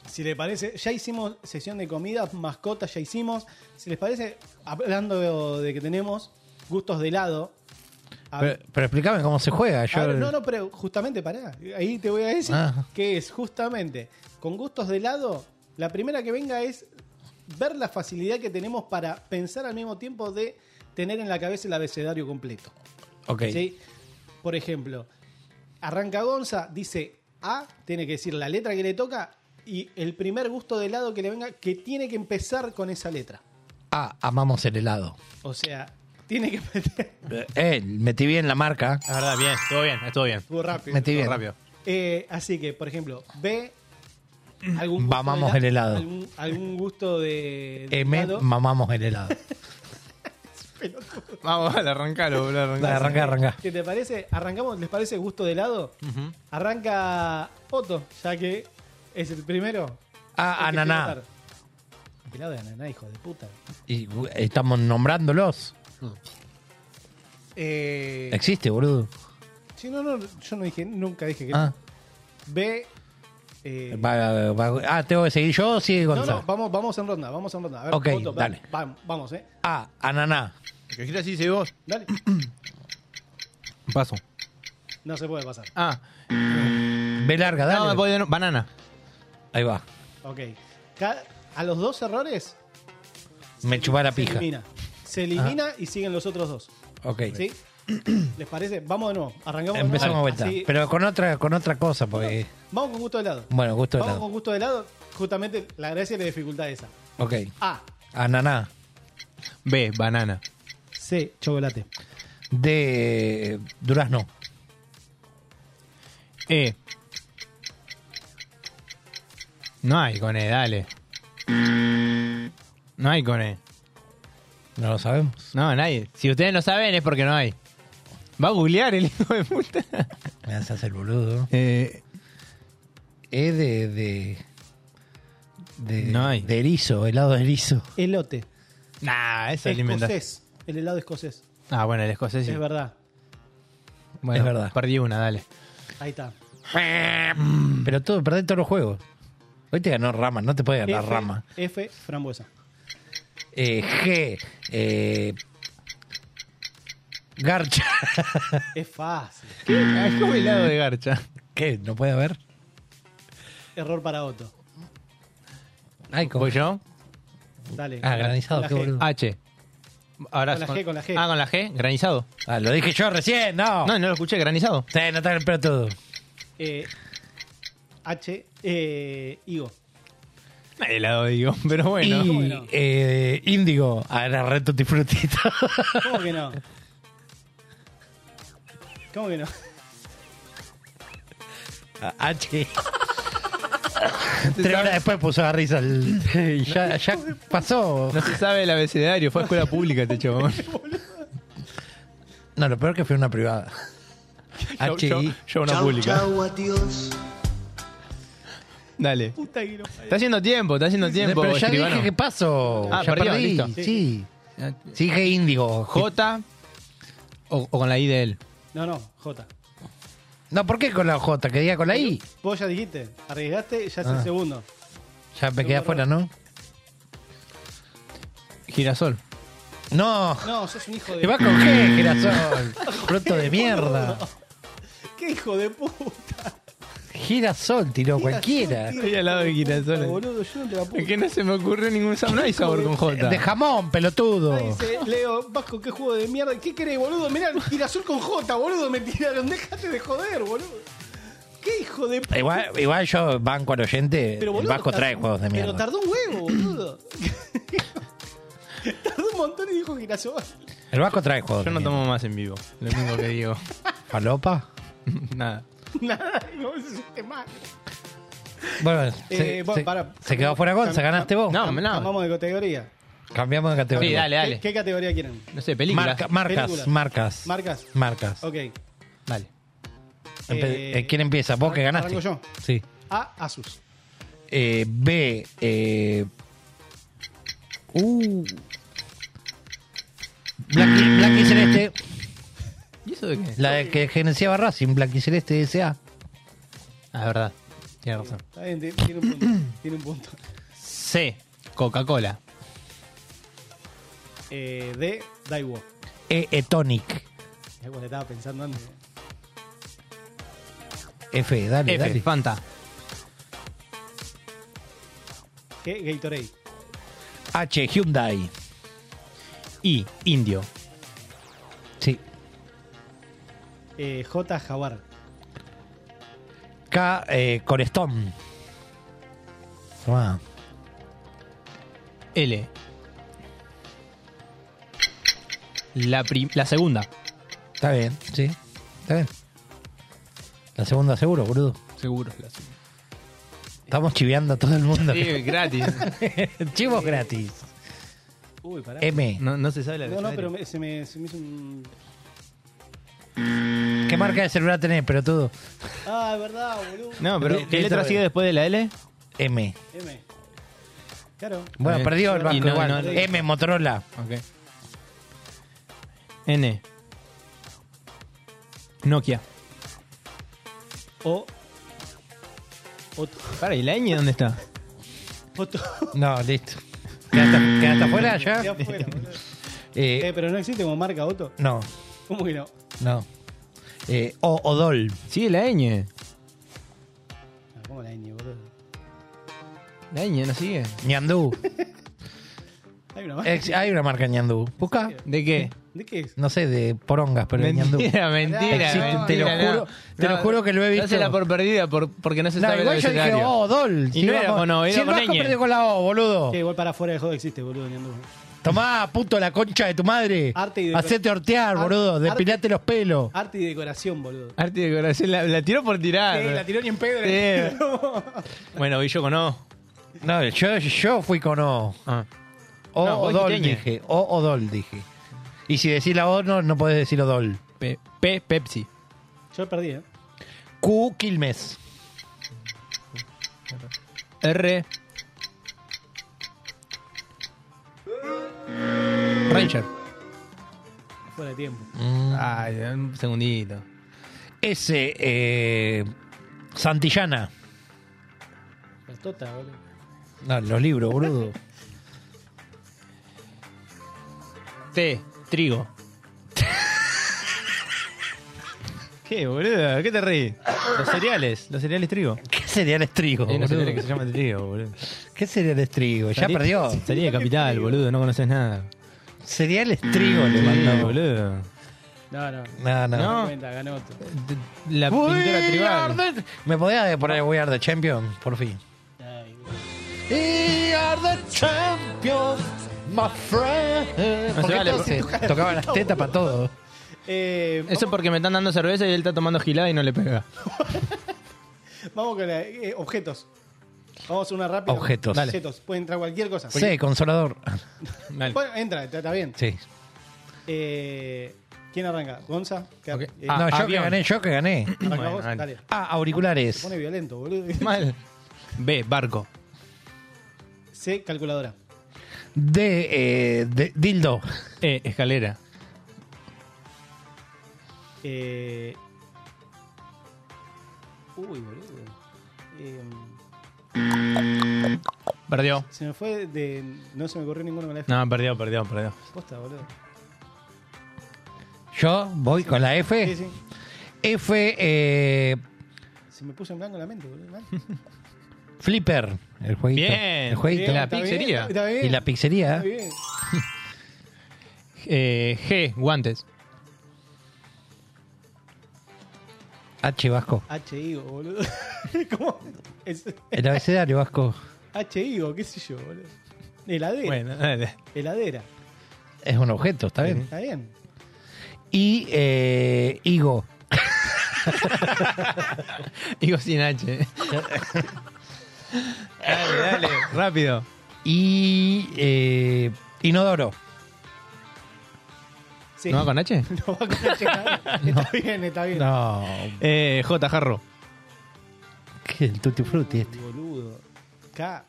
Si les parece, ya hicimos sesión de comidas, mascotas ya hicimos. Si les parece, hablando de que tenemos gustos de helado. a- Pero, pero explícame cómo se juega. Yo, a ver, Ah, no, no, pero justamente, pará. Ahí te voy a decir Ah. que es justamente con gustos de helado. La primera que venga es ver la facilidad que tenemos para pensar al mismo tiempo de tener en la cabeza el abecedario completo. Ok. ¿Sí? Por ejemplo, arranca Gonza, dice A, tiene que decir la letra que le toca y el primer gusto de helado que le venga, que tiene que empezar con esa letra. Ah, amamos el helado. O sea, tiene que meter. Eh, metí bien la marca. La verdad, bien, todo bien, estuvo bien. Estuvo rápido. Metí bien. Estuvo Eh, así que, por ejemplo, B. Algún gusto Mamamos de el helado. Algún, algún gusto de. de M, helado. Eh, mamamos el helado. Vamos, dale, arrancalo, boludo. Dale, arranca, arranca. ¿Qué te parece? ¿Arrancamos? ¿Les parece gusto de helado? Arranca Otto, ya que es el primero. Ah, El que ananá. quiere matar. Helado de ananá, hijo de puta. Y uh, estamos nombrándolos. Eh, Existe, boludo. Sí, no, no, yo no dije, nunca dije que. Ah. B. eh, Va- va- ah, tengo que seguir yo o sigue no, Gonzalo. no, vamos, vamos en ronda, vamos en ronda. A ver, Ok, Otto, va- dale. va- vamos, eh. Ah, ananá. Que gira así, seguí vos. Dale. Paso. No se puede pasar. Ah. Ve larga, dale. No, voy de no- banana. Ahí va. Ok. Ca- a los dos errores Me chupá la pija. se elimina. Se elimina y siguen los otros dos. Ah. Ok. ¿Sí? ¿Les parece? Vamos de nuevo. Arrancamos. de Empezamos nuevo. a vuelta. Así- Pero con otra, con otra cosa, porque. Vamos con gusto de helado. Bueno, gusto de Vamos helado. con gusto de helado. Justamente la gracia y la dificultad esa. Ok. A. Ananá. B, banana. C, chocolate. De durazno. E. No hay con E, dale. No hay con E. No lo sabemos. No, nadie. Si ustedes no saben es porque no hay. Va a googlear el hijo de puta. Me haces el boludo. Eh, E de. de de, No hay. de erizo, helado de erizo. Elote. nah, eso alimenta. Escocés. El helado escocés. Ah, bueno, el escocés sí. Es verdad. Bueno, Es verdad. Perdí una, dale. Ahí está. Pero todo, perdés todos los juegos. Hoy te ganó Rama, no te puede ganar F, Rama. F, frambuesa. Eh, G. eh, garcha. Es fácil. Ah, Es como helado de garcha. ¿Qué? ¿No puede haber? Error para Otto. Ay, como- ¿Voy yo? Dale. Ah, granizado, Con la qué G. boludo. H. Ahora Con la G, con la G. Ah, con la G, granizado. Ah, lo dije yo recién, no. No, no lo escuché, granizado. Sí, no está el pelo todo. Eh, H, eh, higo. Helado digo, pero bueno. y ¿cómo que no? eh, índigo, ahora reto disfrutito. ¿Cómo que no? ¿Cómo que no? H. Tres horas después puso la risa. el- y ya, ya pasó. No se sabe el abecedario, fue a escuela pública este chabón. No, lo peor que fue una privada. Ah, Yo, H. yo- I. yo una pública. adiós. Dale. Puta que lo Está haciendo tiempo, está haciendo tiempo. Eh, Pero ya escribano. dije que pasó. Ah, Oh, ya perdió, perdí. listo. Sí. Sí, dije índigo. J o, o con la I de él. No, no, J. No, ¿por qué con la J? Que diga con la I. Vos ya dijiste, arriesgaste, ya es el Ah. segundo. Ya me quedé afuera, ¿no? Girasol. No. No, sos un hijo Te va de. con G, girasol. Pronto de mierda. ¡Qué hijo de puta! Girasol tiró cualquiera. Estoy al lado de girasoles. Boludo, yo no te la puedo. Es que no se me ocurrió ningún sabor. No hay sabor con J. De jamón, pelotudo. Dice, Leo, Vasco, qué juego de mierda. ¿Qué querés, boludo? Mirá, girasol con J, boludo. Me tiraron. Déjate de joder, boludo. ¿Qué hijo de puta? Igual, igual yo banco al oyente, el Vasco tardó- trae juegos de Pero mierda. tardó un huevo, boludo. tardó un montón y dijo girasol. El Vasco trae juegos Yo de no mierda. tomo más en vivo. Lo mismo que digo. ¿Falopa? Nada. Nada, no, eso es un tema. Bueno, Eh, se, vos, se- pará. se quedó fuera Gonza, Cam- ganaste vos. cam- Cambiamos de categoría. Cambiamos de categoría. Eh, ¿Qué, qué categoría quieren? No sé, Marca- marcas, Películas. marcas. Marcas. Marcas. Ok. Dale. Empe- Eh, eh, ¿Quién empieza? ¿Vos que arranco ganaste? yo. Sí. A. Asus. Eh, B. Eh, uh. Black, y- Black y Celeste. ¿Y eso de qué? La de que gerenciaba Racing, Black y Celeste S.A. Ah, es verdad. Tiene razón. Está bien, ti- tiene un punto. tiene un punto. C. Coca-Cola. Eh, D. Daiwo. E. Etonic. Es cual estaba pensando antes. F. Dale, F. dale. Fanta. G. Gatorade. H. Hyundai. I. Indio. Sí. Eh, J. Jaguar. K. Eh, Ah, Corestón. Tomá. L. La, prim- la segunda. Está bien, sí. Está bien. La segunda seguro, boludo. Seguro. es la segunda. Estamos chiveando a todo el mundo. Sí, gratis. Chivos gratis. Uy, pará. M. No, no se sabe la No, no, letra. pero me- se, me, se me hizo un. ¿Qué marca de celular tenés, pelotudo? Ah, es verdad, boludo. No, pero ¿qué Letra letra B. sigue después de la L? M. M. Claro. Bueno, Bien. perdió el Eh, Y banco no, igual. no, no. M, Motorola. Ok. N. Nokia. O. Otro. Para, ¿y la ñ dónde está? Otro. No, listo. ¿Quedaste, quedaste afuera ya? Ya fuera, boludo. Eh, Eh, pero no existe como marca Otto. no, ¿Cómo que no? no. Eh, o, Odol. Sí, la ñ. Ah, ¿Cómo la N, boludo? La ñ no sigue. Ñandú. Hay una marca. Ex- hay una marca Ñandú. Busca. ¿De qué? ¿De qué es? No sé, de porongas, pero de Ñandú. Mentira, mentira, Existe, mentira, te lo no. juro- te lo juro que lo he visto. Dásela por perdida por- porque no se No, sabe igual el yo dije, abecedario. oh, Dol. Y no era vamos- con O, era si el con Vasco ñ. perdió con la O, boludo. Que igual para afuera de joda existe, boludo, ni andú. Tomá, puto, la concha de tu madre. Arte y decor- Hacete hortear, Ar- boludo. arte- Depilate los pelos. Arte y decoración, boludo. Arte de corazón, la, la tiró por tirar. Eh, la tiró ni en pedo. Sí. Bueno, y yo con O. No, yo, yo fui con O. Ah. O No, vos Odol dijiste ñ. dije. O Odol dije. Y si decís la O, no, no podés decir Odol. Pe- Pe- Pepsi. Yo perdí, ¿eh? Q Quilmes. R. Ranger. Fuera de tiempo. Mm. Ay, un segundito. S. eh, Santillana. La tota, boludo. No, los libros, boludo. T. Trigo. ¿Qué, boludo? ¿Qué te reís? Los cereales. Los cereales trigo. ¿Qué cereales trigo, Hay unos boludo? cereales que se llaman trigo, boludo. ¿Qué cereales trigo? Ya Salí- perdió. Salí de capital, boludo. No conoces nada. Cereales trigo le Sí, mandó. boludo. No, no. No, no. No. Cuenta, ganó otro. La pintura We are tribal. the- ¿Me podías poner We Are the Champion? Por fin. Ay, We are the champion, my friend. No se Porque vale, todos se tocaban las tetas para todo. eh, Eso porque me están dando cerveza y él está tomando gilada y no le pega. vamos con la, eh, objetos. Vamos a una rápida. Objetos. Dale. Objetos. Puede entrar cualquier cosa. Sí, consolador. Dale. Bueno, entra, está, está bien. Sí. Eh, ¿Quién arranca? ¿Gonza? ¿Qué- Ok. eh, Ah, no, yo avión. que gané, yo que gané. ¿Arranca bueno, vos? dale. Dale. Ah, Se auriculares. pone violento, boludo. Mal. B, barco. C, calculadora. De, eh, de- dildo. E, escalera. Eh... Uy, boludo. Em, Perdió. se me fue de. No se me ocurrió ninguno con la F. No, perdió, perdió, perdió. Posta, boludo. Yo voy con la F. Sí, sí. F, eh, Se me puso en blanco la mente, boludo. mal. Flipper, el jueguito. Bien, el jueguito. bien, La pizzería. está bien. Y la pizzería. Está bien. Eh, G, guantes. H Vasco. H-I-O, boludo. ¿Cómo? Es- El abecedario Vasco. H-I-O, Ah, qué sé yo, boludo. Heladera. Bueno, dale. Heladera. Es un objeto, eh. está bien. Está bien. Y eh, higo. Digo sin H. dale, dale, rápido. Y eh, inodoro. Sí. ¿No va con H? No va con H, está bien. Está bien, está bien. No. Eh, J, jarro. ¿Qué? El tutti frutti este. Boludo. K.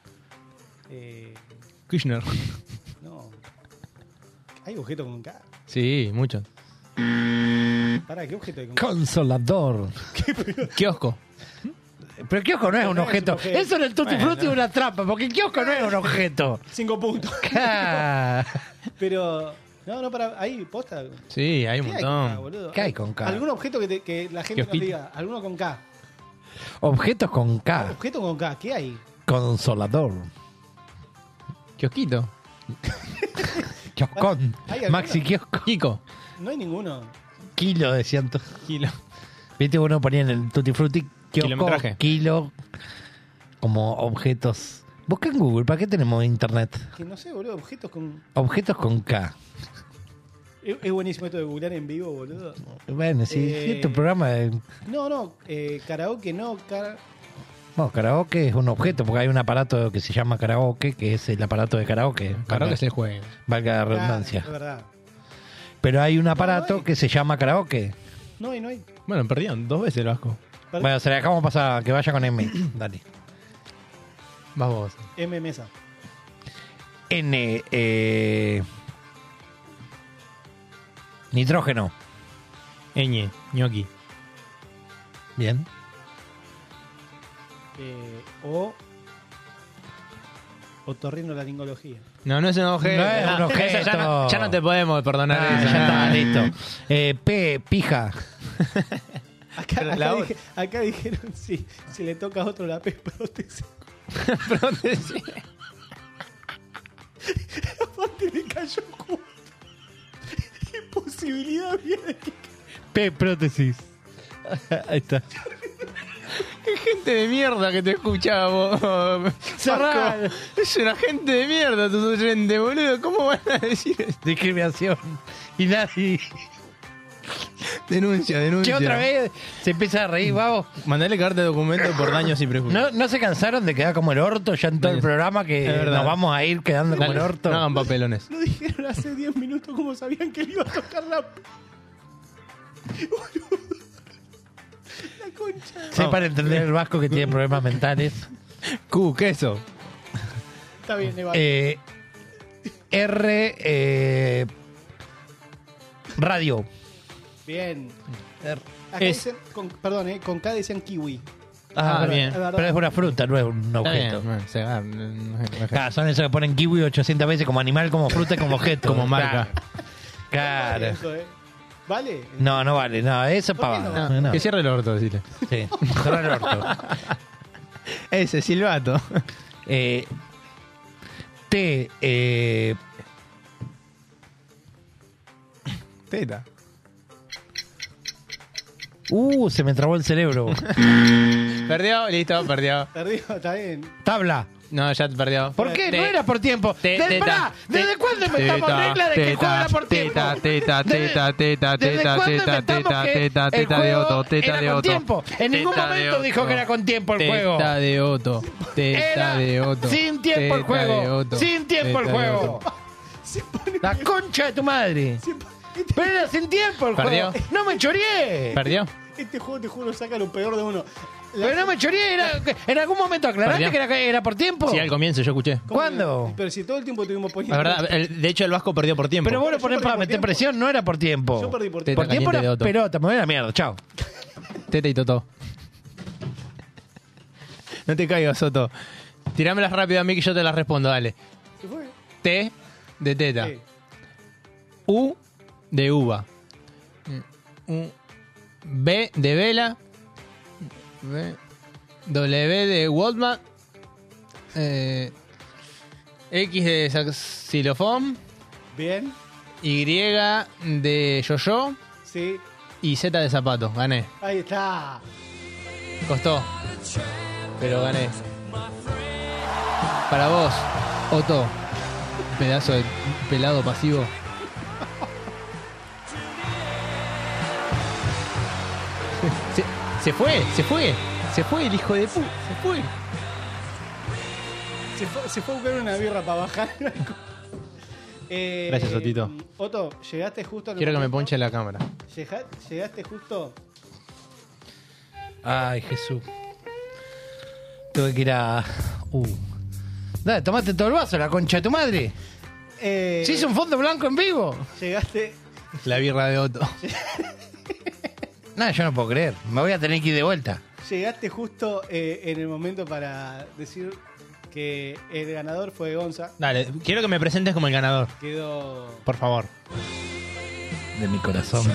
Eh, Kirchner. no. ¿Hay objeto con K? Sí, muchos. Pará, ¿qué objeto hay con K? Consolador. Kiosco. Pero el kiosco no es un No es un objeto. objeto. Eso era el tutti Bueno. frutti de una trampa, porque el kiosco no es un objeto. Ah. Cinco puntos. Ca- Pero. No, no, para. Ahí, posta. Sí, hay un ¿Qué hay con K, montón. boludo? ¿Qué hay con K? ¿Algún objeto que, te- que la gente nos Kiosquito. diga? ¿Alguno con K? Objetos con K. ¿Objeto con K? ¿Qué hay? Consolador. Kiosquito. Kioscón. ¿Hay alguno? Maxi kiosco. Kiko. No hay ninguno. Kilo de ciento. Kilo. Viste, uno ponía en el tutti frutti kiosco, Kilometraje. kilo, como objetos. Busca en Google, ¿para qué tenemos internet? Que no sé, boludo. Objetos con. Objetos con K. Es, es buenísimo esto de googlear en vivo, boludo. Bueno, sí, Eh. sí, este programa de. No, no. eh, karaoke no. car- Bueno, karaoke es un objeto, porque hay un aparato que se llama karaoke, que es el aparato de karaoke. Claro valga, que se juega. valga la Ah, redundancia. Es verdad. Pero hay un aparato hay. que se llama karaoke. No hay, no hay. Bueno, perdieron dos veces el Vasco. Perdón. Bueno, se la dejamos pasar, que vaya con M. Dale. Vas vos. M mesa. N. eh, nitrógeno. Ñ, ñoqui. Bien. Eh, o. Otorrino laringología. No, no es un objeto. No es un Ah, objeto. esa Ya no, ya no te podemos perdonar. Ah, esa. ya está, listo. Eh, P, pija. Acá, Pero acá la dije- acá dijeron si, si le toca a otro la P prótesis. Pero te decía- Aparte le cayó justo. ¿Qué posibilidad había de que P, prótesis. Ahí está. Qué gente de mierda que te escuchaba, vos. Cerrá. Es una gente de mierda tus oyentes, boludo. ¿Cómo van a decir eso? Discriminación. Y nadie. Denuncia, Que denuncia. otra vez se empieza a reír, vamos. Mandale carta de documento por daños y prejuicios. ¿No, no se cansaron de quedar como el orto ya en todo el programa que Es verdad. nos vamos a ir quedando como Dale, el orto? no hagan papelones. lo dijeron hace 10 minutos como sabían que le iba a tocar la P? Boludo. La concha. Sí, para entender el vasco que tiene problemas mentales. Q, queso. Está bien, Eva. Eh, R, eh, radio. Bien. R. Acá Es- dicen, con, perdón, eh, con K decían kiwi. Ah, pero- bien. Es verdad. Pero es una fruta, no es un Está bien, objeto. bueno, se va, no- no- no- Ah, son esos que ponen kiwi 800 veces como animal, como fruta, como objeto. Como marca. Claro. Claro. Eso, eh. ¿Vale? No, no vale, no, eso es ¿Por qué pavada. No, No, Que cierre el orto, decirle. sí, cerrar el orto. Ese silbato. Eh, T, eh, Teta. uh, se me trabó el cerebro. Perdió, listo, perdió. Perdido, está bien. Tabla. No, ya perdió. ¿Por qué? Te- No era por tiempo. te- Del- teta, pará, ¿Desde te- cuándo inventamos teta, reglas de que el juego teta, era por tiempo? teta, teta, Desde- teta, teta, ¿desde teta, cuándo teta, inventamos teta, que teta, el teta de juego Otto, teta era de con Otto. tiempo? En ningún Teta de momento dijo Otto. que era con tiempo el juego. Teta de Otto. Teta Era de Otto. sin tiempo el Teta juego, de Otto. sin tiempo el Teta de juego. Otto. Se pone. La concha de tu madre. se pone- este, Pero era sin tiempo el Perdió. juego. No me choreé. ¿Perdió? este juego, te juro, saca lo peor de uno. La- Pero no me choreé. Era, en algún momento aclaraste Perdió. que era, era por tiempo. Sí, al comienzo yo escuché. ¿cómo ¿Cuándo? que- Pero si todo el tiempo estuvimos La poniendo. verdad, el- de hecho el Vasco perdió por tiempo. Pero vos lo Yo ponés perdí para por meter tiempo. presión, no era por tiempo. Yo perdí por Te- tiempo. por tiempo Caliente de era Otto. pelota. Me voy a la mierda. Chao. Teta y Toto. No te caigas, Soto. Tirámelas rápido a mí que yo te las respondo, dale. ¿Qué fue? T de teta. Sí. U Mm, de uva. U- B de vela. W. W de Waldman. Eh, X de Saxilofón. Bien. Y de Yo-Yo. Sí. Y Z de Zapato. Gané. Ahí está. Costó. Pero gané. Para vos, Otto. Pedazo de pelado pasivo. Se, se fue, se fue. Se fue el hijo de pu. Se fue. Se fue, se fue a buscar una birra para bajar. Eh, Gracias, Otito. Otto, llegaste justo. en el Quiero que me momento- ponche la cámara. Llega- Llegaste justo. Ay, Jesús. Tuve que ir a. Uh. Dale, tomate todo el vaso, la concha de tu madre. Eh, Se hizo un fondo blanco en vivo. Llegaste. La birra de Otto. Nada, yo no puedo creer. Me voy a tener que ir de vuelta. Llegaste justo eh, en el momento para decir que el ganador fue Gonza. Dale, quiero que me presentes como el ganador. Quedó. Por favor. De mi corazón.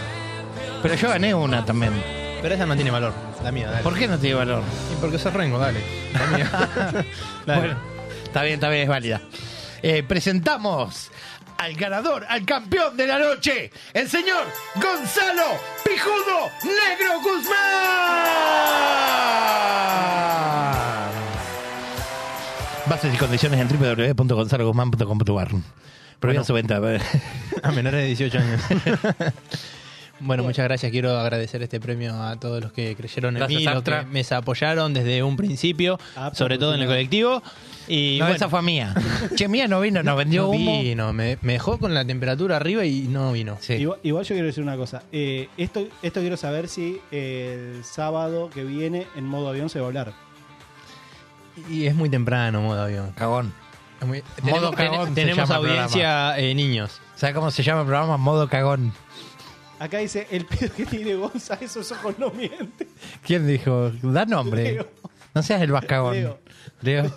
Pero yo gané una también. Pero esa no tiene valor. La mía, dale. ¿Por qué no tiene valor? Y porque sos rengo, dale. La mía. Dale. Bueno, está bien, está bien, es válida. Eh, presentamos al ganador, al campeón de la noche, el señor Gonzalo Pijudo Negro Guzmán. Ah. Bases y condiciones en www.gonzaloguzmán.com.ar. Prohibida su venta. A menores de 18 años. Bueno, muchas gracias. Quiero agradecer este premio a todos los que creyeron en Gracias, mí, los Astra. que me apoyaron desde un principio, Ah, Apta sobre todo en el colectivo. Y No, bueno, esa fue mía. Che, mía no vino, nos vendió no humo. vino, me, me dejó con la temperatura arriba y no vino. Igual, igual yo quiero decir una cosa. Eh, esto, esto quiero saber si el sábado que viene en modo avión se va a hablar. Y es muy Ah, temprano, modo avión. Cagón. Es muy- Modo tenemos cagón se tenemos llama el audiencia eh, niños. ¿Sabes cómo se llama el programa? Modo cagón. Acá dice, el pedo que tiene Gonza, esos ojos no mienten. ¿Quién dijo? Da nombre. Leo. No seas el vascagón. Leo. Leo.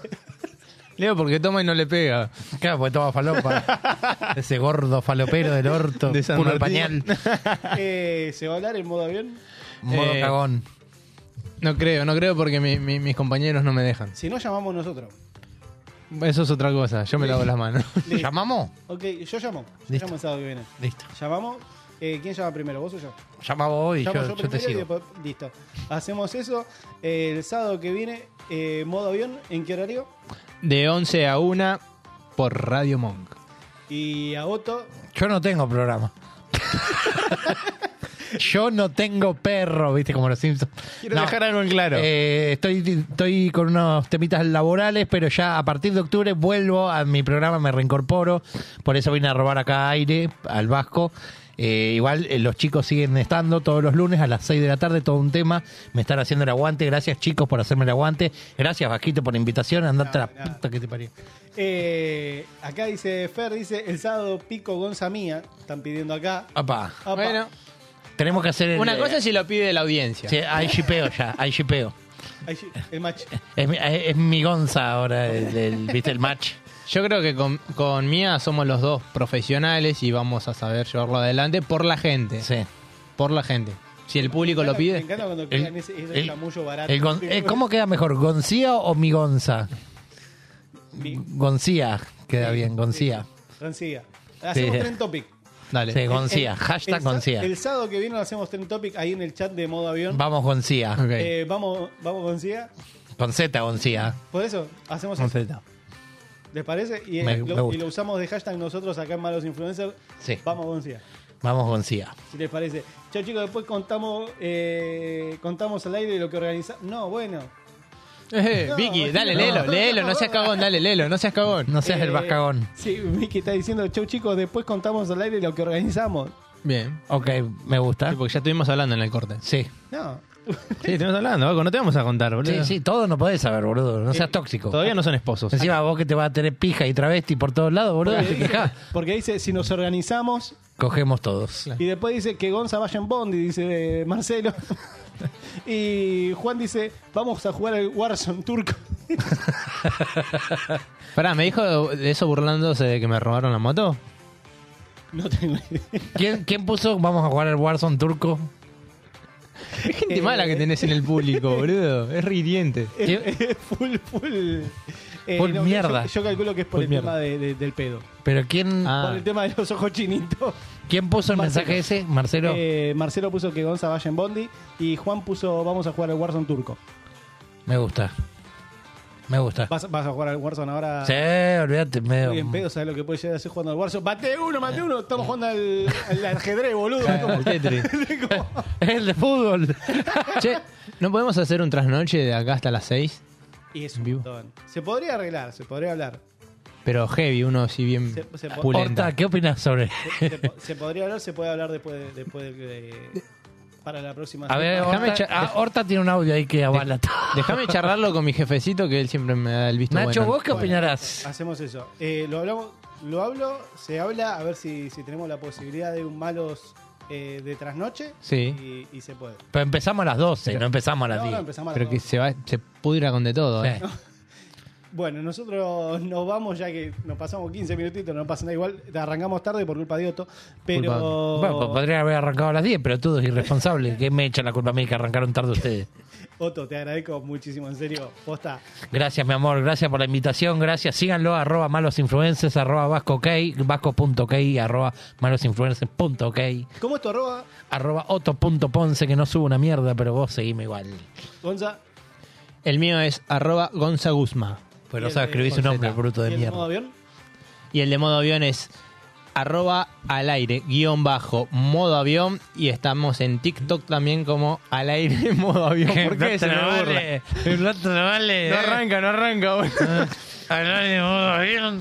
Leo porque toma y no le pega. Claro, porque toma falopa. Ese gordo falopero del orto, De San puro de Martín. pañal. Eh, ¿Se va a hablar en modo avión? Modo Eh, cagón. No creo, no creo porque mi- mi- mis compañeros no me dejan. Si no, llamamos nosotros. Eso es otra cosa, yo me lavo las manos. Listo. ¿Llamamos? Ok, yo llamo. Yo Listo. llamo el sábado que viene. Listo. Llamamos. Eh, ¿Quién llama primero, vos o yo? Llama vos y yo, Llamo yo primero te y sigo. después- listo. Hacemos eso. Eh, el sábado que viene, eh, modo avión, ¿en qué horario? De 11 a 1 por Radio Monk. Y a Otto, Yo no tengo programa. yo no tengo perro, viste, como los Simpsons. Quiero No. dejar algo en claro. Eh, estoy, estoy con unos temitas laborales, pero ya a partir de octubre vuelvo a mi programa, me reincorporo. Por eso vine a robar acá aire al Vasco. Eh, igual eh, los chicos siguen estando todos los lunes a las 6 de la tarde, todo un tema. Me están haciendo el aguante. Gracias, chicos, por hacerme el aguante. Gracias, Vasquito, por la invitación. Andate a la puta que te parió. eh, acá dice Fer, dice el sábado pico Gonza mía. Están pidiendo acá. Apa, Apa. Bueno, tenemos que hacer el. eh, una cosa es si lo pide la audiencia. Sí, hay chipeo ya, hay chipeo. Ahí sí, el match. Es, mi- es- es mi gonza ahora, el, el- viste, el match. Yo creo que con, con Mía somos los dos profesionales y vamos a saber llevarlo adelante por la gente. Sí. Por la gente. Si el público lo Me pide, encanta cuando crean ese, ese el- chamullo barato. El gon- eh, ¿Cómo queda mejor? ¿Goncía o mi gonza? Mi- Goncía queda bien, Goncía. Consiga. Hacemos Sí. trend topic. dale. Sí, Goncía. El- Hashtag el sa- Goncía. El sábado que viene lo hacemos trend topic ahí en el chat de modo avión. Vamos, Goncía. Ok. Eh, vamos, vamos Goncía. Con Z, Goncía. Por eso, hacemos Con eso. Z. ¿Les parece? Y, eh, Me- me lo, gusta. y lo usamos de hashtag nosotros acá en Malos Influencers. Sí. Vamos, Goncía. Vamos, Goncía. Si les parece. Chao, chicos. Después contamos eh, contamos al aire lo que organizamos. No, bueno. Eh, No, Vicky, dale, no, léelo, no, léelo, no, no seas cagón, dale, léelo, no seas cagón. No seas el Eh, vascagón. Sí, Miki está diciendo, chau, chicos. Después contamos al aire lo que organizamos. Bien. Ok, me gusta. Sí, porque ya estuvimos hablando en el corte. Sí. No. Sí, estuvimos hablando, Vasco, no te vamos a contar, Sí, boludo. sí, todo no podés saber, boludo. No Eh, seas tóxico. Todavía no son esposos. Encima vos que te vas a tener pija y travesti por todos lados, boludo, Pues te quejás. Porque dice, si nos organizamos. Cogemos todos. Y después dice que Gonza vaya en Bondi, dice eh, Marcelo. y Juan dice, vamos a jugar al Warzone turco. Pará, ¿me dijo de eso burlándose de que me robaron la moto? no tengo idea. ¿Quién, quién puso vamos a jugar al Warzone turco? Qué Eh. gente mala que tenés en el público, boludo. Es ridiente. full, full. eh, Full yo- mierda. Yo, calculo que es por Full el mierda. tema de- de- del pedo. Pero ¿quién, Por el tema de los ojos chinitos. Ah. ¿quién puso el mensaje ese? Marcelo. Eh, Marcelo puso que Gonza vaya en Bondi y Juan puso vamos a jugar al Warzone turco. Me gusta. Me gusta. ¿Vas, vas a jugar al Warzone ahora? Sí, olvídate, medio. Muy en pedo, ¿sabes lo que puede llegar a hacer jugando al Warzone? Mate uno, mate uno. Estamos jugando al, al ajedrez, boludo. Al Tetris. el de fútbol. Che, ¿no podemos hacer un trasnoche de acá hasta las 6? Y es un montón. Se podría arreglar, se podría hablar. Pero heavy, uno así bien Se- se po- pulenta. Horta, ¿qué opinas sobre? Se, se po- se podría hablar, se puede hablar después de, después del- de- para la próxima. A ver, Déjame Horta, echar- ah, Horta tiene un audio ahí que avala todo. Déjame charlarlo con mi jefecito que él siempre me da el visto Nacho, bueno. ¿vos qué opinarás? Hacemos eso. Eh, lo hablamos, lo hablo, se habla a ver si, si tenemos la posibilidad de un malos eh, de trasnoche. Sí. Y, y se puede. Pero empezamos a las 12, no empezamos a las No, 10. no, empezamos a las Pero que 12. se, va, se pudra con de todo, ¿eh? Bueno, nosotros nos vamos ya que nos pasamos 15 minutitos, no pasa nada igual, arrancamos tarde por culpa de Otto, pero Bueno, pues podría haber arrancado a las 10, pero tú, irresponsable, que me echan la culpa a mí que arrancaron tarde ustedes. Otto, te agradezco muchísimo, en serio, posta. Gracias, mi amor, gracias por la invitación, gracias. Síganlo, arroba malosinfluencers, arroba vasco.ok, vasco.ok, arroba malosinfluencers.ok, ¿Cómo es tu arroba, arroba otto.ponce, que no subo una mierda, pero vos seguime igual. Gonza? El mío es arroba Gonza Guzma. Pues no sabes escribir su nombre, bruto de ¿Y el mierda. modo avión? Y el de modo avión es arroba al aire, guión bajo, modo avión. Y estamos en TikTok también como al aire, modo avión. ¿Por No qué se te me la burla? vale, no te la vale, No eh. Ah. arranca, no arranca. boludo.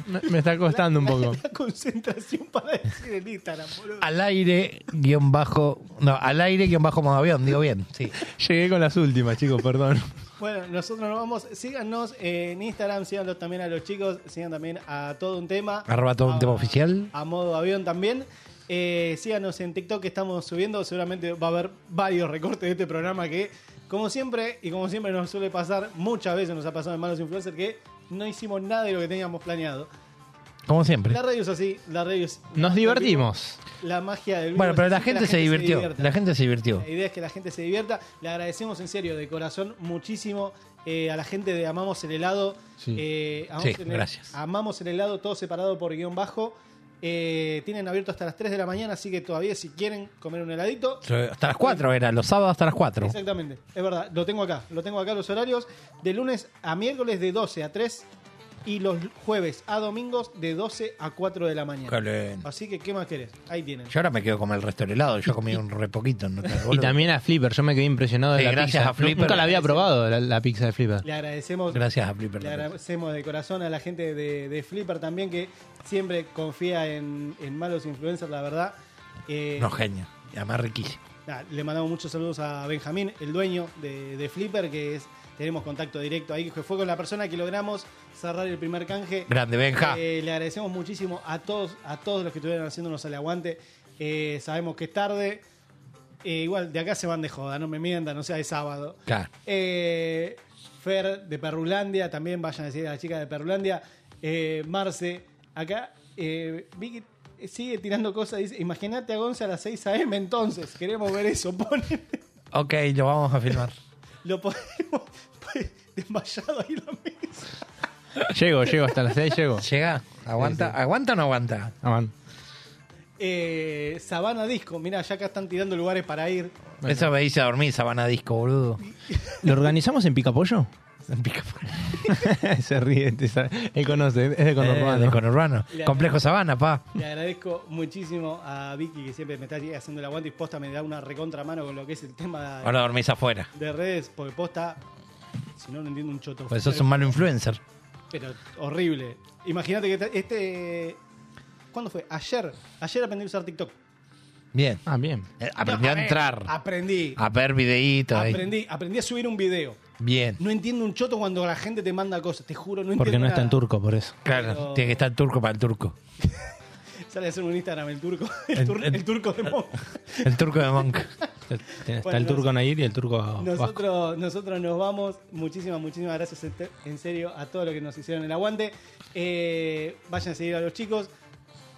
Me- Me está costando un poco. La concentración para decir el Instagram, boludo. Al aire, guión bajo, no, al aire, guión bajo, modo avión, digo bien, sí. Llegué con las últimas, chicos, perdón. Bueno, nosotros nos vamos, síganos eh, en Instagram, síganlos también a los chicos, sigan también a todo un tema. Ah, Arroba todo un tema oficial. a modo avión también. Eh, síganos en TikTok que estamos subiendo. Seguramente va a haber varios recortes de este programa que, como siempre, y como siempre nos suele pasar, muchas veces nos ha pasado en Malos Influencers que no hicimos nada de lo que teníamos planeado. Como siempre. La radio es así, la radio es Nos divertimos. la magia del vivo, Bueno, pero es la hacer que gente, se divirtió. divierta. la gente se divirtió. La idea es que la gente se divierta. Le agradecemos en serio, de corazón, muchísimo eh, a la gente de Amamos el Helado. Sí. Eh, Sí, el- gracias. Amamos el Helado, todo separado por guión bajo. Eh, tienen abierto hasta las 3 de la mañana, así que todavía si quieren comer un heladito. Hasta las 4 era, los sábados hasta las 4. Exactamente, es verdad, lo tengo acá, lo tengo acá los horarios de lunes a miércoles de 12 a 3 y los jueves a domingos de 12 a 4 de la mañana. Qué lindo. Así que, ¿qué más querés? Ahí tienen. Yo ahora me quedo con el resto del helado, yo comí un re poquito. No te Y boludo. también a Flipper, yo me quedé impresionado de Sí, la gracias pizza. a Flipper. Nunca la había probado, la, la pizza de Flipper. Le agradecemos. Gracias a Flipper. Le agradecemos de corazón a la gente de, de Flipper también que siempre confía en, en malos influencers, la verdad. Eh, No, genio. Y además riquísimo. nada, le mandamos muchos saludos a Benjamín, el dueño de, de Flipper, que es, tenemos contacto directo ahí, que fue con la persona que logramos cerrar el primer canje. Grande, Benja. Eh, le agradecemos muchísimo a todos, a todos los que estuvieron haciéndonos el aguante. Eh, sabemos que es tarde. Eh, igual, de acá se van de joda, no me mientan, o sea, es sábado. Claro. Eh, Fer de Perrulandia, también vayan a decir a la chica de Perrulandia. Eh, Marce, acá eh, Vicky sigue tirando cosas. Dice: Imagínate a Gonza a las 6 a.m. Entonces, queremos ver eso. Pone, Ok, lo vamos a filmar. lo ponemos pues, desmayado ahí en la mesa. Llego, llego, hasta las 6 llego. Llega, aguanta, aguanta o no aguanta. Aman. Eh, Sabana Disco, mira, ya acá están tirando lugares para ir. Eso me dice a dormir, sabana disco, boludo. ¿Lo organizamos en Picapollo? En Picapollo. Se ríe, te sabe. él conoce, es de Conurbano. Eh, de Conurbano. Le- Complejo Sabana, pa. Le agradezco muchísimo a Vicky que siempre me está haciendo el aguante y posta me da una recontramano con lo que es el tema de, Ahora dormís afuera. de redes, porque posta, si no, no entiendo un choto. Pues sos un malo influencer. Pero horrible. Imagínate que te- este. ¿Cuándo fue? Ayer. Ayer aprendí a usar TikTok. Bien. Ah, bien. Eh, Aprendió a ver, entrar, Aprendí. a ver videitos ahí. Aprendí, aprendí a subir un video. Bien. No entiendo un choto cuando la gente te manda cosas, te juro, no entiendo. Porque no está en nada. turco, por eso. Claro, Pero- tiene que estar el turco para el turco. Sale a hacer un Instagram el turco. El, tur- el turco de Monk. El turco de Monk. Está Bueno, el nos- turco Nair y el turco Vasco. Nosotros, nosotros nos vamos. Muchísimas, muchísimas gracias en, te- en serio a todos los que nos hicieron el aguante. Eh, vayan a seguir a los chicos.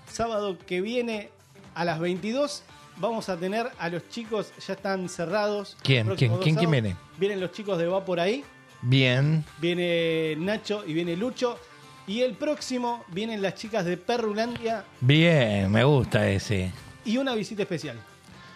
Sábado que viene a las 22 Vamos a tener a los chicos, ya están cerrados. ¿Quién? Próximos ¿Quién? dos ¿Quién? ¿Quién sábados. viene? Vienen los chicos de Va por ahí, Bien. viene Nacho y viene Lucho. Y el próximo vienen las chicas de Perrulandia Bien, me gusta ese. y una visita especial.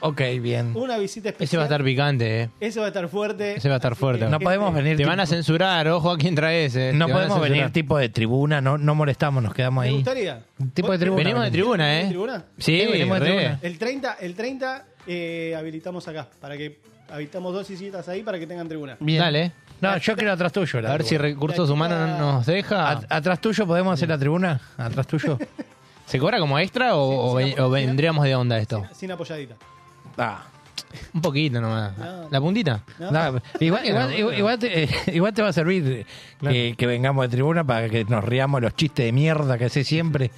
Ok, bien. Una visita Mm. especial. Ese va a estar picante, eh. Ese va a estar fuerte. Ese va a estar fuerte. No podemos venir. Te van a censurar, ojo a quién traes, eh. No Te van a podemos venir censurar. tipo de tribuna, no, no molestamos, nos quedamos ¿Te ahí. gustaría? Un tipo de tribuna. Venimos de tribuna, eh. ¿De tribuna? Sí, venimos de re. tribuna. El 30, el 30 eh, habilitamos acá, para que habilitamos dos sillitas ahí para que tengan tribuna. Dale. No, yo quiero atrás tuyo. A ver si recursos humanos nos deja. atrás tuyo podemos hacer la tribuna. Atrás tuyo. ¿Se cobra como extra o, o ven- o vendríamos de onda esto? Sin apoyadita. Ah. Un poquito nomás. ¿La puntita? No, igual, igual, igual- igual te, eh, igual te va a servir que, que vengamos de tribuna para que nos riamos los chistes de mierda que sé siempre.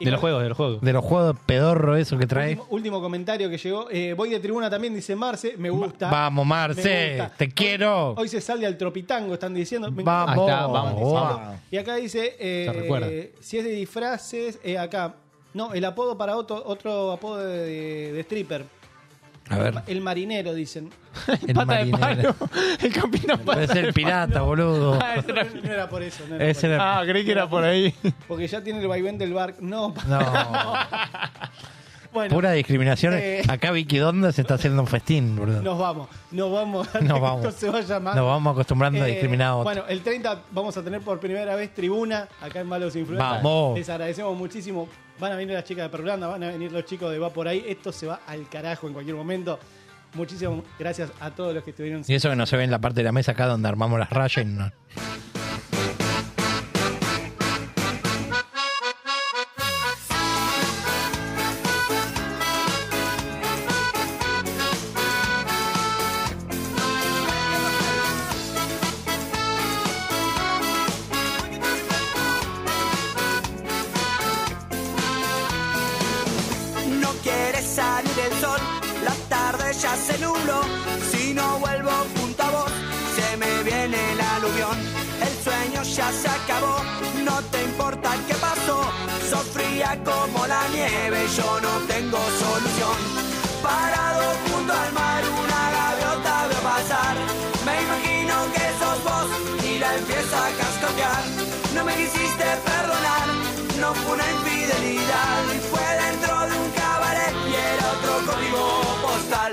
De los juegos, de los juegos. De los juegos pedorro eso que trae. Último, último comentario que llegó. Eh, voy de tribuna también, dice Marce. Me gusta. Vamos, Marce, Me gusta. te quiero. Hoy se sale al tropitango, están diciendo. Me Vamos, encanta. Ahí está, vamos, vamos. Y acá dice, eh, Se recuerda. si es de disfraces, eh, acá. No, el apodo para otro, otro apodo de, de- de stripper. A ver. El marinero, dicen. El pata de palo. El capitán Puede ser pirata, boludo. Ah, ese era- no era por eso. no era Ese por eso. era- Ah, creí que era por ahí. Porque ya tiene el vaivén del bar. No, pa- No, bueno. pura discriminación. eh, Acá Vicky Donda se está haciendo un festín, boludo. Nos vamos, nos vamos. Nos vamos. Esto se va a llamar. Nos vamos acostumbrando a discriminar a otro. Bueno, el 30 vamos a tener por primera vez tribuna acá en Malos Influencers. Vamos. Les agradecemos muchísimo. Van a venir las chicas de Perulanda, van a venir los chicos de Va por ahí. Esto se va al carajo en cualquier momento. Muchísimas gracias a todos los que estuvieron. Y eso que no se ve en la parte de la mesa acá donde armamos las rayas. y no- No quiere salir el sol, la tarde ya se nubló. Si no vuelvo junto a vos, se me viene el aluvión. El sueño ya se acabó, no te importa qué pasó. Sos fría como la nieve, yo no tengo solución. Parado junto al mar, una gaviota veo pasar. Me imagino que sos vos y la empiezo a cascotear. No me quisiste perdonar, no fue una infidelidad. Y fue dentro de un cabaret y era otro código postal.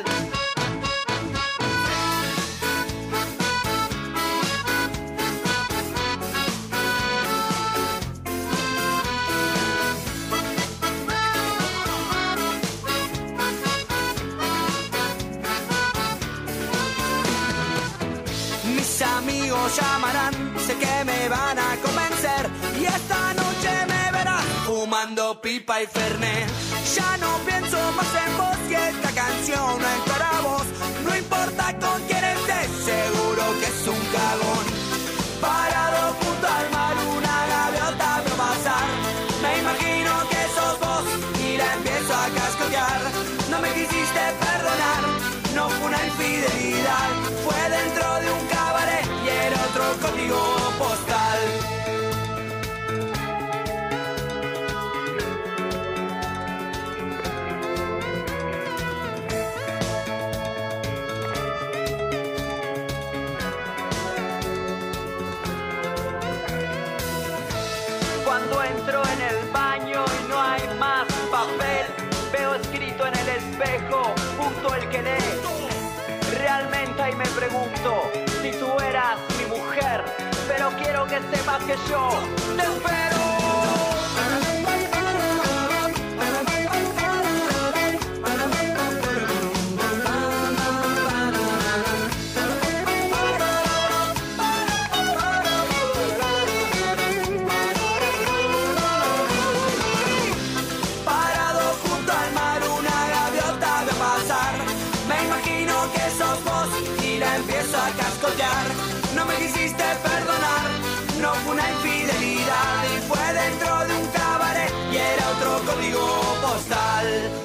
Mis amigos llamarán, sé que me van a convencer y esta noche me verán fumando pipa y fernet. Ya no pienso más en vos y esta canción no es para vos. No importa con quién estés, seguro que es un cagón. Parado junto al mar, una gaviota veo pasar. Me imagino que sos vos y la empiezo a cascotear. No me quisiste perdonar, no fue una infidelidad. Fue dentro de un cabaret y el otro código postal. Cuando entro en el baño y no hay más papel, veo escrito en el espejo junto el que lee. Realmente ahí me pregunto si tú eras mi mujer, pero quiero que sepas que yo te espero. Parado junto al mar, una gaviota de pasar. Me imagino que sos vos y la empiezo a cascotear. No me quisiste perdonar, no fue una infidelidad. Y fue dentro de un cabaret y era otro código postal.